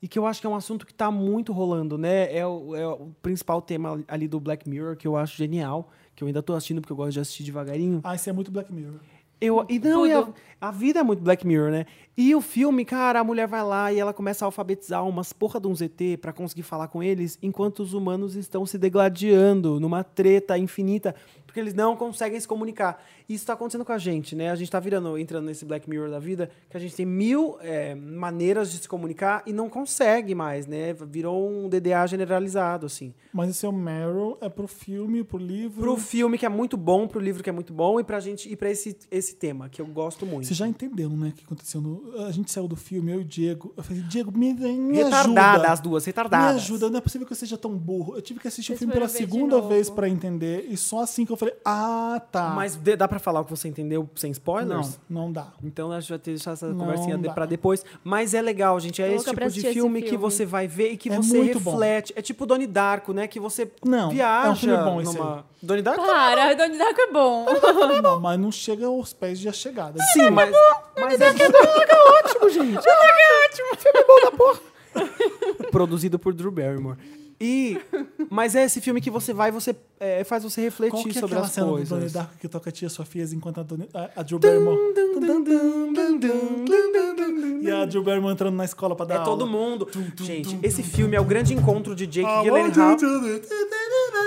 A: E que eu acho que é um assunto que está muito rolando, né? É o, é o principal tema ali do Black Mirror, que eu acho genial, que eu ainda estou assistindo porque eu gosto de assistir devagarinho.
B: Ah, isso é muito Black Mirror.
A: Eu, e não, e a,
C: Tudo.
A: a vida é muito Black Mirror, né? E o filme, cara, a mulher vai lá e ela começa a alfabetizar umas porra de um ZT pra conseguir falar com eles, enquanto os humanos estão se degladiando numa treta infinita, porque eles não conseguem se comunicar. E Isso tá acontecendo com a gente, né? A gente tá virando, entrando nesse Black Mirror da vida, que a gente tem mil é, maneiras de se comunicar e não consegue mais, né? Virou um DDA generalizado, assim
B: Mas esse é o Meryl, é pro filme, pro livro.
A: pro filme que é muito bom, pro livro que é muito bom e pra gente e para esse esse tema que eu gosto muito.
B: Você já entendeu, né, o que aconteceu no... A gente saiu do filme, eu e o Diego. Eu falei, Diego, me, me
A: retardada
B: ajuda.
A: as duas, retardada.
B: Me ajuda, não é possível que eu seja tão burro. Eu tive que assistir o
C: Vocês
B: filme pela
C: foram ver de
B: segunda
C: novo.
B: vez pra entender, e só assim que eu falei, ah, tá.
A: Mas dê- dá pra falar o que você entendeu sem
B: não,
A: spoilers?
B: não dá.
A: Então a gente vai ter que deixar essa
B: Não
A: conversinha de,
B: dá.
A: pra depois. Mas é legal, gente. É
C: Tô
A: esse
C: louca pra
A: tipo de
C: assistir
A: filme,
C: esse
A: que
C: filme.
A: você vai ver e que
B: É
A: você
B: muito bom.
A: reflete. É tipo Doni Darko, né? Que você
B: Não, é um
A: viaja
B: filme bom esse
A: numa. Doni Darko?
C: Para, Donnie Darko é bom.
B: não, mas não chega aos pés de a chegada.
A: Sim, mas. mas é ótimo, gente. é ótimo. Filme bom da porra. Produzido por Drew Barrymore. E, mas é esse filme que você vai e você é, faz você refletir
B: Qual que é
A: sobre
B: aquela
A: as
B: cena do Donnie
A: coisas.
B: Darko que toca a tia Sofias enquanto a, Doni- a, a Drew Barrymore... E a Drew Barrymore entrando na escola pra dar
A: É todo
B: aula.
A: mundo. Gente, esse filme é o grande encontro de Jake
B: I want you
A: Gyllenhaal.
B: to do-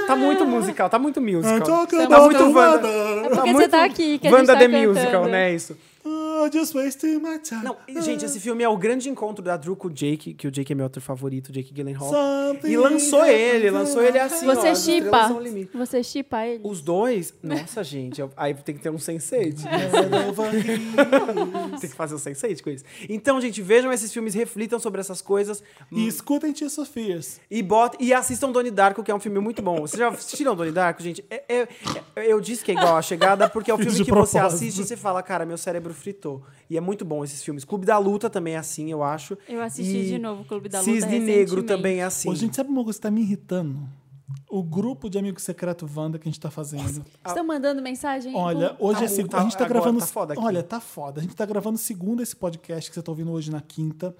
A: Tá muito musical, tá muito musical.
B: talking
A: Tá
B: about
A: muito
B: the
A: Wanda.
B: weather.
C: É porque você tá aqui, Então, que a gente
A: Wanda
C: tá
A: The
C: cantando.
A: Musical, né? Isso.
B: Oh, just wasting my time.
A: Não, e, gente, esse filme é o grande encontro da Drew com o Jake, que o Jake é meu ator favorito, Jake Gyllenhaal.
B: Ah, Something
A: E lançou ele, lançou ele assim, ó,
C: Você
A: as estrelas
C: chipa.
A: são o limite.
C: Você chipa ele.
A: Os dois, nossa, gente, eu- aí tem que ter um sense né? Tem que fazer um sense com isso. Então, gente, vejam esses filmes, reflitam sobre essas coisas.
B: E escutem Tia Sofias.
A: E, bota, e assistam Doni Darko, que é um filme muito bom. Vocês já assistiram Doni Darko, gente? É- é- é- eu disse que é igual a chegada, porque é o
B: Fiz
A: filme
B: de
A: que você
B: propósito.
A: assiste e você fala, cara, meu cérebro fritou. incrível. E é muito bom esses filmes. Clube da Luta também é assim, eu acho.
C: Eu assisti
A: E
C: de novo o Clube da Luta
A: Cisne Negro
C: recentemente.
A: também é assim.
B: Ô, gente, sabe uma coisa que tá me irritando? O grupo de Amigo Secreto Wanda que a gente tá fazendo.
C: Estão mandando mensagem?
B: Olha, hoje
A: tá-
B: é segunda. A gente tá
A: agora
B: gravando.
A: tá foda aqui.
B: Olha, tá foda. A gente tá gravando segunda esse podcast que você tá ouvindo hoje na quinta.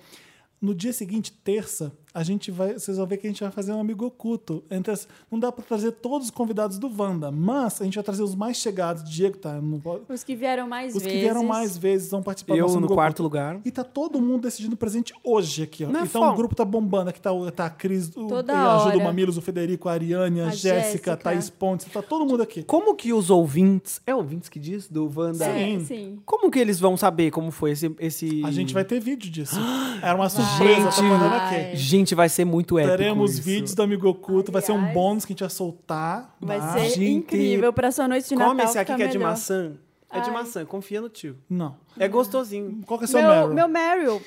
B: No dia seguinte, terça, a gente vai. Vocês vão ver que a gente vai fazer um amigo oculto. Entre as- não dá pra trazer todos os convidados do Wanda, mas a gente vai trazer os mais chegados. Diego tá. no-
C: Os que vieram mais
B: os
C: vezes.
B: que vieram mais vezes vão participar do
A: Eu
B: nosso
A: no
B: amigo
A: quarto
B: oculto.
A: lugar.
B: tá E tá todo mundo decidindo presente hoje aqui, ó.
A: Na
B: então
A: fome.
B: o grupo tá bombando. Aqui tá, o- tá a Cris, o,
C: Toda
B: e a Ju do
C: hora.
B: Mamilos, o Federico, a Ariane, a,
C: A
B: Jéssica,
C: Jéssica.
B: a Thaís Pontes. Tá todo mundo aqui.
A: Como que os ouvintes. É ouvintes que diz? Do Wanda.
C: É, sim.
A: Como que eles vão saber como foi esse. esse...
B: A gente vai ter vídeo disso. Era uma surpresa, tá mandando aqui.
A: Gente, vai ser muito épico.
B: Teremos
A: isso.
B: vídeos do Amigo Oculto, vai ser um
C: Aliás,
B: bônus que a gente vai soltar. tá?
C: Vai
B: mas-
C: ser
A: gente,
C: incrível pra sua noite de
A: Come
C: Natal.
A: esse aqui
C: ficar
A: que é de
C: melhor.
A: maçã. É de
C: Ai.
A: maçã, confia no tio.
B: Não.
A: É gostosinho.
B: Qual que é o seu
C: Meu,
B: Meryl?
C: meu Meryl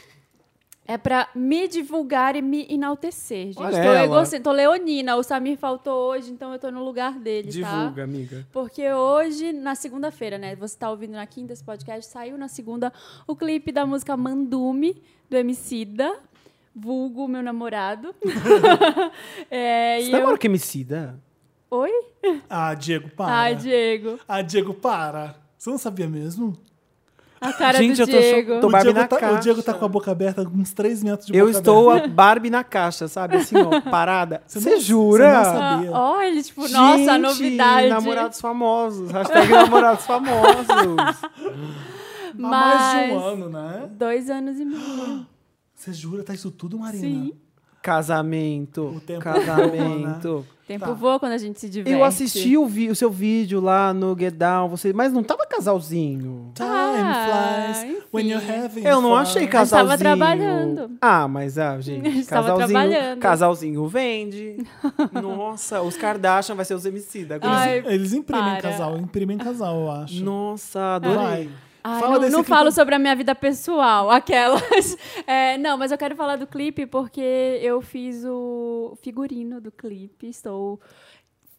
C: é pra me divulgar e me enaltecer, gente.
A: Olha
C: tô,
A: ela.
C: egocê- tô leonina, o Samir faltou hoje, então eu tô no lugar dele, tá?
A: Divulga, amiga.
C: Porque hoje, na segunda-feira, né? Você tá ouvindo na quinta esse podcast, saiu na segunda o clipe da música Mandume, do Emicida, vulgo meu namorado. é,
A: Você tá
C: e
A: namora
C: eu...
A: com Emicida?
C: Oi?
B: Ah, Diego, para.
A: é.
C: Ai, Diego.
B: Ah, Diego, para. Você não sabia mesmo?
C: A cara
A: Gente,
C: do
A: eu tô cho-
C: Diego.
A: tô- Barbie
B: o, Diego
A: na
B: tá, o
A: caixa.
B: Diego tá com a boca aberta, uns 3 metros de
A: Eu
B: boca
A: estou
B: aberta.
A: a Barbie na caixa, sabe? Assim, ó, parada.
B: Você
A: Você
B: não-
A: jura?
B: você não sabe.
C: Ah,
B: sabia.
C: olha, tipo, nossa, a
A: Gente,
C: novidade.
A: Namorados famosos. Hashtag namorados famosos.
B: Há mais de um
C: Mas-
B: ano, né?
C: Dois anos e meio.
B: Você jura, tá isso tudo, Marina?
C: Sim.
A: Casamento.
B: O tempo né?
A: casamento.
C: Tempo voa quando a gente se diverte.
A: Tá. Eu assisti o, vi- o seu vídeo lá no Get Down, você, mas não tava casalzinho.
B: Time
C: Ah,
B: flies when
C: enfim.
B: you're having
A: Eu não
B: fun.
A: achei
C: Mas
A: casalzinho.
C: tava trabalhando.
A: Ah, mas ah, gente,
C: Estava
A: casalzinho,
C: trabalhando.
A: casalzinho vende. Nossa, os Kardashian vai ser os MC da coisa.
C: Ai,
B: Eles imprimem
C: para.
B: casal, imprimem casal, eu acho.
A: Nossa,
B: Vai.
A: adorei.
C: Ai,
B: Fala
C: não,
B: desse
C: não
B: clipe.
C: falo sobre a minha vida pessoal, aquelas. É, não, mas eu quero falar do clipe porque eu fiz o figurino do clipe. Estou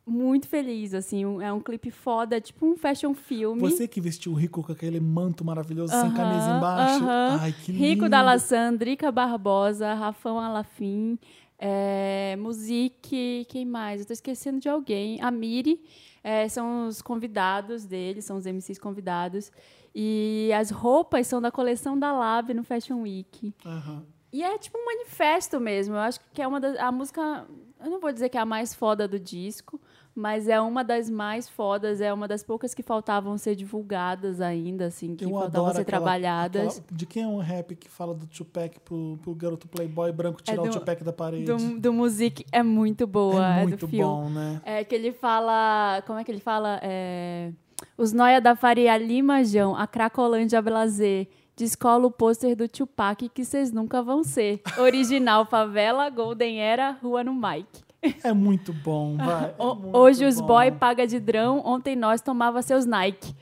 C: muito feliz, assim. um- É um clipe foda, é tipo um fashion filme.
B: Você que vestiu o Rico com aquele manto maravilhoso sem
C: Aham,
B: camisa embaixo.
C: aham.
B: Ai, que lindo.
C: Rico da Lassandrica Barbosa, Rafão Alafim, é, Musique, quem mais? Eu tô esquecendo de alguém. A Miri, é, são os convidados dele, são os MCs convidados. E as roupas são da coleção da Lab no Fashion Week.
B: Aham.
C: E é tipo um manifesto mesmo. Eu acho que é uma das. A música. Eu não vou dizer que é a mais foda do disco, mas é uma das mais fodas, é uma das poucas que faltavam ser divulgadas ainda, assim, que
B: Eu
C: faltavam
B: adoro
C: ser
B: aquela-
C: trabalhadas.
B: aquela- de quem é um rap que fala do Tupac pro, pro garoto playboy branco tirar o
C: É do-
B: Tupac da parede?
C: do, do Music é muito boa, é,
B: é muito
C: do filme.
B: bom, né?
C: É que ele fala. Como é que ele fala? É, Os Noia da Faria Lima, Jão, a Cracolândia Blazer. Descola o pôster do Tupac que vocês nunca vão ser. Original Favela, Golden Era, Rua no Mike.
B: É muito bom, vai. é
C: Ah, O-
B: muito
C: hoje os
B: bom.
C: boy paga de drão, ontem nós tomava seus Nike.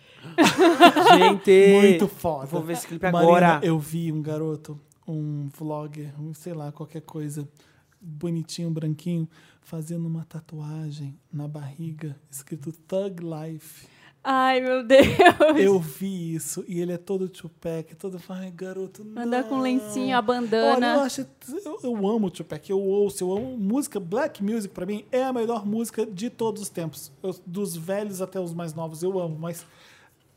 A: Gente,
B: Muito foda.
A: Vou ver esse clipe
B: Marina,
A: agora.
B: Eu vi um garoto, um vlogger, um, sei lá, qualquer coisa, bonitinho, branquinho, fazendo uma tatuagem na barriga, escrito Thug Life.
C: Ai, meu Deus.
B: Eu vi isso e ele é todo Tupac, todo. Ai, garoto.
C: Andar
B: não."
C: com lencinho, a
B: Olha, eu,
C: bandana.
B: acho, eu, eu amo o Tupac, eu ouço, eu amo música. Black Music, pra mim, é a melhor música de todos os tempos. Eu- dos velhos até os mais novos, eu amo, mas.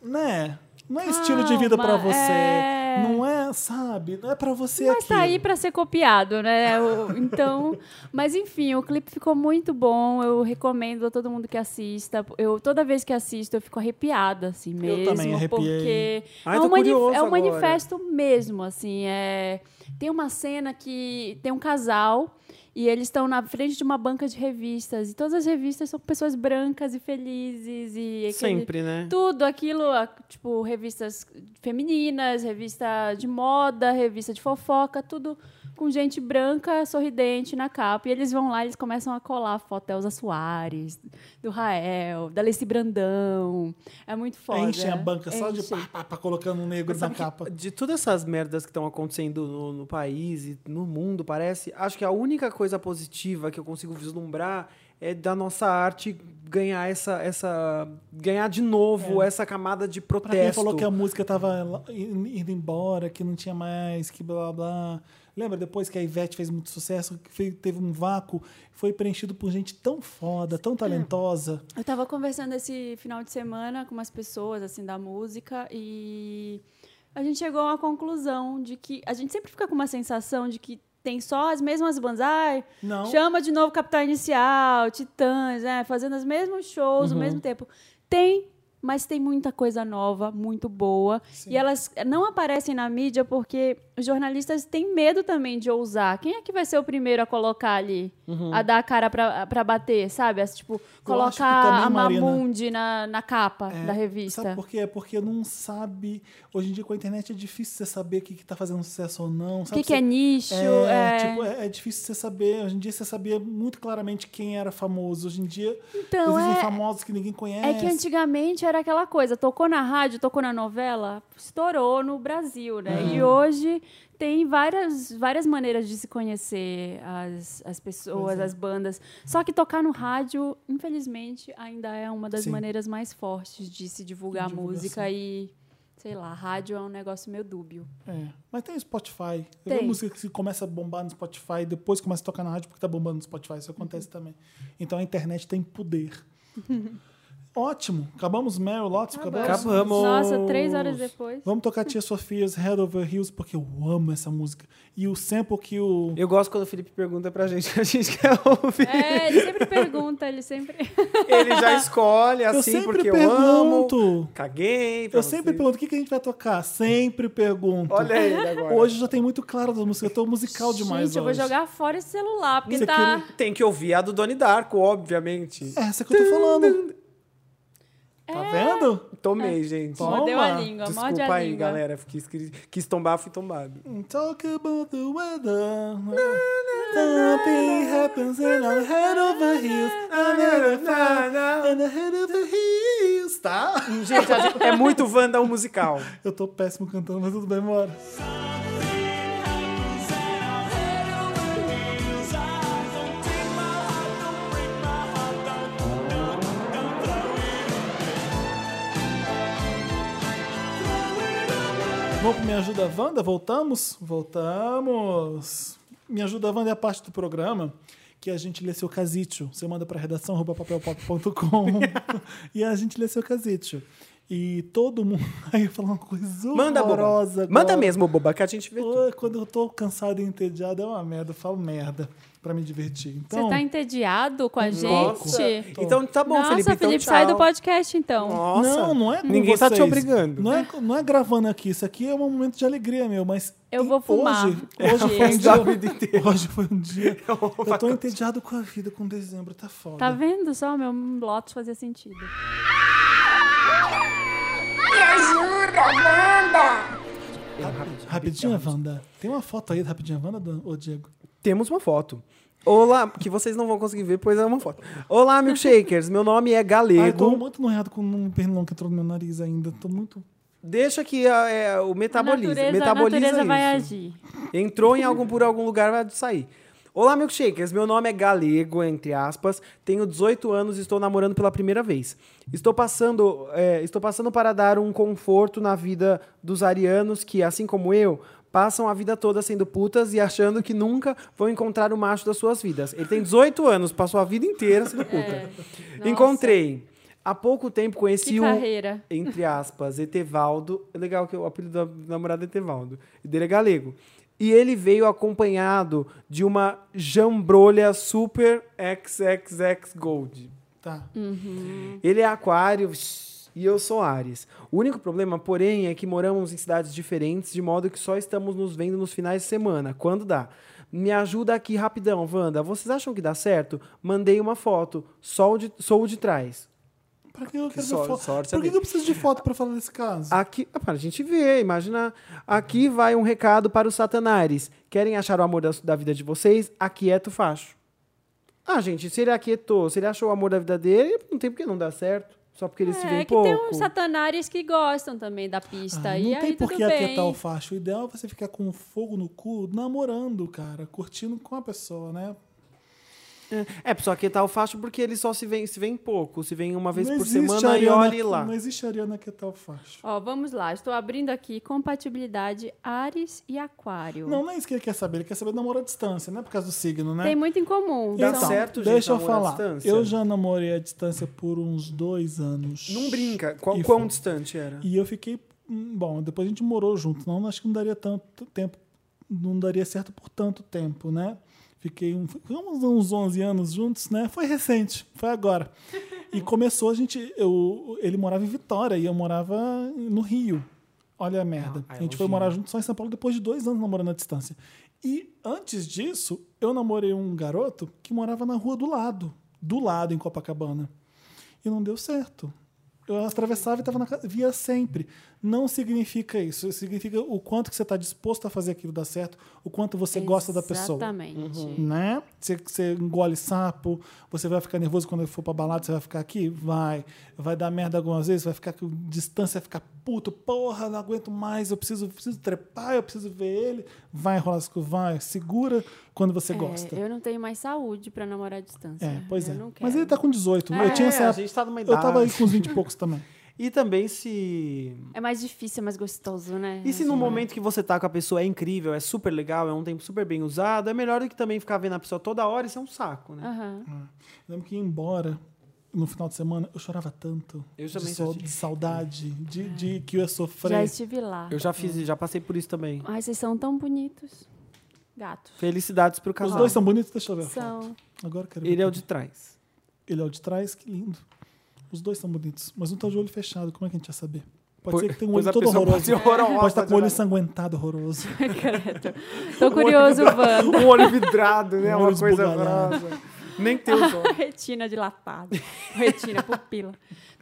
B: Né? Não é estilo de vida pra
C: Calma,
B: você.
C: é.
B: Não é, sabe? Não é pra você
C: Mas
B: aqui.
C: tá aí pra ser copiado, né? O- Então, mas enfim, o clipe ficou muito bom. Eu recomendo a todo mundo que assista. Eu toda vez que assisto eu fico arrepiada assim mesmo,
B: também arrepiei.
C: porque
A: Ai,
C: é
A: tô
C: um, mani-
A: curioso
C: é um
A: agora.
C: manifesto mesmo, assim, é tem uma cena que tem um casal e eles estão na frente de uma banca de revistas e todas as revistas são pessoas brancas e felizes e aquele-
A: Sempre, né?
C: tudo aquilo, a- tipo, revistas femininas, revista de moda, revista de fofoca, tudo com gente branca, sorridente na capa. E eles vão lá, eles começam a colar foto da Elza Soares, do Rael, da Leci Brandão. É muito foda.
B: Enchem a banca só de
C: Enchem.
B: pá, pá, pá, colocando um negro na
A: Sabe que
B: capa.
A: De todas essas merdas que estão acontecendo no, no país e no mundo, parece, acho que a única coisa positiva que eu consigo vislumbrar é, da nossa arte ganhar essa, essa ganhar de
C: É.
A: novo essa camada de
B: Pra quem
A: protesto.
B: falou que a música tava lá- in- indo embora, que não tinha mais, que blá blá blá. Lembra depois que a Ivete fez muito sucesso, que fe- teve um vácuo, foi preenchido por gente tão foda, tão talentosa.
C: Eu tava conversando esse final de semana com umas pessoas, assim, da música e a gente chegou a uma conclusão de que a gente sempre fica com uma sensação de que tem só as mesmas bandas. Ai,
B: Não.
C: chama de novo Capital Inicial, Titãs, né? Fazendo os mesmos shows
B: Uhum.
C: ao mesmo tempo. Tem, mas tem muita coisa nova, muito boa. E elas não aparecem na mídia porque os jornalistas têm medo também de ousar. Quem é que vai ser o primeiro a colocar ali? A dar a cara pra, pra bater, sabe? As, tipo,
B: Uhum. acho que
C: colocar
B: também,
C: a
B: Marina-
C: Mamundi na, na capa da
B: Sabe
C: revista.
B: por quê? É Porque não sabe. Hoje em dia com a internet é difícil você saber o que, que tá fazendo sucesso ou não.
C: O
B: sabe?
C: que, que é
B: Você-
C: nicho?
B: É,
C: é-
B: tipo, é, é difícil você saber. Hoje em dia você sabia muito claramente quem era famoso. Hoje em dia
C: Então,
B: existem
C: é-
B: famosos que ninguém conhece.
C: É que antigamente era aquela coisa, tocou na rádio, tocou na novela, estourou no Brasil, né? E hoje tem várias, várias maneiras de se conhecer as, as pessoas,
B: é.
C: as bandas. Só que tocar no rádio, infelizmente, ainda é uma das
B: Sim.
C: maneiras mais fortes de se divulgar a
B: Divulgação.
C: música e, sei lá, rádio é um negócio meio dúbio.
B: É, Mas tem o Spotify. Tem.
C: Tem.
B: música que se começa a bombar no Spotify, depois começa a tocar na rádio porque tá bombando no Spotify. Isso acontece também. Então a internet tem poder. Ótimo. Acabamos Meryl Lotus? Acabamos.
A: Acabamos.
C: Nossa, três horas depois.
B: Vamos tocar Tia Sofia's Head Over Heels porque eu amo essa música. E o sample que o...
A: Eu gosto quando o Felipe pergunta pra gente, a gente quer ouvir.
C: É, ele sempre pergunta, ele sempre.
A: Ele já escolhe
B: Eu
A: assim
B: sempre
A: porque
B: pergunto.
A: eu amo. Caguei. pra
B: Eu sempre
A: você.
B: pergunto o que, que a gente vai tocar. Sempre pergunto.
A: Olha ele agora.
B: Hoje já tem muito claro das músicas. Eu tô musical demais
C: Gente, eu vou
B: hoje.
C: jogar fora esse celular, porque
B: Você
C: tá.
B: queria-
A: Tem que ouvir a do Doni Darko, obviamente.
B: É essa que eu tô falando. Tá vendo?
A: Tomei, gente.
C: Mordeu
B: Toma.
C: a É. língua, morde
A: Desculpa
C: a
A: aí,
C: língua.
A: galera. Quis, quis, quis tombar, fui tombado.
B: Talk about the weather. Something happens and I'm head over heels. I'm head
A: Na, na.
B: and I'm head over heels. Tá?
A: Gente, a gente- é muito Wanda o musical.
B: Eu tô péssimo cantando, mas tudo bem, bora. Vamos pro Me Ajuda Wanda? Voltamos? Voltamos! Me Ajuda Wanda é a parte do programa que a gente lê seu casítio. Você manda pra redação arroba papelpop.com e a gente lê seu casítio. E todo mundo. Aí eu falo uma coisa
A: Manda, boba.
B: horrorosa. agora.
A: Manda mesmo, boba, que a gente vê. tudo.
B: Pô, Quando eu tô cansado e entediado é uma merda. Eu falo merda pra me divertir. Então,
C: Você tá entediado com a gente?
A: Então tá bom,
C: Nossa,
A: Felipe. Então, tchau.
C: sai do podcast então.
A: Nossa.
B: Não, não é com
A: Ninguém tá te
B: vocês.
A: obrigando.
B: Não é, não é gravando aqui. Isso aqui é um momento de alegria meu, mas.
C: Eu
B: e
C: vou fumar.
B: Hoje,
C: É,
B: hoje foi um
C: eu
B: dia.
A: vou- vida
B: Hoje foi um dia.
A: vou
B: Eu tô entediado com a vida, com dezembro, tá foda.
C: Tá vendo só? Meu Lotus fazia sentido.
B: Rapidinha, Wanda. Tem uma foto aí da Rapidinha Wanda, Dan- ô Diego?
A: Temos uma foto. Olá, que vocês não vão conseguir ver, pois é uma foto. Olá, milkshakers. Meu nome é
B: Ai, tô
A: Galego.
B: muito noiado com um pernilão que entrou no meu nariz ainda. Tô muito.
A: Deixa que a- é, o
C: A
A: metabolismo.
C: natureza, a
A: metaboliza
C: natureza vai
A: isso.
C: agir.
A: Entrou em algum por algum lugar, vai sair. Olá, milkshakers. Meu nome é Galego, entre aspas. Tenho 18 anos e estou namorando pela primeira vez. Estou passando, é, estou passando para dar um conforto na vida dos arianos que, assim como eu, passam a vida toda sendo putas e achando que nunca vão encontrar o macho das suas vidas. Ele tem 18 anos, passou a vida inteira sendo puta.
C: Nossa.
A: Encontrei. Há pouco tempo conheci
C: É. Que
A: um,
C: carreira.
A: entre aspas, Etevaldo. É legal que o apelido da namorada é Etevaldo. E dele é galego. E ele veio acompanhado de uma jambrolha super XXX Gold.
B: Tá.
C: Hum.
A: Ele é aquário e eu sou Ares. O único problema, porém, é que moramos em cidades diferentes, de modo que só estamos nos vendo nos finais de semana, quando dá. Me ajuda aqui rapidão, Wanda. Vocês acham que dá certo? Mandei uma foto. Sou de, sou de trás.
B: Pra que é eu quero
A: sor-
B: ver foto?
A: sorte
B: Por que,
A: ali.
B: que eu preciso de foto pra falar desse caso?
A: Aqui, ah, para a gente ver, imaginar. Aqui vai um recado para os satanares. Querem achar o amor da, da vida de vocês? Aquieta o facho. Ah, gente, se ele aquietou, se ele achou o amor da vida dele, não tem por que não dar certo. Só porque ele se
C: é
A: vê
C: que
A: pouco.
C: tem uns satanares que gostam também da pista.
B: Ah,
C: e
B: não tem
C: aí
B: por
C: tudo
B: que
C: bem.
B: aquietar o facho. O ideal é você ficar com fogo no cu namorando, cara. Curtindo com a pessoa, né?
A: É, só que tá o facho porque eles só se veem se vêem pouco, se veem uma vez
B: Não
A: por
B: existe
A: semana e
B: Ariana-
A: olhe lá.
B: Não existe Ariana que tal faixa.
C: Ó, vamos lá. Estou abrindo aqui compatibilidade Ares e Aquário.
B: Não, não é isso que ele quer saber. Ele quer saber namoro à distância, não é por causa do signo, né? Então,
C: Tem muito em comum.
A: Dá
C: São-
A: Tá certo, gente,
B: deixa eu
A: namoro à
B: falar.
A: distância?
B: Eu já namorei à distância por uns dois anos.
A: Não brinca. Qual, um
B: E
A: quão
B: foi-
A: distante era?
B: E eu fiquei. hum, Bom, depois a gente morou junto. Não, acho que não daria tanto tempo. Não daria certo por tanto tempo, né? Fiquei um, foi uns, uns 11 anos juntos, né? Foi recente, foi agora. E começou a gente. Eu, ele morava em Vitória e eu morava no Rio. Olha a merda.
A: Ah, é
B: a gente foi
A: longinho.
B: morar junto só em São Paulo depois de dois anos namorando à distância. E antes disso, eu namorei um garoto que morava na rua do lado. Do lado, em Copacabana. E não deu certo. Eu atravessava e tava na casa, via sempre. Não significa isso. Isso Significa o quanto que você está disposto a fazer aquilo dar certo, o quanto você gosta da pessoa.
C: Exatamente.
B: Né? Você, você engole sapo, você vai ficar nervoso quando for pra balada, você vai ficar aqui? Vai. Vai dar merda algumas vezes, vai ficar com distância, vai ficar puto, porra, não aguento mais, eu preciso, preciso trepar, eu preciso ver ele. Vai, Rolasco, vai. Segura quando você
C: É,
B: gosta.
C: eu não tenho mais saúde pra namorar à distância.
B: É, pois
C: Eu
B: é.
C: não quero.
B: Mas ele tá com 18.
A: É,
B: eu tinha essa.
A: a gente tá numa
B: eu tava aí
A: idade.
B: com uns 20 e poucos também.
A: E também se.
C: É mais difícil, é mais gostoso, né?
A: E se
C: Assim,
A: no
C: né?
A: momento que você tá com a pessoa é incrível, é super legal, é um tempo super bem usado, é melhor do que também ficar vendo a pessoa toda hora, isso é um saco, né?
C: Aham.
B: Eu lembro que ia embora no final de semana, eu chorava tanto.
A: Eu
B: de,
A: também
B: sau-
A: senti.
B: de saudade, de, de que eu ia
C: Já
B: sofrer.
C: estive lá.
A: Eu já fiz, já passei por isso também.
C: Ai, vocês são tão bonitos. Gatos.
A: Felicidades pro
B: Os
A: casal.
B: dois são bonitos, deixa eu ver a foto.
C: tipo São.
B: Agora eu quero ver.
A: Ele é o de trás.
B: Ele é o de trás, que lindo. Os dois são bonitos, mas um tá de olho fechado, como é que a gente ia saber? Pode ser que tenha um
A: Pois
B: olho
A: a
B: todo
A: pessoa
B: horroroso.
A: pode ser horrorosa né?
B: Pode estar com o olho
A: demais.
B: ensanguentado horroroso.
C: Tô curioso, Wanda.
A: Um olho vidrado, né?
B: Um
A: Uma
B: olho
A: coisa
B: esbugalhado.
A: horrorosa. Nem tem os olhos.
C: Retina dilatada. Retina, pupila.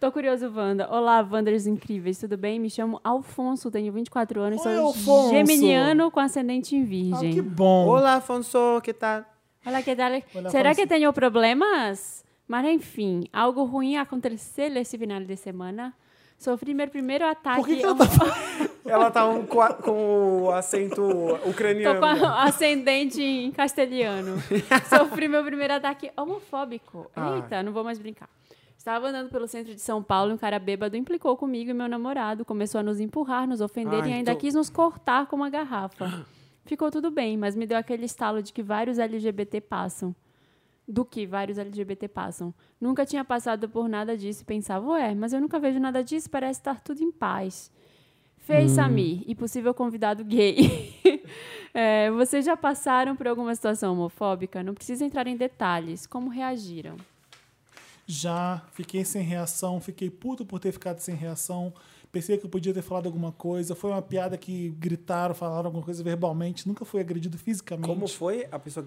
C: Tô curioso, Wanda. Olá, Wanders incríveis, tudo bem? Me chamo Alfonso, tenho 24 anos,
B: Oi,
C: sou
B: Alfonso.
C: geminiano com ascendente em
B: Ah, que
C: virgem.
B: bom.
A: Olá, Afonso, que tal?
C: Olá, que tal?
B: Olá,
C: Será
B: Alfonso.
C: que tenho problemas? Mas enfim, algo ruim aconteceu esse final de semana. Sofri meu primeiro ataque. um
B: Por que que
C: ao-
B: ela tá
A: Ela tá um qua- com o acento
C: Tô
A: ucraniano.
C: com a- ascendente em castelhano. Sofri meu primeiro ataque homofóbico.
B: Ah.
C: Eita, não vou mais brincar. Estava andando pelo centro de São Paulo e um cara bêbado implicou comigo e meu namorado. Começou a nos empurrar, nos ofender
A: Ai,
C: e ainda
A: tô-
C: quis nos cortar com uma garrafa. Ficou tudo bem, mas me deu aquele estalo de que vários LGBT passam. Do que vários LGBT passam. Nunca tinha passado por nada disso e pensava, ué, mas eu nunca vejo nada disso, parece estar tudo em paz. Fez Samir e possível convidado gay. É, vocês já passaram por alguma situação homofóbica? Não precisa entrar em detalhes. Como reagiram?
B: Já fiquei sem reação, fiquei puto por ter ficado sem reação. Pensei que eu podia ter falado alguma coisa. Foi uma piada que gritaram, falaram alguma coisa verbalmente. Nunca fui agredido fisicamente.
A: Como foi a pessoa.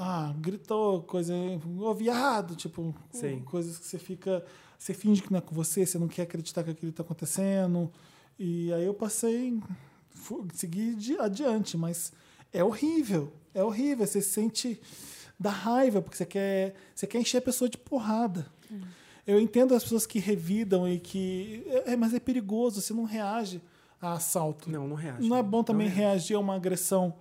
B: Ah, gritou coisa, ô viado, tipo,
A: Sim.
B: coisas que você fica, você finge que não é com você, você não quer acreditar que aquilo tá acontecendo. E aí eu passei, fu- segui de- adiante, mas é horrível, é horrível, você se sente da raiva, porque você quer, você quer encher a pessoa de porrada. Eu entendo as pessoas que revidam e que, é, mas é perigoso, você não reage a assalto.
A: Não, não reage.
B: Não é bom também reagir a uma agressão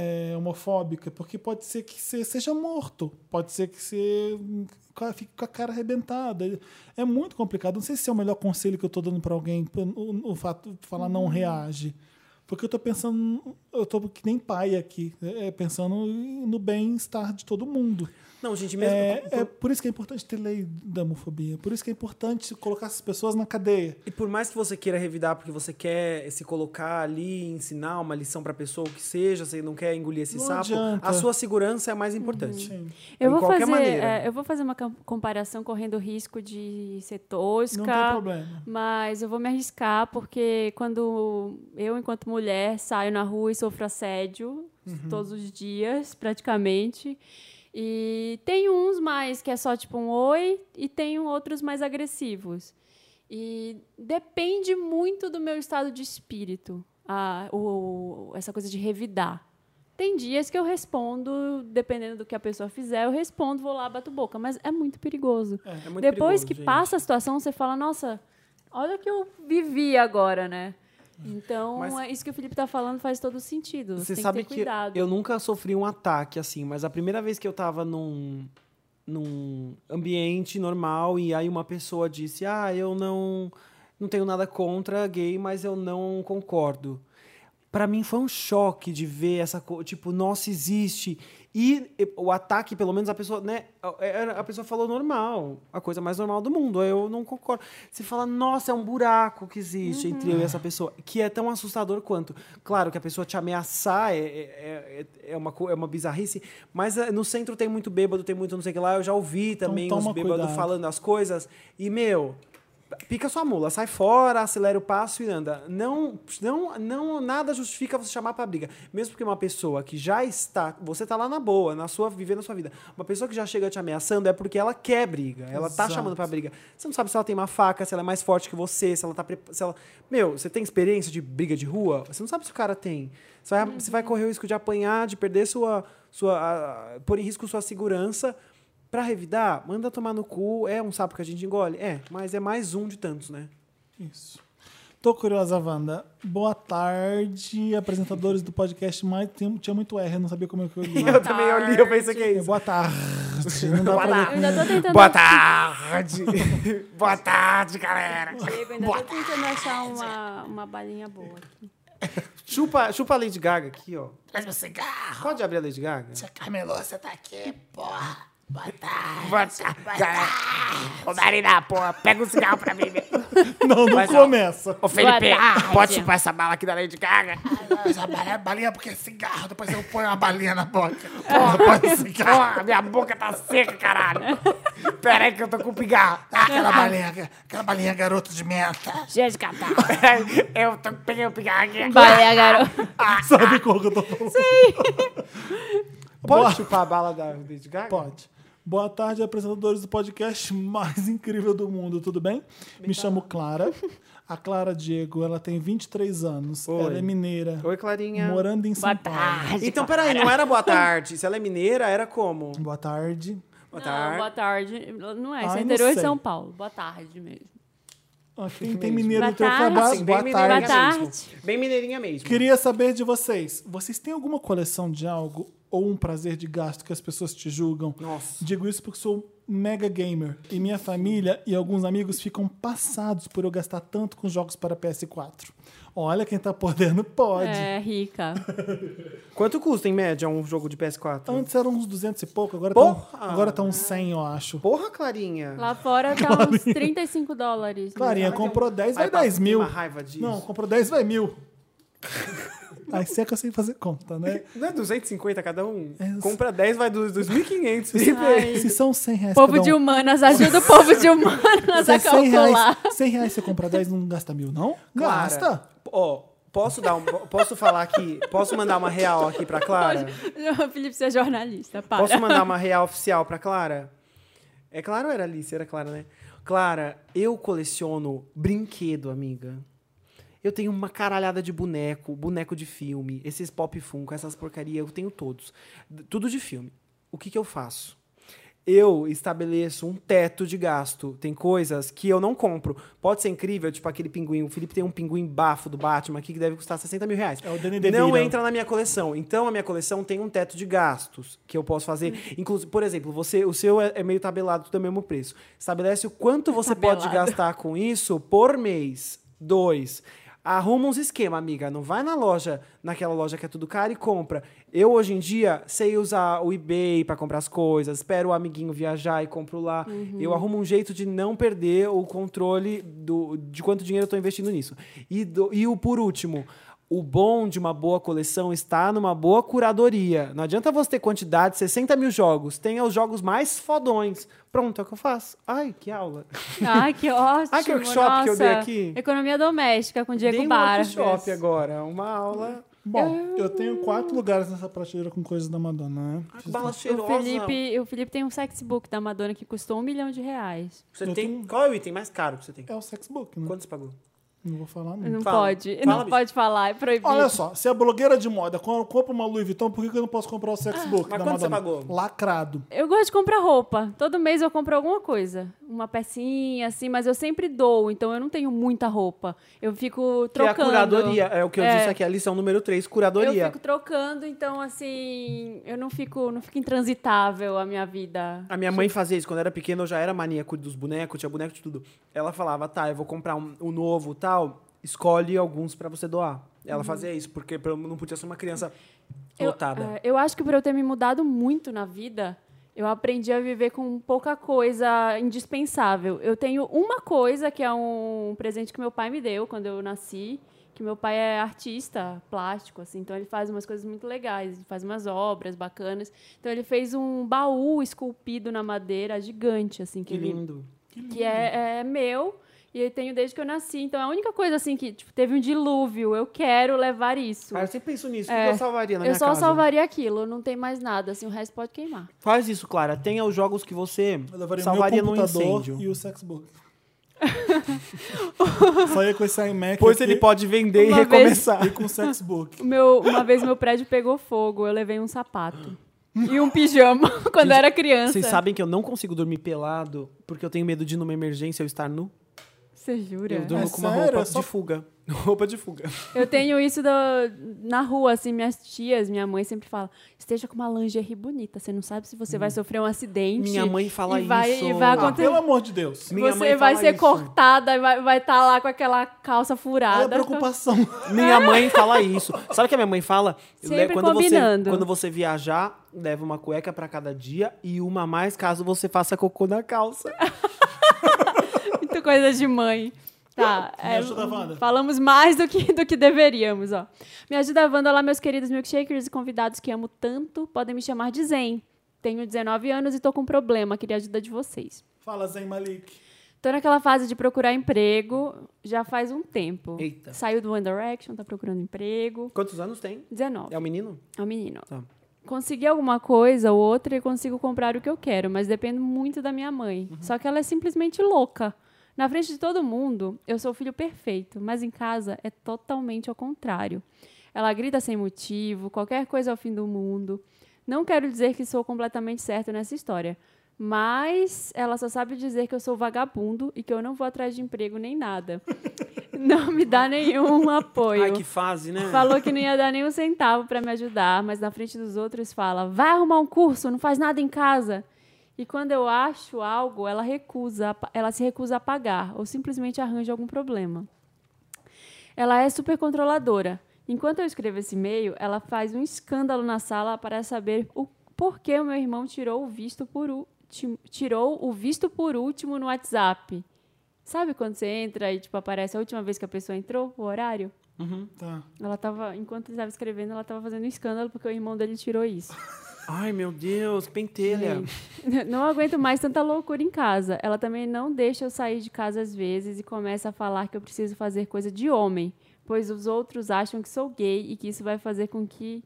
B: é, homofóbica, porque pode ser que você seja morto, pode ser que você hum, ca- fique com a cara arrebentada. É muito complicado. Não sei se é o melhor conselho que eu estou dando para alguém, p- o, o fato de falar não reage. Porque eu estou pensando, eu estou que nem pai aqui, é, pensando no bem-estar de todo mundo.
A: Não, gente, mesmo.
B: É, é por isso que é importante ter lei da homofobia, por isso que é importante colocar essas pessoas na cadeia.
A: E por mais que você queira revidar porque você quer se colocar ali, ensinar uma lição pra pessoa, o que seja, você não quer engolir esse
B: Não
A: sapo,
B: adianta.
A: a sua segurança é mais importante.
B: Sim.
C: Eu
A: De
C: vou
A: qualquer
C: fazer,
A: maneira.
C: é, eu vou fazer uma cam- comparação correndo o risco de ser tosca.
B: Não tem problema.
C: Mas eu vou me arriscar, porque quando eu, enquanto mulher, saio na rua e sofro assédio todos os dias, praticamente. E tem uns mais que é só tipo um oi, e tem outros mais agressivos. E depende muito do meu estado de espírito, a, o, essa coisa de revidar. Tem dias que eu respondo, dependendo do que a pessoa fizer, eu respondo, vou lá, bato boca, mas é muito perigoso.
A: É muito
C: Depois
A: perigoso,
C: que
A: gente.
C: passa a situação, você fala, nossa, olha o que eu vivi agora, né? Então,
A: Mas-
C: é isso que o Felipe tá falando faz todo sentido. Você
A: Você
C: tem
A: sabe
C: que ter
A: que
C: cuidado.
A: eu nunca sofri um ataque assim, mas a primeira vez que eu tava num, num ambiente normal e aí uma pessoa disse: Ah, eu não, não tenho nada contra gay, mas eu não concordo. Pra mim foi um choque de ver essa coisa, tipo, nossa, existe. E e, o ataque, pelo menos a pessoa, né? a- era- A pessoa falou normal, a coisa mais normal do mundo. aí Eu não concordo. Você fala, nossa, é um buraco que existe
B: Uhum.
A: entre eu e essa pessoa, que é tão assustador quanto. Claro que a pessoa te ameaçar é, é, é, é uma, co- é uma bizarrice, mas eh, no centro tem muito bêbado, tem muito não sei o que lá. Eu já ouvi também os
B: Então toma
A: bêbados
B: cuidado.
A: falando as coisas. E, meu, pica sua mula, sai fora, acelera o passo e anda. Não, não, não, nada justifica você chamar pra briga. Mesmo porque uma pessoa que já está, você tá lá na boa, na sua, vivendo a sua vida. Uma pessoa que já chega te ameaçando é porque ela quer briga, ela tá
B: Exato.
A: chamando pra briga. Você não sabe se ela tem uma faca, se ela é mais forte que você, se ela tá, pre- se ela, meu, você tem experiência de briga de rua? Você não sabe se o cara tem. Você vai, você vai correr o risco de apanhar, de perder sua, sua, a- a- pôr em risco sua segurança. Pra revidar, manda tomar no cu. É um sapo que a gente engole? É, mas é mais um de tantos, né?
B: Isso. Tô curiosa, Wanda. Boa tarde, apresentadores do podcast. Mas tem- tinha muito R, não sabia como é que eu li.
A: Eu também olhei, eu pensei que é
B: É,
A: isso.
B: Boa tarde. Não dá pra
C: Eu ainda tô tentando. um
E: Boa tarde! Boa tarde, galera!
C: Eu ainda tô tentando achar uma, uma balinha boa aqui.
A: Chupa, chupa a Lady Gaga aqui, ó. Traz meu cigarro. Pode abrir a Lady Gaga?
H: tá
E: Boa tarde, galera! Ô, Marina, porra, pega um cigarro pra mim, meu.
B: Não, não
E: Mas, ó,
B: começa.
E: Ô, Felipe,
C: Boa tarde.
E: pode chupar essa bala aqui da Lady Gaga?
H: Essa balinha, balinha porque é cigarro, depois eu ponho uma balinha na boca. Porra, põe cigarro.
E: Porra, minha boca tá seca, caralho! Pera aí que eu tô com pigarro.
H: Ah, Aquela balinha, aquela balinha garoto de menta.
C: Jéssica, tá.
E: Eu tô, peguei o pigarro aqui.
C: Baleia, garoto.
B: Sabe qual que eu tô falando?
A: Pode chupar a bala da Lady Gaga?
B: Pode. Boa tarde, apresentadores do podcast mais incrível do mundo, tudo bem? Me chamo Clara. A Clara Diego, ela tem 23 anos.
A: Oi.
B: Ela é mineira.
A: Oi, Clarinha.
B: Morando em São
C: Boa
B: Paulo.
C: tarde.
A: Então, peraí, não era boa tarde. Se ela é mineira, era como?
B: Boa tarde.
A: Boa
C: Não, boa
A: tarde.
C: tarde. Não é, isso
B: Ai, não
C: é interior de
B: sei.
C: São Paulo. Boa tarde mesmo.
B: Ah, Tem, tem mineiro
C: Boa
B: no teu
C: tarde.
B: trabalho.
A: Sim, bem
B: Boa
A: mineirinha
B: tarde.
C: Boa tarde.
A: mesmo. Bem mineirinha mesmo.
B: Queria saber de vocês. Vocês têm alguma coleção de algo ou um prazer de gasto que as pessoas te julgam?
A: Nossa.
B: Digo isso porque sou mega gamer. E minha família e alguns amigos ficam passados por eu gastar tanto com jogos para PS4. Olha, quem tá podendo pode.
C: É, rica.
A: Quanto custa, em média, um jogo de PS4?
B: Antes eram uns 200 e pouco, agora
A: Porra!
B: estão agora tá uns 100, eu acho.
A: Porra, Clarinha.
C: Lá fora tá uns 35 dólares. né?
B: Clarinha, comprou 10, vai
A: Ai, Bafa,
B: 10
A: tem
B: mil.
A: uma raiva disso.
B: Não, comprou 10, vai mil. Aí se é que eu sei fazer conta, né?
A: Não é 250 cada um?
B: É.
A: Compra 10, vai dos 2.500. Felipe.
C: Ai,
B: Se são 100 reais
C: povo
B: cada um,
C: de humanas, ajuda o povo de humanas a
B: Se 100 é reais,
C: calcular.
B: 100 reais você compra 10, não gasta mil, não?
A: Clara,
B: Gasta.
A: Ó, posso dar um, posso falar aqui, posso mandar uma real aqui pra Clara?
C: O Felipe, você é jornalista, para.
A: Posso mandar uma real oficial pra Clara? É claro ou era Alice? Era Clara, né? Clara, eu coleciono brinquedo, amiga. Eu tenho uma caralhada de boneco, boneco de filme, esses pop funko, essas porcaria, eu tenho todos. D- Tudo de filme. O que que eu faço? Eu estabeleço um teto de gasto. Tem coisas que eu não compro. Pode ser incrível, tipo aquele pinguim. O Felipe tem um pinguim bafo do Batman aqui que deve custar 60 mil reais.
B: É o Danny DeVito.
A: Não entra na minha coleção. Então a minha coleção tem um teto de gastos que eu posso fazer. Inclusive, por exemplo, você, o seu é, é meio tabelado, tudo é o mesmo preço. Estabelece o quanto você pode
C: Tabelado.
A: gastar com isso por mês. Dois. Arruma uns esquema, amiga. Não vai na loja, naquela loja que é tudo caro e compra. Eu, hoje em dia, sei usar o eBay pra comprar as coisas, espero o amiguinho viajar e compro lá. Eu arrumo um jeito de não perder o controle do, de quanto dinheiro eu tô investindo nisso. E, do- e o por último, o bom de uma boa coleção está numa boa curadoria. Não adianta você ter quantidade, 60 mil jogos. Tenha os jogos mais fodões. Pronto, é o que eu faço. Ai, que aula.
C: Ai, que ótimo.
A: Ah, que workshop que eu dei
C: nossa.
A: aqui.
C: Economia doméstica com Diego
A: Dei um
C: Vargas.
A: workshop agora, uma aula.
B: Bom, eu tenho quatro lugares nessa prateleira com coisas da Madonna, né?
A: Bala
C: O
A: cheirosa.
C: Felipe, o Felipe tem um sexbook da Madonna que custou um milhão de reais.
A: Você tem... Qual é o item mais caro que você tem?
B: É o sexbook, né?
A: Quanto você pagou?
B: Não vou falar, não.
C: Não
A: Hum, Fala.
C: pode.
A: Fala,
C: não
A: bicho.
C: pode falar, é proibido.
B: Olha só, se a blogueira de moda co- compra uma Louis Vuitton, por que que eu não posso comprar o Sexbook
A: Mas
B: da
A: quanto você
B: Madonna?
A: pagou?
B: Lacrado.
C: Eu gosto de comprar roupa. Todo mês eu compro alguma coisa. Uma pecinha, assim, mas eu sempre dou, então eu não tenho muita roupa. Eu fico
A: Que é a
C: trocando.
A: curadoria. É o que eu
C: É.
A: disse aqui, a lição número 3,
C: Eu
A: curadoria.
C: fico trocando, então, assim, eu não fico, não fico intransitável a minha vida.
A: A minha mãe fazia isso. Quando eu era pequena, eu já era maníaco dos bonecos, tinha boneco de tudo. Ela falava, tá, eu vou comprar um, um novo tal, escolhe alguns pra você doar. Ela fazia isso, porque pra eu não podia ser uma criança
C: Uhum. Eu-
A: lotada.
C: é, Eu, acho que por eu ter me mudado muito na vida, eu aprendi a viver com pouca coisa indispensável. Eu tenho uma coisa que é um presente que meu pai me deu quando eu nasci, que meu pai é artista plástico, assim, então ele faz umas coisas muito legais, ele faz umas obras bacanas. Então ele fez um baú esculpido na madeira gigante, assim, que,
A: Que
C: ele-
A: lindo.
C: que é, é meu e eu tenho desde que eu nasci. Então é a única coisa assim que tipo, teve um dilúvio. Eu quero levar isso.
A: Ah, eu sempre penso nisso. O
C: É.
A: que eu salvaria na
C: Eu
A: minha
C: só
A: casa?
C: salvaria aquilo, não tem mais nada, assim, o resto pode queimar.
A: Faz isso, Clara. Tenha os jogos que você
B: Eu levaria
A: salvaria
B: o
A: no
B: meu computador
A: incêndio.
B: e o Sexbook. Só ia com esse iMac
A: Depois
B: aqui
A: ele pode vender
C: Uma
A: e
C: vez-
A: recomeçar.
B: e com o Sexbook.
C: O Meu, uma vez meu prédio pegou fogo, eu levei um sapato. E um pijama quando eu era criança.
A: Vocês sabem que eu não consigo dormir pelado porque eu tenho medo de, numa emergência, eu estar nu?
C: Você jura?
A: Eu durmo
B: É
A: com uma
B: sério?
A: roupa
B: É só-
A: de fuga. Roupa de fuga.
C: Eu tenho isso da- na rua, assim, minhas tias, minha mãe sempre fala: esteja com uma lingerie bonita, você não sabe se você vai sofrer um acidente.
A: Minha mãe fala
C: e vai,
A: isso.
C: E vai
A: Ah,
B: Ah,
C: acontecer.
B: pelo amor de Deus.
A: Minha
C: você
A: mãe
C: vai
A: fala
C: ser
A: isso.
C: cortada e vai estar lá com aquela calça
B: Olha a
C: furada.
B: preocupação.
A: Minha mãe fala isso. Sabe o que a minha mãe fala?
C: Sempre
A: Le- quando
C: combinando.
A: Você, quando você viajar, leva uma cueca pra cada dia e uma a mais caso você faça cocô na calça.
C: Muita coisa de mãe. Tá.
B: Me ajuda, Wanda.
C: Falamos mais do que, do que deveríamos, ó. Me ajuda, Wanda. Olá, meus queridos milkshakers e convidados que amo tanto. Podem me chamar de Zen. Tenho 19 anos e tô com um problema. Queria a ajuda de vocês.
B: Fala, Zen Malik.
C: Tô naquela fase de procurar emprego já faz um tempo.
A: Eita.
C: Saiu do One Direction, tá procurando emprego.
A: Quantos anos tem?
C: 19.
A: É um menino?
C: É um menino.
A: Tá.
C: Consegui alguma coisa ou outra e consigo comprar o que eu quero, mas dependo muito da minha mãe.
A: Uhum.
C: Só que ela é simplesmente louca. Na frente de todo mundo, eu sou o filho perfeito, mas em casa é totalmente ao contrário. Ela grita sem motivo, qualquer coisa é o fim do mundo. Não quero dizer que sou completamente certo nessa história, mas ela só sabe dizer que eu sou vagabundo e que eu não vou atrás de emprego nem nada. não me dá nenhum apoio.
A: Ai, que fase, né?
C: Falou que não ia dar nem um centavo pra me ajudar, mas na frente dos outros fala: vai arrumar um curso, não faz nada em casa. E quando eu acho algo, ela recusa, ela se recusa a pagar ou simplesmente arranja algum problema. Ela é super controladora. Enquanto eu escrevo esse e-mail, ela faz um escândalo na sala para saber o porquê o meu irmão tirou o visto por último, tirou o visto por último no WhatsApp. Sabe quando você entra e tipo aparece a última vez que a pessoa entrou, o horário?
B: Tá.
C: Ela tava, enquanto ele estava escrevendo, ela estava fazendo um escândalo porque o irmão dele tirou isso.
A: Ai, meu Deus, pentelha.
C: Gente, Não aguento mais tanta loucura em casa. Ela também não deixa eu sair de casa às vezes e começa a falar que eu preciso fazer coisa de homem, pois os outros acham que sou gay e que isso vai fazer com que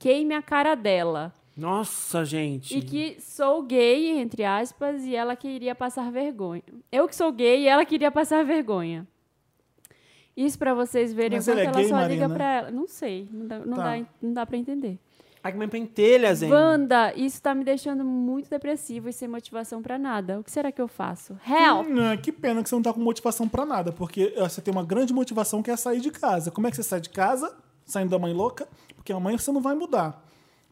C: queime a cara dela.
A: Nossa, gente.
C: E que sou gay, entre aspas, e ela que iria passar vergonha. Eu que sou gay e ela queria passar vergonha. Isso pra vocês verem
B: Mas
C: o quanto
B: ele é
C: ela
B: gay,
C: só liga
B: Marina?
C: pra ela. Não sei, não dá, não
B: Tá.
C: dá, não dá pra entender.
A: Ai, que mãe pentelha, Zen.
C: Wanda, isso tá me deixando muito depressivo e sem motivação pra nada. O que será que eu faço? Help!
B: Hum, é, que pena que você não tá com motivação pra nada, porque ó, você tem uma grande motivação que é sair de casa. Como é que você sai de casa? Saindo da mãe louca? Porque a mãe você não vai mudar.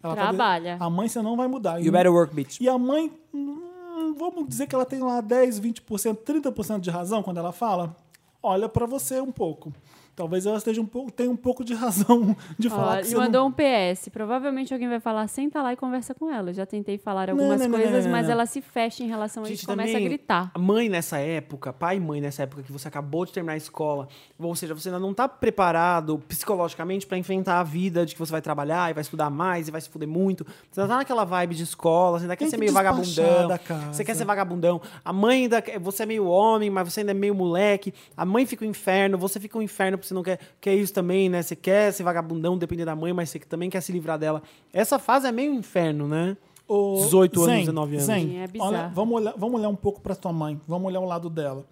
B: Ela tá de-
C: Trabalha.
B: A mãe você não vai mudar.
A: You better work, bitch.
B: E a mãe, hum, vamos dizer que ela tem lá 10, 20%, 30% de razão quando ela fala, olha pra você um pouco. Talvez ela esteja um pouco, tenha um pouco de razão de falar
C: Ó,
B: que
C: e
B: você
C: mandou
B: não...
C: um PS. Provavelmente alguém vai falar, senta lá e conversa com ela. Eu já tentei falar
B: não,
C: algumas
B: não,
C: coisas,
B: não, não, tá
C: mas
B: não.
C: ela se fecha em relação a isso e começa a gritar.
A: a mãe nessa época, pai e mãe nessa época que você acabou de terminar a escola, ou seja, você ainda não tá preparado psicologicamente pra enfrentar a vida de que você vai trabalhar e vai estudar mais e vai se fuder muito. Você ainda tá naquela vibe de escola, você ainda quer
B: Tem
A: ser
B: que
A: meio
B: despachar
A: vagabundão.
B: da casa.
A: Você quer ser vagabundão. A mãe ainda. quer- Você é meio homem, mas você ainda é meio moleque. A mãe fica um inferno, você fica um inferno porque você não quer, quer isso também, né? Você quer ser vagabundão, depender da mãe, mas você também quer se livrar dela. Essa fase é meio inferno, né?
B: Ô,
A: 18 anos,
B: Zen,
A: 19 anos.
B: Zen,
C: Sim, é bizarro.
B: olha, vamos, olhar, vamos olhar um pouco pra tua mãe, vamos olhar o lado dela.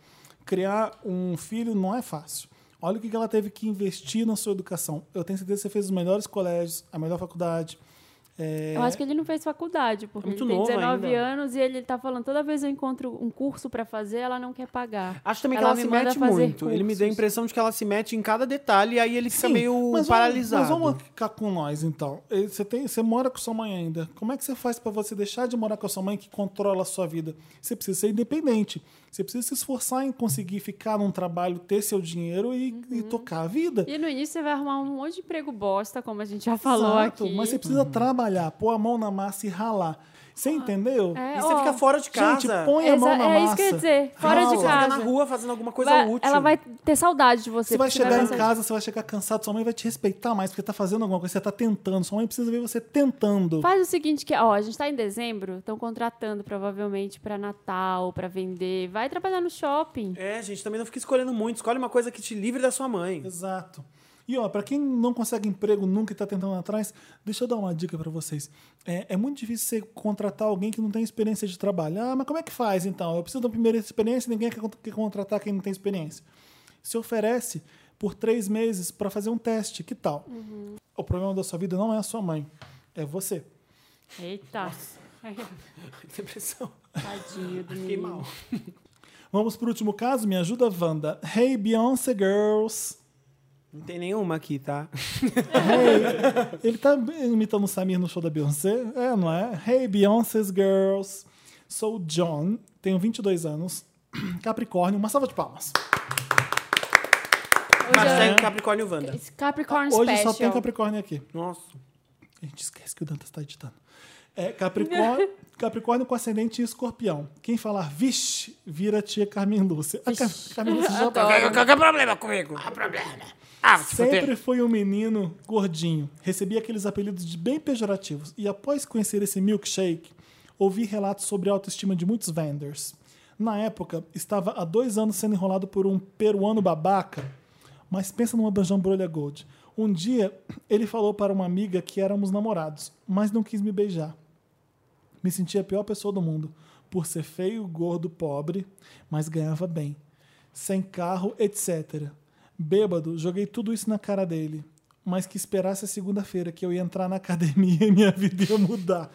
B: Criar um filho não é fácil. Olha o que que ela teve que investir na sua educação. Eu tenho certeza que você fez os melhores colégios, a melhor faculdade. É,
C: Eu acho que ele não fez faculdade, porque
A: É muito
C: ele tem
A: novo
C: 19
A: ainda.
C: anos e ele tá falando, toda vez eu encontro um curso pra fazer, ela não quer pagar.
A: Acho também
C: Ela
A: que
C: me
A: ela se
C: manda
A: mete
C: fazer
A: muito. Ele me deu a
C: cursos.
A: impressão de que ela se mete em cada detalhe e aí ele fica meio
B: mas vamos-
A: paralisado.
B: mas vamos ficar com nós, então. Eh, Você, tem, você mora com sua mãe ainda. Como é que você faz pra você deixar de morar com a sua mãe que controla a sua vida? Você precisa ser independente. Você precisa se esforçar em conseguir ficar num trabalho, ter seu dinheiro e,
C: Uhum.
B: e tocar a vida.
C: E no início você vai arrumar um monte de emprego bosta, como a gente já falou
B: Exato,
C: aqui.
B: Mas você precisa
A: Uhum.
B: trabalhar, pôr a mão na massa e ralar. Você entendeu?
C: É,
A: E você
C: ó,
A: fica fora de casa.
B: Gente, põe a mão
C: exa-
B: na
C: é
B: massa.
C: isso que eu ia dizer, fora
B: Rala.
C: de
A: Você fica na
C: casa.
A: rua fazendo alguma coisa
C: Vai-
A: útil.
C: ela vai ter saudade de você.
B: Você vai
C: porque
B: chegar em
C: pensar,
B: casa, você vai chegar cansado, sua mãe vai te respeitar mais, porque tá fazendo alguma coisa, você tá tentando. Sua mãe precisa ver você tentando.
C: Faz o seguinte que, ó, a gente tá em dezembro, estão contratando provavelmente pra Natal, pra vender. Vai trabalhar no shopping.
A: É, gente, também não fica escolhendo muito. Escolhe uma coisa que te livre da sua mãe.
B: Exato. E ó, pra quem não consegue emprego nunca e tá tentando atrás, deixa eu dar uma dica pra vocês. É, é muito difícil você contratar alguém que não tem experiência de trabalho. Ah, mas como é que faz então? Eu preciso da primeira experiência, ninguém quer, con- quer contratar quem não tem experiência. Se oferece por três meses pra fazer um teste, que tal? O problema da sua vida não é a sua mãe, é você.
C: Eita.
A: Depressão.
C: Tadinho do
A: Fiquei
C: menino.
A: mal.
B: Vamos pro último caso, me ajuda, Wanda. Hey, Beyoncé Girls.
A: Não tem nenhuma aqui, tá?
B: Ele tá imitando o Samir no show da Beyoncé? É, não é? Hey, Beyoncé's Girls. Sou John, tenho 22 anos, Capricórnio, uma salva de palmas.
C: é.
A: Hashtag Capricórnio Wanda.
C: Esse Capricorn
B: Hoje
C: Special.
B: só tem Capricórnio aqui.
A: Nossa.
B: A gente esquece que o Dantas está editando. É, Capricórnio, Capricórnio com ascendente em escorpião. Quem falar vixe, vira tia Carmen Lúcia. A Ca- Carmen Lúcia já tá.
H: Qual que é o problema comigo? Qual é o problema? Ah, se fuder.
B: Sempre fui um menino gordinho. Recebi aqueles apelidos de bem pejorativos. E após conhecer esse milkshake, ouvi relatos sobre a autoestima de muitos vendors. Na época, estava há dois anos sendo enrolado por um peruano babaca. Mas pensa numa brolha gold. Um dia, ele falou para uma amiga que éramos namorados, mas não quis me beijar. Me sentia a pior pessoa do mundo, por ser feio, gordo, pobre, mas ganhava bem. Sem carro, etc. Bêbado, joguei tudo isso na cara dele. Mas que esperasse a segunda-feira que eu ia entrar na academia e minha vida ia mudar.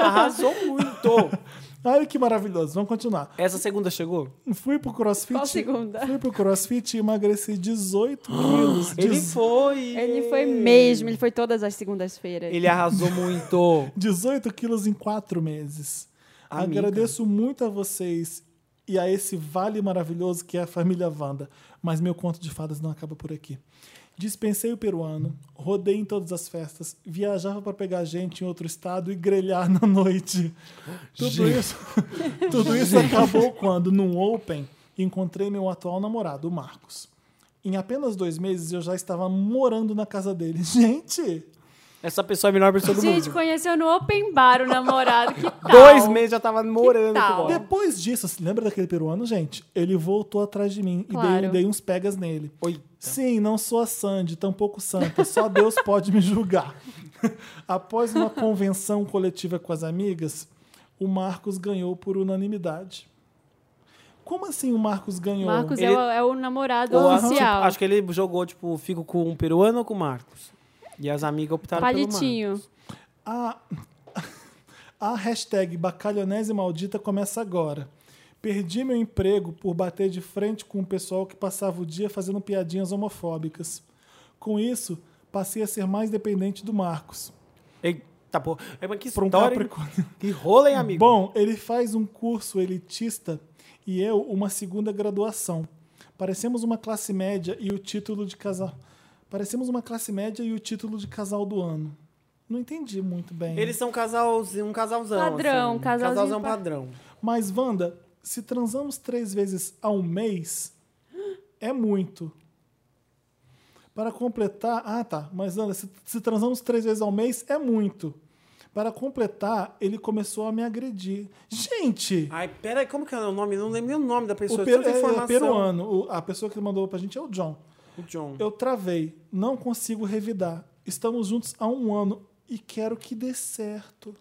A: Arrasou muito.
B: Olha que maravilhoso, vamos continuar.
A: Essa segunda chegou?
B: Fui pro crossfit.
C: Qual segunda?
B: Fui pro crossfit e emagreci 18 quilos.
A: Ele
B: Dez-
A: foi.
C: Ele foi mesmo, ele foi todas as segundas-feiras.
A: Ele arrasou muito.
B: 18 quilos em 4 meses.
A: Amiga.
B: Agradeço muito a vocês e a esse vale maravilhoso que é a família Wanda. Mas meu conto de fadas não acaba por aqui. Dispensei o peruano, rodei em todas as festas, viajava para pegar gente em outro estado e grelhar na noite. Tudo isso, tudo isso acabou quando, num Open, encontrei meu atual namorado, o Marcos. Em apenas dois meses eu já estava morando na casa dele. Gente,
A: Essa pessoa é a melhor pessoa do
C: Gente,
A: mundo.
C: conheceu no Open Bar o namorado. Que tal?
A: Dois meses já tava morando
C: Que tal?
A: com ela.
B: Depois disso, se lembra daquele peruano, gente? Ele voltou atrás de mim e dei,
C: Claro.
B: dei uns pegas nele.
A: Oi.
B: Sim, não sou a Sandy, tampouco santa, só Deus pode me julgar. Após uma convenção coletiva com as amigas, o Marcos ganhou por unanimidade. Como assim o Marcos ganhou?
C: Marcos é,
A: Ele-
C: o, é o namorado
A: Ou, tipo,
C: oficial.
A: acho que ele jogou, tipo, fico com um peruano ou com o Marcos. E as amigas optaram pelo
C: Palitinho.
B: A, a hashtag Bacalhonese Maldita começa agora. Perdi meu emprego por bater de frente com o pessoal que passava o dia fazendo piadinhas homofóbicas. Com isso, passei a ser mais dependente do Marcos.
A: Marcos. Eita, pô. É, mas que
B: Pra um
A: história, hein?
B: Capricórnio.
A: Que rola, hein, amigo?
B: Bom, ele faz um curso elitista e eu uma segunda graduação. Parecemos uma classe média e o título de casal. Parecemos uma classe média e o título de casal do ano. Não entendi muito bem.
A: Eles são um casalzinho, um casalzão.
C: Padrão,
A: assim, um
C: casalzinho
A: casalzão
C: pa-
A: padrão.
B: Mas, Wanda, se transamos três vezes ao mês, é muito. Para completar. Ah, tá. Mas, Wanda, se, se transamos três vezes ao mês, é muito. Para completar, ele começou a me agredir. Gente!
A: Ai, peraí, como que é o nome? Não lembro nem o nome da pessoa.
B: O
A: O
B: peru-
A: tanta
B: é, é
A: informação.
B: peruano. O- a pessoa que mandou pra gente é o John.
A: O John.
B: Eu travei. Não consigo revidar. Estamos juntos há um ano e quero que dê certo.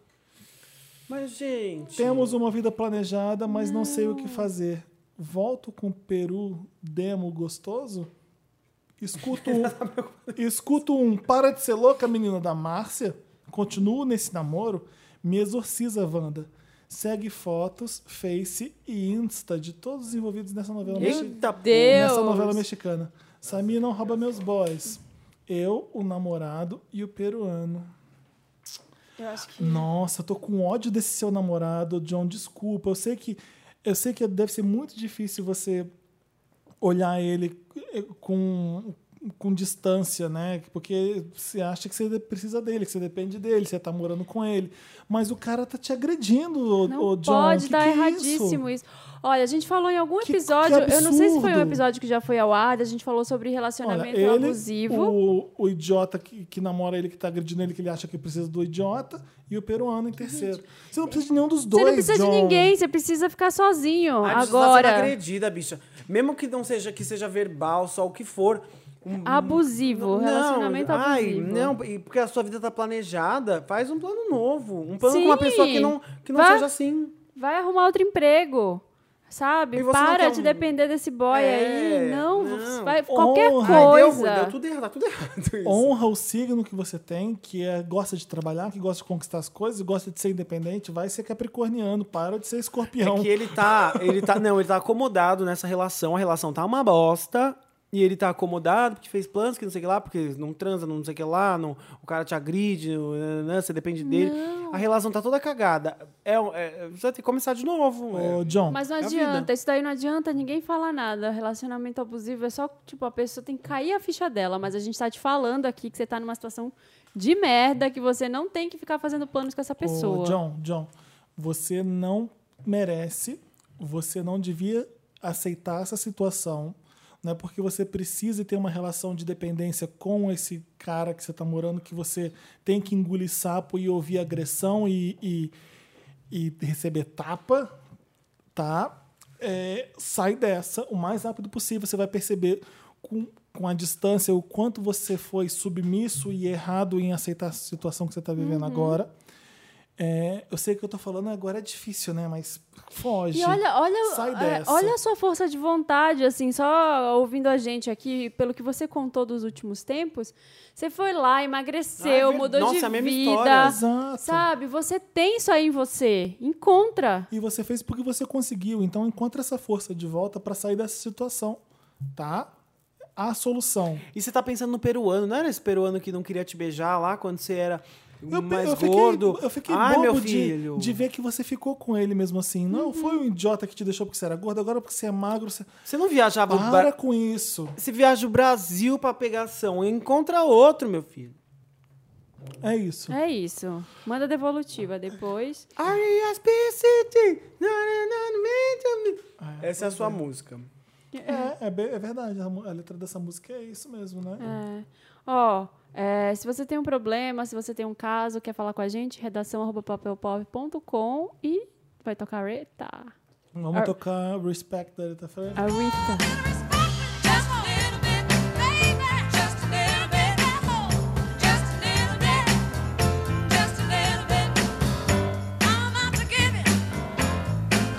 A: Mas, gente...
B: Temos uma vida planejada, mas não sei o que fazer. volto com peru demo gostoso, escuto um, escuto um Para de Ser Louca, Menina da Márcia, continuo nesse namoro, me exorciza, Wanda. Segue fotos, Face e Insta de todos os envolvidos nessa novela mexi-
A: Eita, pô.
C: Deus!
B: nessa novela mexicana. Samir não rouba meus boys. Eu, o namorado e o peruano.
C: Eu acho que.
B: Nossa, eu tô com ódio desse seu namorado, John. Desculpa. Eu sei que eu sei que deve ser muito difícil você olhar ele eh, com com distância, né? Porque você acha que você de- precisa dele, que você depende dele, você tá morando com ele. Mas o cara tá te agredindo, ô-
C: Não
B: ô John.
C: pode
B: que
C: dar
B: que é
C: erradíssimo isso? Olha, a gente falou em algum
B: Que-
C: episódio,
B: que
C: eu não sei se foi um
B: absurdo.
C: episódio que já foi ao ar, a gente falou sobre
B: Olha,
C: relacionamento
B: ele,
C: abusivo.
B: o, o idiota que, que namora ele, que tá agredindo ele, que ele acha que precisa do idiota, e o peruano em terceiro. Você não precisa de nenhum dos dois,
C: Você não precisa
B: John.
C: de ninguém, você precisa ficar sozinho
A: A gente Tá sendo
C: agora.
A: agredida, bicha. Mesmo que não seja que seja verbal, só o que for. Um,
C: Abusivo, relacionamento
A: ai,
C: abusivo.
A: não, e porque a sua vida tá planejada, faz um plano novo. Um plano
C: Sim.
A: com uma pessoa que não, que não
C: Vá.
A: seja assim.
C: Vai arrumar outro emprego. Sabe?
A: E você não
C: Para
A: quer
C: de
A: um-
C: depender desse boy
A: É,
C: aí. Não,
A: não.
C: vai qualquer
B: Honra.
A: Ai, deu
C: coisa.
A: ruim, deu tudo errado, tá tudo errado isso.
B: Honra o signo que você tem, que é, gosta de trabalhar, que gosta de conquistar as coisas, gosta de ser independente, vai ser capricorniano, para de ser escorpião.
A: É que ele tá, ele tá, não, ele tá acomodado nessa relação, a relação tá uma bosta. E ele tá acomodado porque fez planos que não sei o que lá, porque não transa, não sei o que lá, não, o cara te agride, não, não, não, né, você depende dele. A relação tá toda cagada. É, um- é, você vai ter que começar de novo.
B: Ô,
A: É.
B: John,
C: Mas não
A: É a
C: adianta,
A: vida.
C: isso daí não adianta ninguém falar nada. Relacionamento abusivo é só, tipo, a pessoa tem que cair a ficha dela, mas a gente tá te falando aqui que você tá numa situação de merda, que você não tem que ficar fazendo planos com essa
B: ô,
C: pessoa.
B: John, John, você não merece, você não devia aceitar essa situação. Não é porque você precisa ter uma relação de dependência com esse cara que você tá morando que você tem que engolir sapo e ouvir agressão e- e, e receber tapa, tá? É, sai dessa o mais rápido possível. Você vai perceber com, com a distância o quanto você foi submisso e errado em aceitar a situação que você está vivendo
C: Uhum.
B: agora. É, eu sei que eu tô falando agora é difícil, né? Mas foge.
C: E olha, olha,
B: Sai
C: é,
B: dessa.
C: olha a sua força de vontade, assim, só ouvindo a gente aqui, pelo que você contou dos últimos tempos, você foi lá, emagreceu,
A: Ah, é ver-
C: mudou
A: Nossa,
C: de
A: a mesma
C: vida.
A: história.
B: Exato.
C: Sabe? Você tem isso aí em você. Encontra.
B: E você fez porque você conseguiu. Então encontra essa força de volta para sair dessa situação, tá? A solução.
A: E você tá pensando no peruano, não era esse peruano que não queria te beijar lá quando você era
B: Eu, pe-
A: mais
B: eu fiquei,
A: gordo?
B: eu fiquei
A: Ai,
B: bobo
A: meu
B: de-
A: filho. Uhum.
B: De, ver que você ficou com ele mesmo assim. Não foi um idiota que te deixou porque você era gordo, agora porque você é magro. Você...
A: Você não viajava o
B: Para
A: Bra-
B: com isso.
A: Você viaja o Brasil pra pegação, encontra outro, meu filho.
B: É isso.
C: É isso. Manda devolutiva depois.
A: R.E.S.P.C.T.. Na, na, na, na,
B: Ah,
A: na. Essa é a sua música.
B: É, é, bem- é verdade. A, mu- a letra dessa música é isso mesmo, né?
C: É. Ó, é, se você tem um problema, se você tem um caso, quer falar com a gente, redação arroba papelpop.com e vai tocar Rita.
B: Vamos
C: Ar-
B: tocar Respect da Aretha Franklin.
C: A Rita.
F: Just a little bit, baby. Just a little bit more. Just a little bit. Just a little bit. I'm out to give it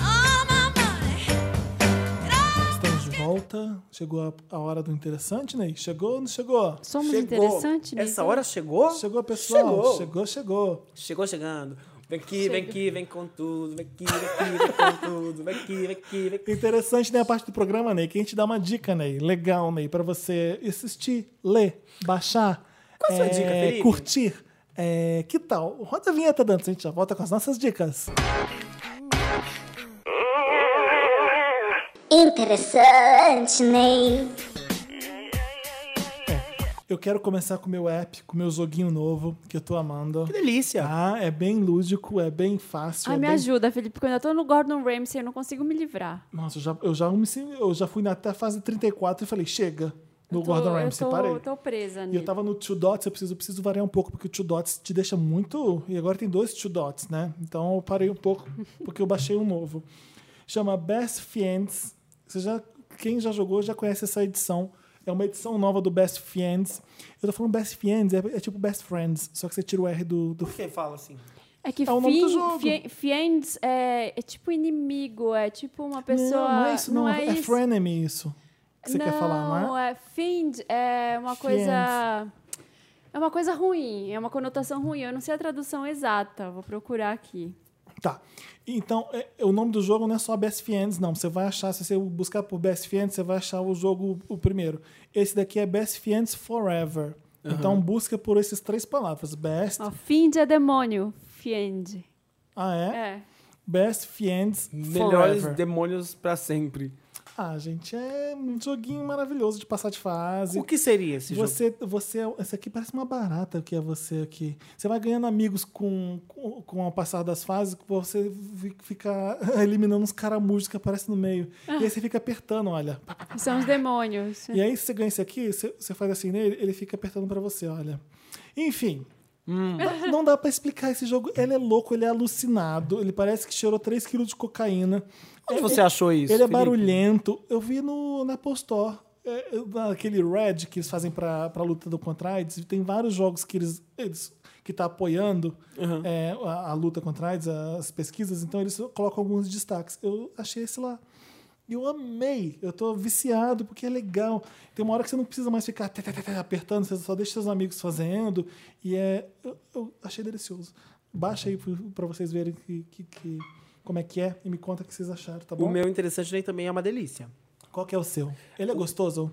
F: all my money. And all
B: Estamos de volta. Chegou a, a hora do interessante, Ney? Chegou ou não chegou?
C: Somos
A: Chegou.
C: interessantes, né?
A: Essa hora chegou?
B: Chegou, pessoal.
A: Chegou.
B: Chegou, chegou.
A: Chegou chegando. Vem aqui, vem aqui, vem com tudo. Vem aqui, vem aqui, vem com tudo. Vem aqui, vem aqui, vem aqui.
B: Interessante, né? A parte do programa, Ney, que a gente dá uma dica, Ney. Legal, Ney, pra você assistir, ler, baixar. é,
A: Qual a sua dica, Felipe?
B: Curtir. É, que tal? Roda a vinheta, Dantas. A gente já volta com as nossas dicas.
I: Interessante, Ney.
B: Eu quero começar com o meu app, com o meu joguinho novo, que eu tô amando.
A: Que delícia.
B: Ah, é bem lúdico, é bem fácil.
C: Ai,
B: é
C: me
B: bem...
C: ajuda, Felipe, porque eu ainda tô no Gordon Ramsay, eu não consigo me livrar.
B: Nossa, eu já, eu, já me, sen- eu já fui até a fase 34 e falei, chega, no
C: Eu tô-
B: Gordon Ramsay,
C: eu tô,
B: parei.
C: Eu tô presa
B: E eu
C: nisso.
B: tava no Two Dots, eu preciso, eu preciso variar um pouco, porque o Two Dots te deixa muito. E agora tem dois Two Dots, né? Então eu parei um pouco, porque eu baixei um novo. Chama Best Fiends. Você já, quem já jogou já conhece essa edição. É uma edição nova do Best Fiends. Eu tô falando Best Fiends, é, é tipo Best Friends, só que você tira o R do, do
A: Por que fala assim?
C: É que
B: É o nome do
C: fien-
B: jogo.
C: fien- fiends é, é tipo inimigo, é tipo uma pessoa.
B: não, não é isso, não. é
C: isso.
B: frenemy isso. Que você quer falar, não é?
C: fiend é uma coisa. É uma coisa ruim, é uma conotação ruim. Eu não sei a tradução exata, vou procurar aqui.
B: Tá. Então, é- o nome do jogo não é só Best Fiends, não. Você vai achar, se você buscar por Best Fiends, você vai achar o jogo, o primeiro. Esse daqui é Best Fiends Forever. Então, busca por essas três palavras. Best.
C: Ó, fiend é demônio, fiend.
B: Ah, é?
C: É.
B: Best Fiends
A: Melhores
B: Forever.
A: demônios pra sempre.
B: Ah, gente, é um joguinho maravilhoso de passar de fase.
A: O que seria esse jogo?
B: Você, você, é, esse aqui parece uma barata que é você aqui. Você vai ganhando amigos com, com, com o passar das fases, que você fi- fica eliminando uns caramujos que aparecem no meio. E
A: Ah.
B: aí você fica apertando, olha.
C: São os
A: É.
C: demônios.
B: E aí você ganha esse aqui, você, você faz assim nele, ele fica apertando pra você, olha. Enfim.
A: Hum.
B: Não- Não dá pra explicar esse jogo. Ele é louco, ele é alucinado. Ele parece que cheirou 3 kg de cocaína.
A: Onde
B: É-
A: você achou isso?
B: ele é
A: Felipe?
B: barulhento. Eu vi no, na Postor. É, eu- naquele Red que eles fazem pra, pra luta do contra a AIDS. Tem vários jogos que eles. eles que tá apoiando é, a, a luta contra a AIDS, as pesquisas, então eles colocam alguns destaques. Eu achei esse lá. E eu amei. Eu tô viciado porque é legal. Tem uma hora que você não precisa mais ficar tê, tê, tê, tê, apertando, você só deixa seus amigos fazendo. E é. Eu, eu achei delicioso. Baixa aí pro- pra vocês verem que, que- que- como é que é e me conta o que vocês acharam, tá bom?
A: O meu interessante nem também é uma delícia.
B: Qual que é o seu? Ele é gostoso?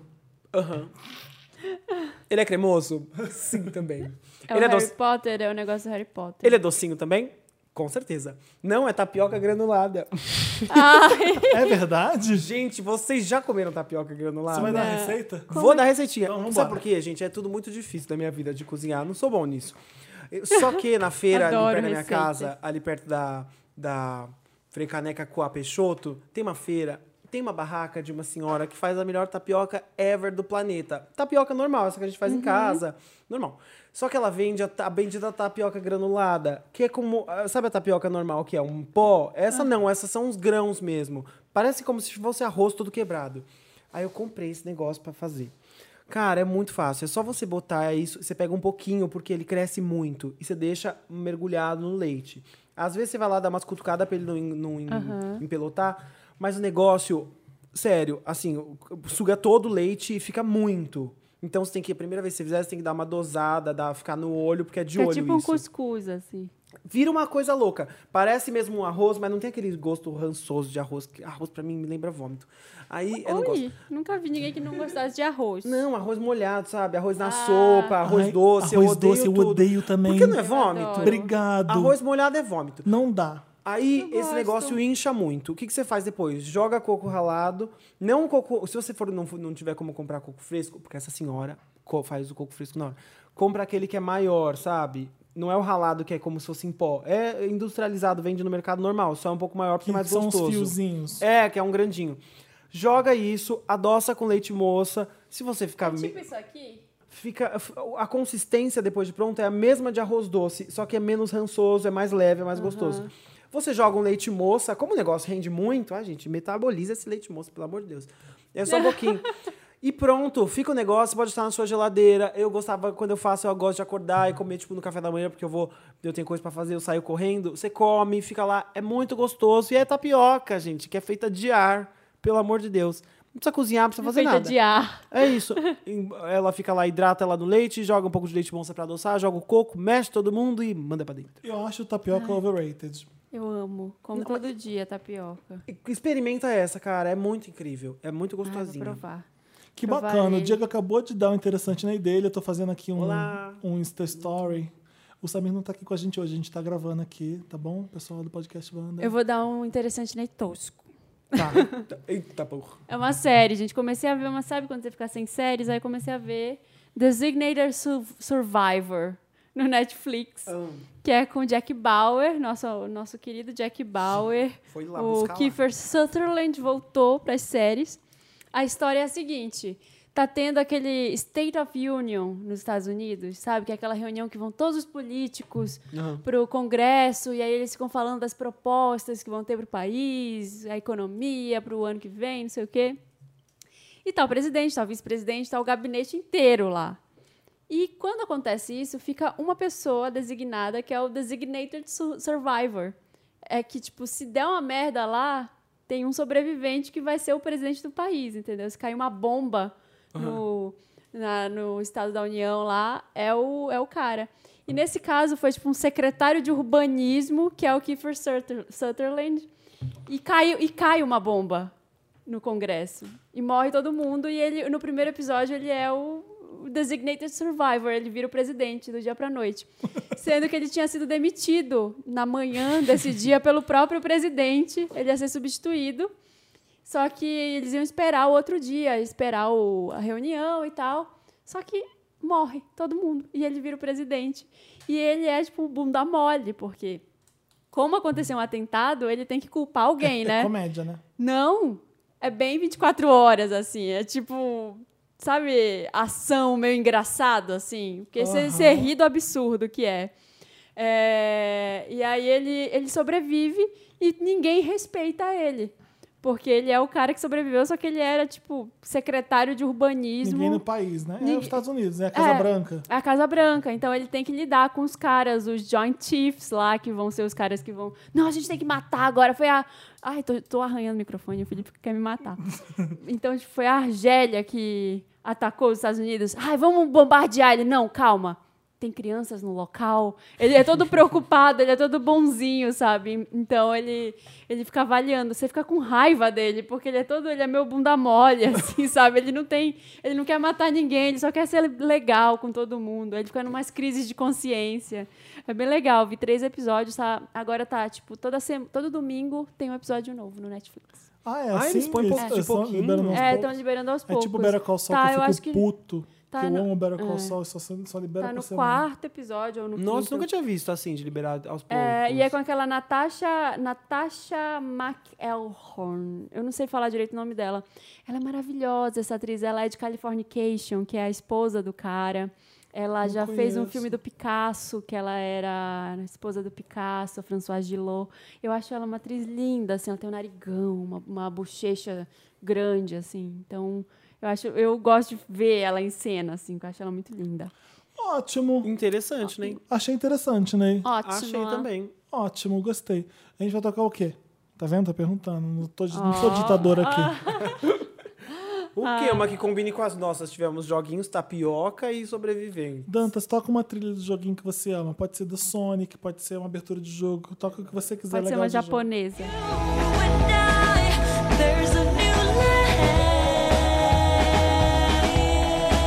A: Ele é cremoso? Sim, também.
C: É o
A: ele, é
C: Harry
A: doce-
C: Potter, é o negócio do Harry Potter.
A: ele é docinho também? Com certeza. Não, é tapioca granulada.
B: É verdade? Você
A: Gente, vocês já comeram tapioca granulada?
B: vai dar
C: Né? É.
B: a receita?
A: Vou dar receitinha.
B: Então, vambora.
A: Sabe por quê, gente? É tudo muito difícil na minha vida de cozinhar. Não sou bom nisso. Eu- Só que na feira, ali
C: Adoro
A: perto da minha
C: receitas.
A: casa, ali perto da, da Frei Caneca com a Peixoto, tem uma feira, tem uma barraca de uma senhora que faz a melhor tapioca ever do planeta. Tapioca normal, essa que a gente faz em casa. Normal. Só que ela vende a, ta- a bendita tapioca granulada, que é como. ah, Sabe a tapioca normal que é um pó? Essa não, essas são uns grãos mesmo. Parece como se fosse arroz todo quebrado. Aí eu comprei esse negócio pra fazer. Cara, é muito fácil. É só você botar isso, você pega um pouquinho, porque ele cresce muito, e você deixa mergulhado no leite. Às vezes você vai lá dar umas cutucadas pra ele não, en- não en- empelotar, mas o negócio, sério, assim, o- suga todo o leite e fica muito. Então você tem que, a primeira vez que você fizer, você tem que dar uma dosada, dar, ficar no olho, porque é de
C: é
A: olho
C: tipo um
A: isso
C: cuscuz, assim.
A: vira uma coisa louca. Parece mesmo um arroz, mas não tem aquele gosto rançoso de arroz. que Arroz pra mim me lembra vômito. Aí eu não gosto.
C: Ui, nunca vi ninguém que não gostasse de arroz.
A: é Não, arroz molhado, sabe? Arroz na
C: Ah.
A: sopa, arroz
B: Ai,
A: doce, eu
B: arroz
A: odeio
B: doce eu
A: tudo.
B: odeio também.
A: Porque não é
B: Eu
A: vômito?
C: adoro.
B: Obrigado.
A: Arroz molhado é vômito.
B: Não dá.
A: Aí
C: Eu
A: esse
C: gosto.
A: negócio incha muito. O que, que você faz depois? Joga coco ralado. Não coco. Se você for, não, for- não tiver como comprar coco fresco, porque essa senhora co- faz o coco fresco na hora. Compra aquele que é maior, sabe? Não é o ralado que é como se fosse em pó. É industrializado, vende no mercado normal. Só é um pouco maior porque
B: Que
A: é mais
B: são
A: gostoso.
B: os fiozinhos.
A: É, que é um grandinho. Joga isso, adoça com leite moça. Se você ficar. me-
C: Tipo isso aqui?
A: fica a consistência depois de pronto é a mesma de arroz doce, só que é menos rançoso, é mais leve, é mais gostoso. Você joga um leite moça, como o negócio rende muito, a gente metaboliza esse leite moça, pelo amor de Deus. É só um pouquinho. E pronto, fica o negócio, pode estar na sua geladeira. Eu gostava, quando eu faço, eu gosto de acordar e comer, tipo, no café da manhã, porque eu vou, eu tenho coisa pra fazer, eu saio correndo. Você come, fica lá, é muito gostoso. E é tapioca, gente, que é feita de ar, pelo amor de Deus. Não precisa cozinhar, não precisa fazer
C: Feita
A: nada.
C: de ar.
A: É isso. Em- Ela fica lá, hidrata ela no leite, joga um pouco de leite monstro pra adoçar, joga o coco, mexe todo mundo e manda pra dentro.
B: Eu acho tapioca overrated.
C: Eu amo. Como todo dia tapioca.
A: E- Experimenta essa, cara. É muito incrível. É muito
C: Ai, vou
A: gostosinho.
C: provar.
B: Que
C: Provarei.
B: bacana. O Diego acabou de dar um interessante na ideia dele. Eu tô fazendo aqui um,
A: Olá.
B: um Insta Story. O Samir não tá aqui com a gente hoje. A gente tá gravando aqui, tá bom? Pessoal do podcast Banda.
C: Eu vou dar um interessante nem tosco.
A: tá. Eita porra.
C: É uma série, gente. Comecei a ver uma, sabe quando você fica sem séries? Aí comecei a ver Designated Su- Survivor no Netflix, que é com Jack Bauer, nosso, nosso querido Jack Bauer.
A: Foi lá
C: o
A: buscar lá.
C: Kiefer Sutherland voltou para as séries. A história é a seguinte: tá tendo aquele State of Union nos Estados Unidos, sabe? Que é aquela reunião que vão todos os políticos para o Congresso e aí eles ficam falando das propostas que vão ter para o país, a economia para o ano que vem, não sei o quê. E tá o presidente, tá o vice-presidente, tá o gabinete inteiro lá. E quando acontece isso, fica uma pessoa designada, que é o Designated Su- Survivor. É que, tipo, se der uma merda lá, tem um sobrevivente que vai ser o presidente do país, entendeu? Se cair uma bomba no, na- no Estado da União lá, é o, é o cara. E nesse caso foi, tipo, um secretário de urbanismo, que é o Kiefer Sutter- Sutherland, e cai, e cai uma bomba no Congresso. E morre todo mundo. E ele, no primeiro episódio, ele é o o designated survivor. Ele vira o presidente do dia pra noite. Sendo que ele tinha sido demitido na manhã desse dia pelo próprio presidente. Ele ia ser substituído. Só que eles iam esperar o outro dia, esperar o- a reunião e tal. Só que morre todo mundo. E ele vira o presidente. E ele é, tipo, bunda mole, porque... Como aconteceu um atentado, ele tem que culpar alguém, né?
B: Comédia, né?
C: Não, é bem 24 horas, assim. É tipo, sabe, ação meio engraçado, assim. Porque você você ri do absurdo que é. É, E aí ele, ele sobrevive e ninguém respeita ele. Porque ele é o cara que sobreviveu, só que ele era, tipo, secretário de urbanismo.
B: Ninguém no país, né? É
C: um Ninguém-
B: os Estados Unidos, né? A Casa
C: É.
B: Branca.
C: É a Casa Branca. Então ele tem que lidar com os caras, os Joint Chiefs lá, que vão ser os caras que vão. Não, a gente tem que matar agora. Foi a. Ai, tô, tô arranhando o microfone, o Felipe quer me matar. Então tipo, foi a Argélia que atacou os Estados Unidos. Ai, vamos bombardear ele. Não, calma. Tem crianças no local. Ele é todo preocupado, ele é todo bonzinho, sabe? Então ele, ele fica avaliando. Você fica com raiva dele, porque ele é todo. Ele é meu bunda mole, assim, sabe? Ele não tem. Ele não quer matar ninguém, ele só quer ser legal com todo mundo. Ele fica numas crises de consciência. É bem legal. Vi três episódios, tá? Agora tá, tipo, toda sema, todo domingo tem um episódio novo no Netflix.
B: Ah, é
A: Ah,
B: assim?
A: eles põem
C: um
B: Eles-
A: pouco-
B: eles estão
A: pouquinho.
B: liberando aos
C: É, estão
B: poucos?
C: liberando aos
B: É
C: poucos.
B: tipo Better Call Saul,
C: tá,
B: que
C: eu
B: eu
C: acho
B: fico
C: que
B: puto.
C: tá
B: que eu
C: no-
B: amo Better Call
C: é.
B: Saul, só, só libera
C: tá
B: por
C: no
B: semana.
C: quarto episódio ou no
A: Nossa,
C: quinto.
A: nunca tinha visto assim, de liberar aos poucos.
C: É, e é com aquela Natasha, Natasha McElhorn. Eu não sei falar direito o nome dela. Ela é maravilhosa, essa atriz. Ela é de Californication, que é a esposa do cara. Ela já fez um
B: conheço.
C: filme do Picasso, que ela era a esposa do Picasso, François Gillot. Eu acho ela uma atriz linda, assim, ela tem um narigão, uma, uma bochecha grande, assim. Então, eu acho, eu gosto de ver ela em cena, assim, que eu acho ela muito linda.
B: Ótimo.
A: Interessante, né?
B: Achei interessante, Ney.
C: Ótima.
A: Achei também.
B: Ótimo, gostei. A gente vai tocar o quê? Tá vendo? Tá perguntando. Não, tô, não sou ditador aqui.
A: O
C: Ah.
A: que? Uma que combine com as nossas. Tivemos joguinhos, tapioca e sobrevivente.
B: Dantas, toca uma trilha do joguinho que você ama. Pode ser do Sonic, pode ser uma abertura de jogo. Toca o que você quiser.
A: é
C: Pode ser
B: legal
C: uma
B: de jogo.
C: japonesa.
F: There's a new land.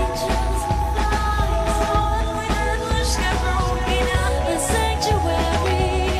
F: Angels fly with endless carolina. A sanctuary,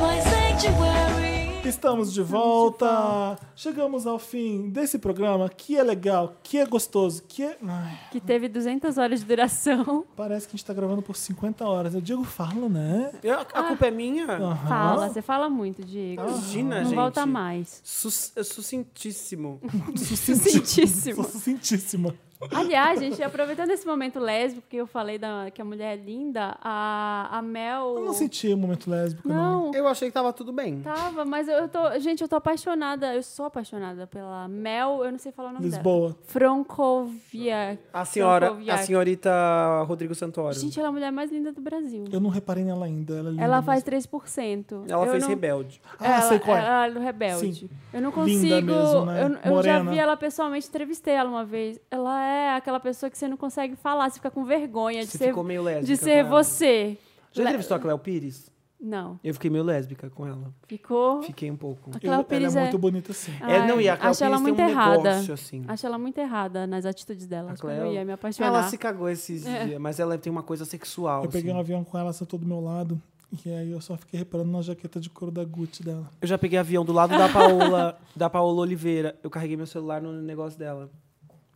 F: my sanctuary.
B: Estamos de volta. Chegamos ao fim desse programa que é legal, que é gostoso, que é. Ai,
C: Que teve 200 horas de duração.
B: parece que a gente tá gravando por 50 horas. É O Diego fala, né?
A: Eu- A
C: Ah.
A: culpa é minha?
C: Fala, você fala muito, Diego.
A: Imagina,
C: não
A: gente.
C: volta mais.
A: Sus- é sucintíssimo.
C: Sucintíssimo.
B: Sou sucintíssima.
C: Aliás, gente, aproveitando esse momento lésbico que eu falei da, que a mulher é linda, a, a Mel.
B: Eu não senti o momento lésbico, não.
C: Não,
A: Eu achei que tava tudo bem.
C: tava, mas eu tô. Gente, eu tô apaixonada. Eu sou apaixonada pela Mel. Eu não sei falar o nome dela.
B: Lisboa.
C: Francovia.
A: A senhora, a
C: Francoviac.
A: senhorita Rodrigo Santoro.
C: Gente, ela é a mulher mais linda do Brasil.
B: Eu não reparei nela ainda. Ela, é linda
C: Ela
B: mesmo.
C: faz 3%.
A: Ela
C: eu
A: fez
C: não...
A: rebelde.
B: Ah, sei qual é.
C: Ela é do Rebelde.
B: Sim.
C: Eu não
B: Linda
C: consigo.
B: mesmo, né?
C: eu, eu já
B: Morena.
C: vi ela pessoalmente, entrevistei ela uma vez. Ela é aquela pessoa que você não consegue falar, você fica com vergonha É de
A: Você
C: ser,
A: ficou meio lésbica.
C: de
A: com
C: ser
A: ela.
C: você.
A: Já
C: Le-
A: entrevistou a Cléo Pires?
C: Não.
A: Eu fiquei meio lésbica com ela.
C: Ficou.
A: Fiquei um pouco.
C: A
B: Eu-
C: Cléo Pires
B: ela é
C: é.
B: muito bonita, sim.
C: Ai,
A: É, não, e a Cléo
C: acho ela
A: Pires tem
C: muito
A: um
C: errada.
A: negócio, assim.
C: Acho ela muito errada nas atitudes dela.
A: A
C: Acho que eu
A: Cléo-
C: ia me apaixonar.
A: Ela se cagou esses
C: É.
A: dias, mas ela tem uma coisa sexual.
B: Eu peguei
A: assim.
B: um avião com ela, sentou do meu lado. E aí eu só fiquei reparando na jaqueta de couro da Gucci dela.
A: Eu já peguei avião do lado da Paola, da Paola Oliveira. Eu carreguei meu celular no negócio dela.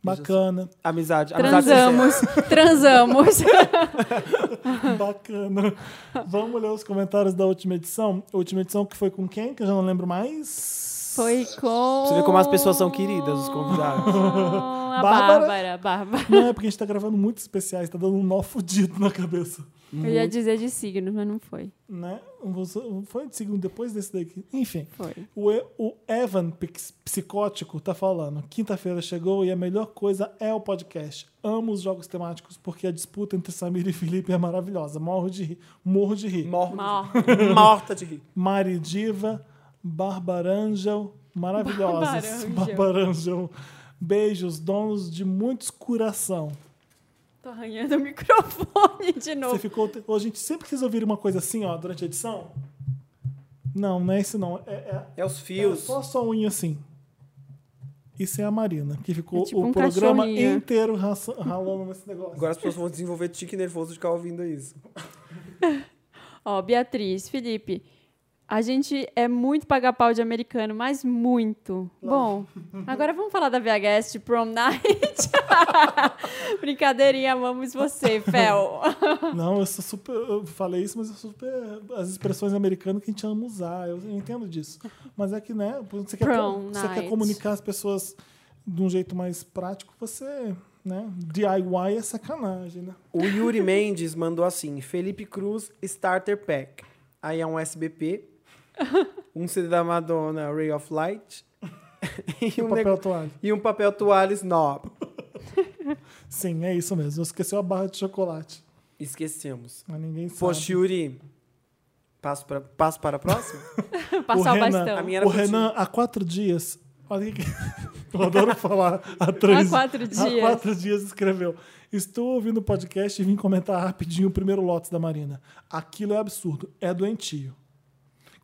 B: Bacana,
A: Amizade. amizade
C: Transamos. Transamos.
B: bacana. Vamos ler os comentários da última edição. A última edição que foi com quem? Que eu já não lembro mais.
C: Foi com.
A: Você vê como as pessoas
C: Oh.
A: são queridas, os convidados.
C: A
B: Bárbara.
C: Bárbara, Bárbara.
B: Não, é porque a gente tá gravando muitos especiais, tá dando um nó fudido na cabeça.
C: Eu ia dizer de signos, mas não foi.
B: Né? Você- Foi de segundo depois desse daqui. Enfim.
C: Foi.
B: O, E- o Evan Pix- Psicótico tá falando. Quinta-feira chegou e a melhor coisa é o podcast. Amo os jogos temáticos porque a disputa entre Samir e Felipe é maravilhosa. Morro de rir. Morro de rir.
A: Morta,
C: Mal.
A: morta de rir.
B: Mari Diva, Barbarangel, maravilhosas.
C: Barbarangel.
B: Barbarangel. Beijos, donos de muitos coração.
C: Tô arranhando o microfone de
B: Você
C: novo.
B: ficou. Te... Ô, gente, sempre que vocês ouvirem uma coisa assim, ó, durante a edição. Não, não é isso não. É, é-
A: É os
B: é
A: fios.
B: só só unha assim. Isso é a Marina, que ficou
C: É tipo
B: o
C: um
B: programa
C: cachorrinho.
B: inteiro raça- ralando nesse negócio.
A: Agora as pessoas vão desenvolver tique nervoso de ficar ouvindo isso.
C: Ó, Beatriz, Felipe, a gente é muito pagar pau de americano, mas muito. Bom, agora vamos falar da VHS de Prom Night. Brincadeirinha, amamos você, Fel.
B: Não, eu sou super. Eu falei isso, mas eu sou super. As expressões americanas que a gente ama usar, eu, eu entendo disso. Mas é que, né? Você quer,
C: Prom
B: você quer
C: night.
B: comunicar as pessoas de um jeito mais prático, você. Né? DIY é sacanagem, né?
A: O Yuri Mendes mandou assim: Felipe Cruz Starter Pack. Aí é um SBP, um CD da Madonna Ray of Light e,
B: O
A: um
B: papel
A: neg-
B: toalha.
A: e um papel toalha Snob.
B: Sim, é isso mesmo. Esqueceu a barra de chocolate.
A: Esquecemos.
B: Mas ninguém sabe.
A: Poxa, Yuri, passo, pra, passo para a próxima?
C: Passar o,
B: Renan-
C: bastão.
A: A minha era
B: o
A: contigo.
B: Renan, há quatro dias. Olha que. Eu adoro falar. Há, três,
C: Há quatro
B: Há
C: dias.
B: quatro dias escreveu. Estou ouvindo o podcast e vim comentar rapidinho o primeiro lote da Marina. Aquilo é absurdo. É doentio.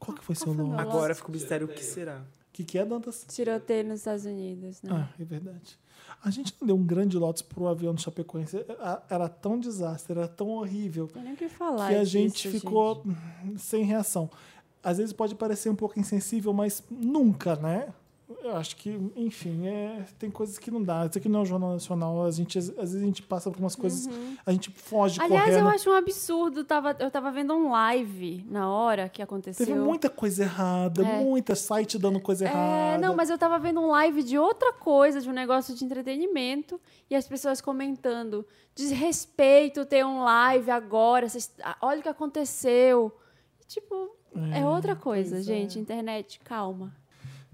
B: Qual que foi seu lote? O
A: Agora fica o mistério: o que será?
B: que, que é, Dantas?
C: Tiroteio nos Estados Unidos, né?
B: Ah, é verdade. A gente não deu um grande lote pro avião de Chapecoense. Era- Era tão desastre, era tão horrível.
C: Não tem nem o que falar.
B: que a
C: disso,
B: gente ficou sem reação. Às vezes pode parecer um pouco insensível, mas nunca, né? Eu acho que, enfim, é, tem coisas que não dá. Isso aqui não é um jornal nacional. A gente, às vezes a gente passa por umas coisas, a gente foge
C: Uhum. Aliás,
B: correndo.
C: eu acho um absurdo. Tava, eu tava vendo um live na hora que aconteceu.
B: Teve um muita coisa errada,
C: É.
B: muita site dando coisa errada.
C: É, não, mas eu tava vendo um live de outra coisa, de um negócio de entretenimento, e as pessoas comentando: desrespeito ter um live agora, vocês- ah, olha o que aconteceu. E, tipo, é, outra coisa, gente. Internet, calma.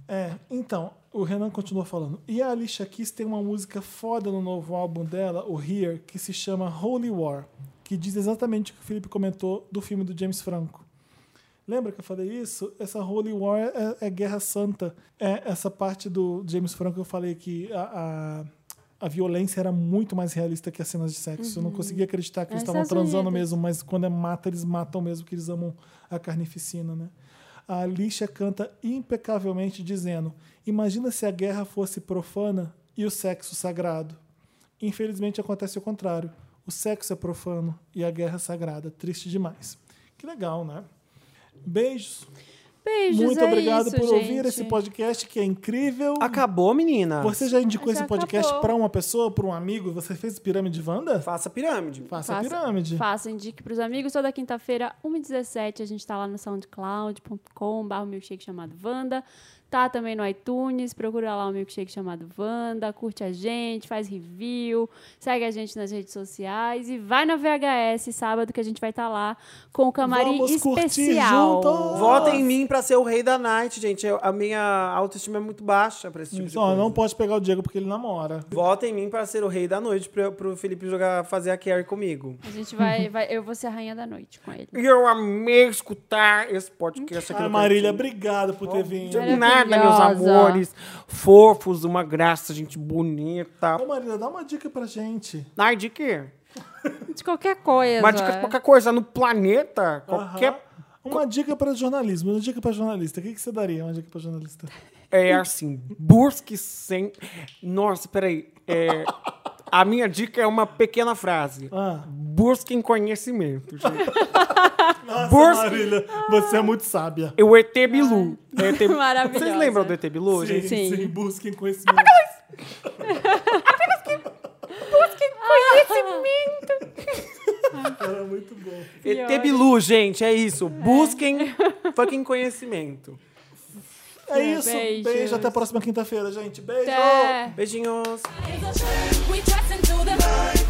B: É, então, o Renan continua falando. E a Alicia Keys tem uma música foda no novo álbum dela, o Here, que se chama Holy War, que diz exatamente o que o Felipe comentou do filme do James Franco. Lembra que eu falei isso? Essa Holy War é, é Guerra Santa. É essa parte do James Franco eu falei que a, a, a violência era muito mais realista que as cenas de sexo. Eu não conseguia acreditar que eles
C: É
B: estavam
C: Estados
B: transando
C: Unidos.
B: mesmo, mas quando é mata, eles matam mesmo, que eles amam a carnificina, né? A Alicia canta impecavelmente dizendo: Imagina se a guerra fosse profana e o sexo sagrado. Infelizmente acontece o contrário. O sexo é profano e a guerra é sagrada. Triste demais. Que legal, né? Beijos.
C: Beijos,
B: Muito
C: é
B: obrigado
C: isso,
B: por
C: gente.
B: ouvir esse podcast que é incrível.
A: Acabou, menina.
B: Você já indicou
C: Já
B: esse podcast
C: acabou.
B: para uma pessoa, para um amigo? Você fez Pirâmide Wanda?
A: Faça a pirâmide.
B: Faça, a pirâmide.
C: Faça, indique pros amigos. Toda quinta-feira, 1h17, a gente tá lá no soundcloud.com, barra milkshake chamado Vanda. Tá também no iTunes, procura lá o milkshake chamado Vanda, curte a gente, faz review, segue a gente nas redes sociais e vai na VHS sábado que a gente vai estar lá com o camarim
B: Vamos curtir
C: especial.
B: junto!
A: Vota em mim pra ser o rei da night, gente. Eu- a minha autoestima é muito baixa pra esse tipo de
B: Então,
A: coisa.
B: não pode pegar o Diego porque ele namora.
A: Vota em mim pra ser o rei da noite, pra, pro Felipe jogar, fazer a carry comigo.
C: A gente vai, vai, eu vou ser a rainha da noite com ele.
E: E eu amei escutar esse podcast aqui
B: Ah,
E: no
B: Marília, obrigado por ter vindo.
E: De nada, meus
C: Maravilhosa.
E: amores. Fofos, uma graça, gente bonita.
B: Ô, Marília, dá uma dica pra gente.
E: Ai, de quê?
C: De qualquer coisa.
E: Uma dica de qualquer coisa no planeta. Qualquer.
B: Aham. Uma dica para jornalismo, uma dica para jornalista. O que, que você daria? Uma dica para jornalista.
E: É assim, busque sempre. Nossa, peraí. É, a minha dica é uma pequena frase.
B: Ah,
E: Busquem conhecimento, gente.
B: nossa,
E: Busque-
B: Marília, você é muito sábia.
E: É o ET Bilu. É ET...
C: Maravilhosa.
E: Vocês lembram do ET Bilu, gente?
C: Sim.
B: sim busquem conhecimento. Era é muito bom.
E: é
A: ET Bilu, gente, é isso. Busquem fucking conhecimento.
B: É isso.
C: Beijos.
B: Beijo. Até a
C: É.
B: próxima quinta-feira, gente. Beijo.
C: Até.
A: Beijinhos.
F: We dress into the night.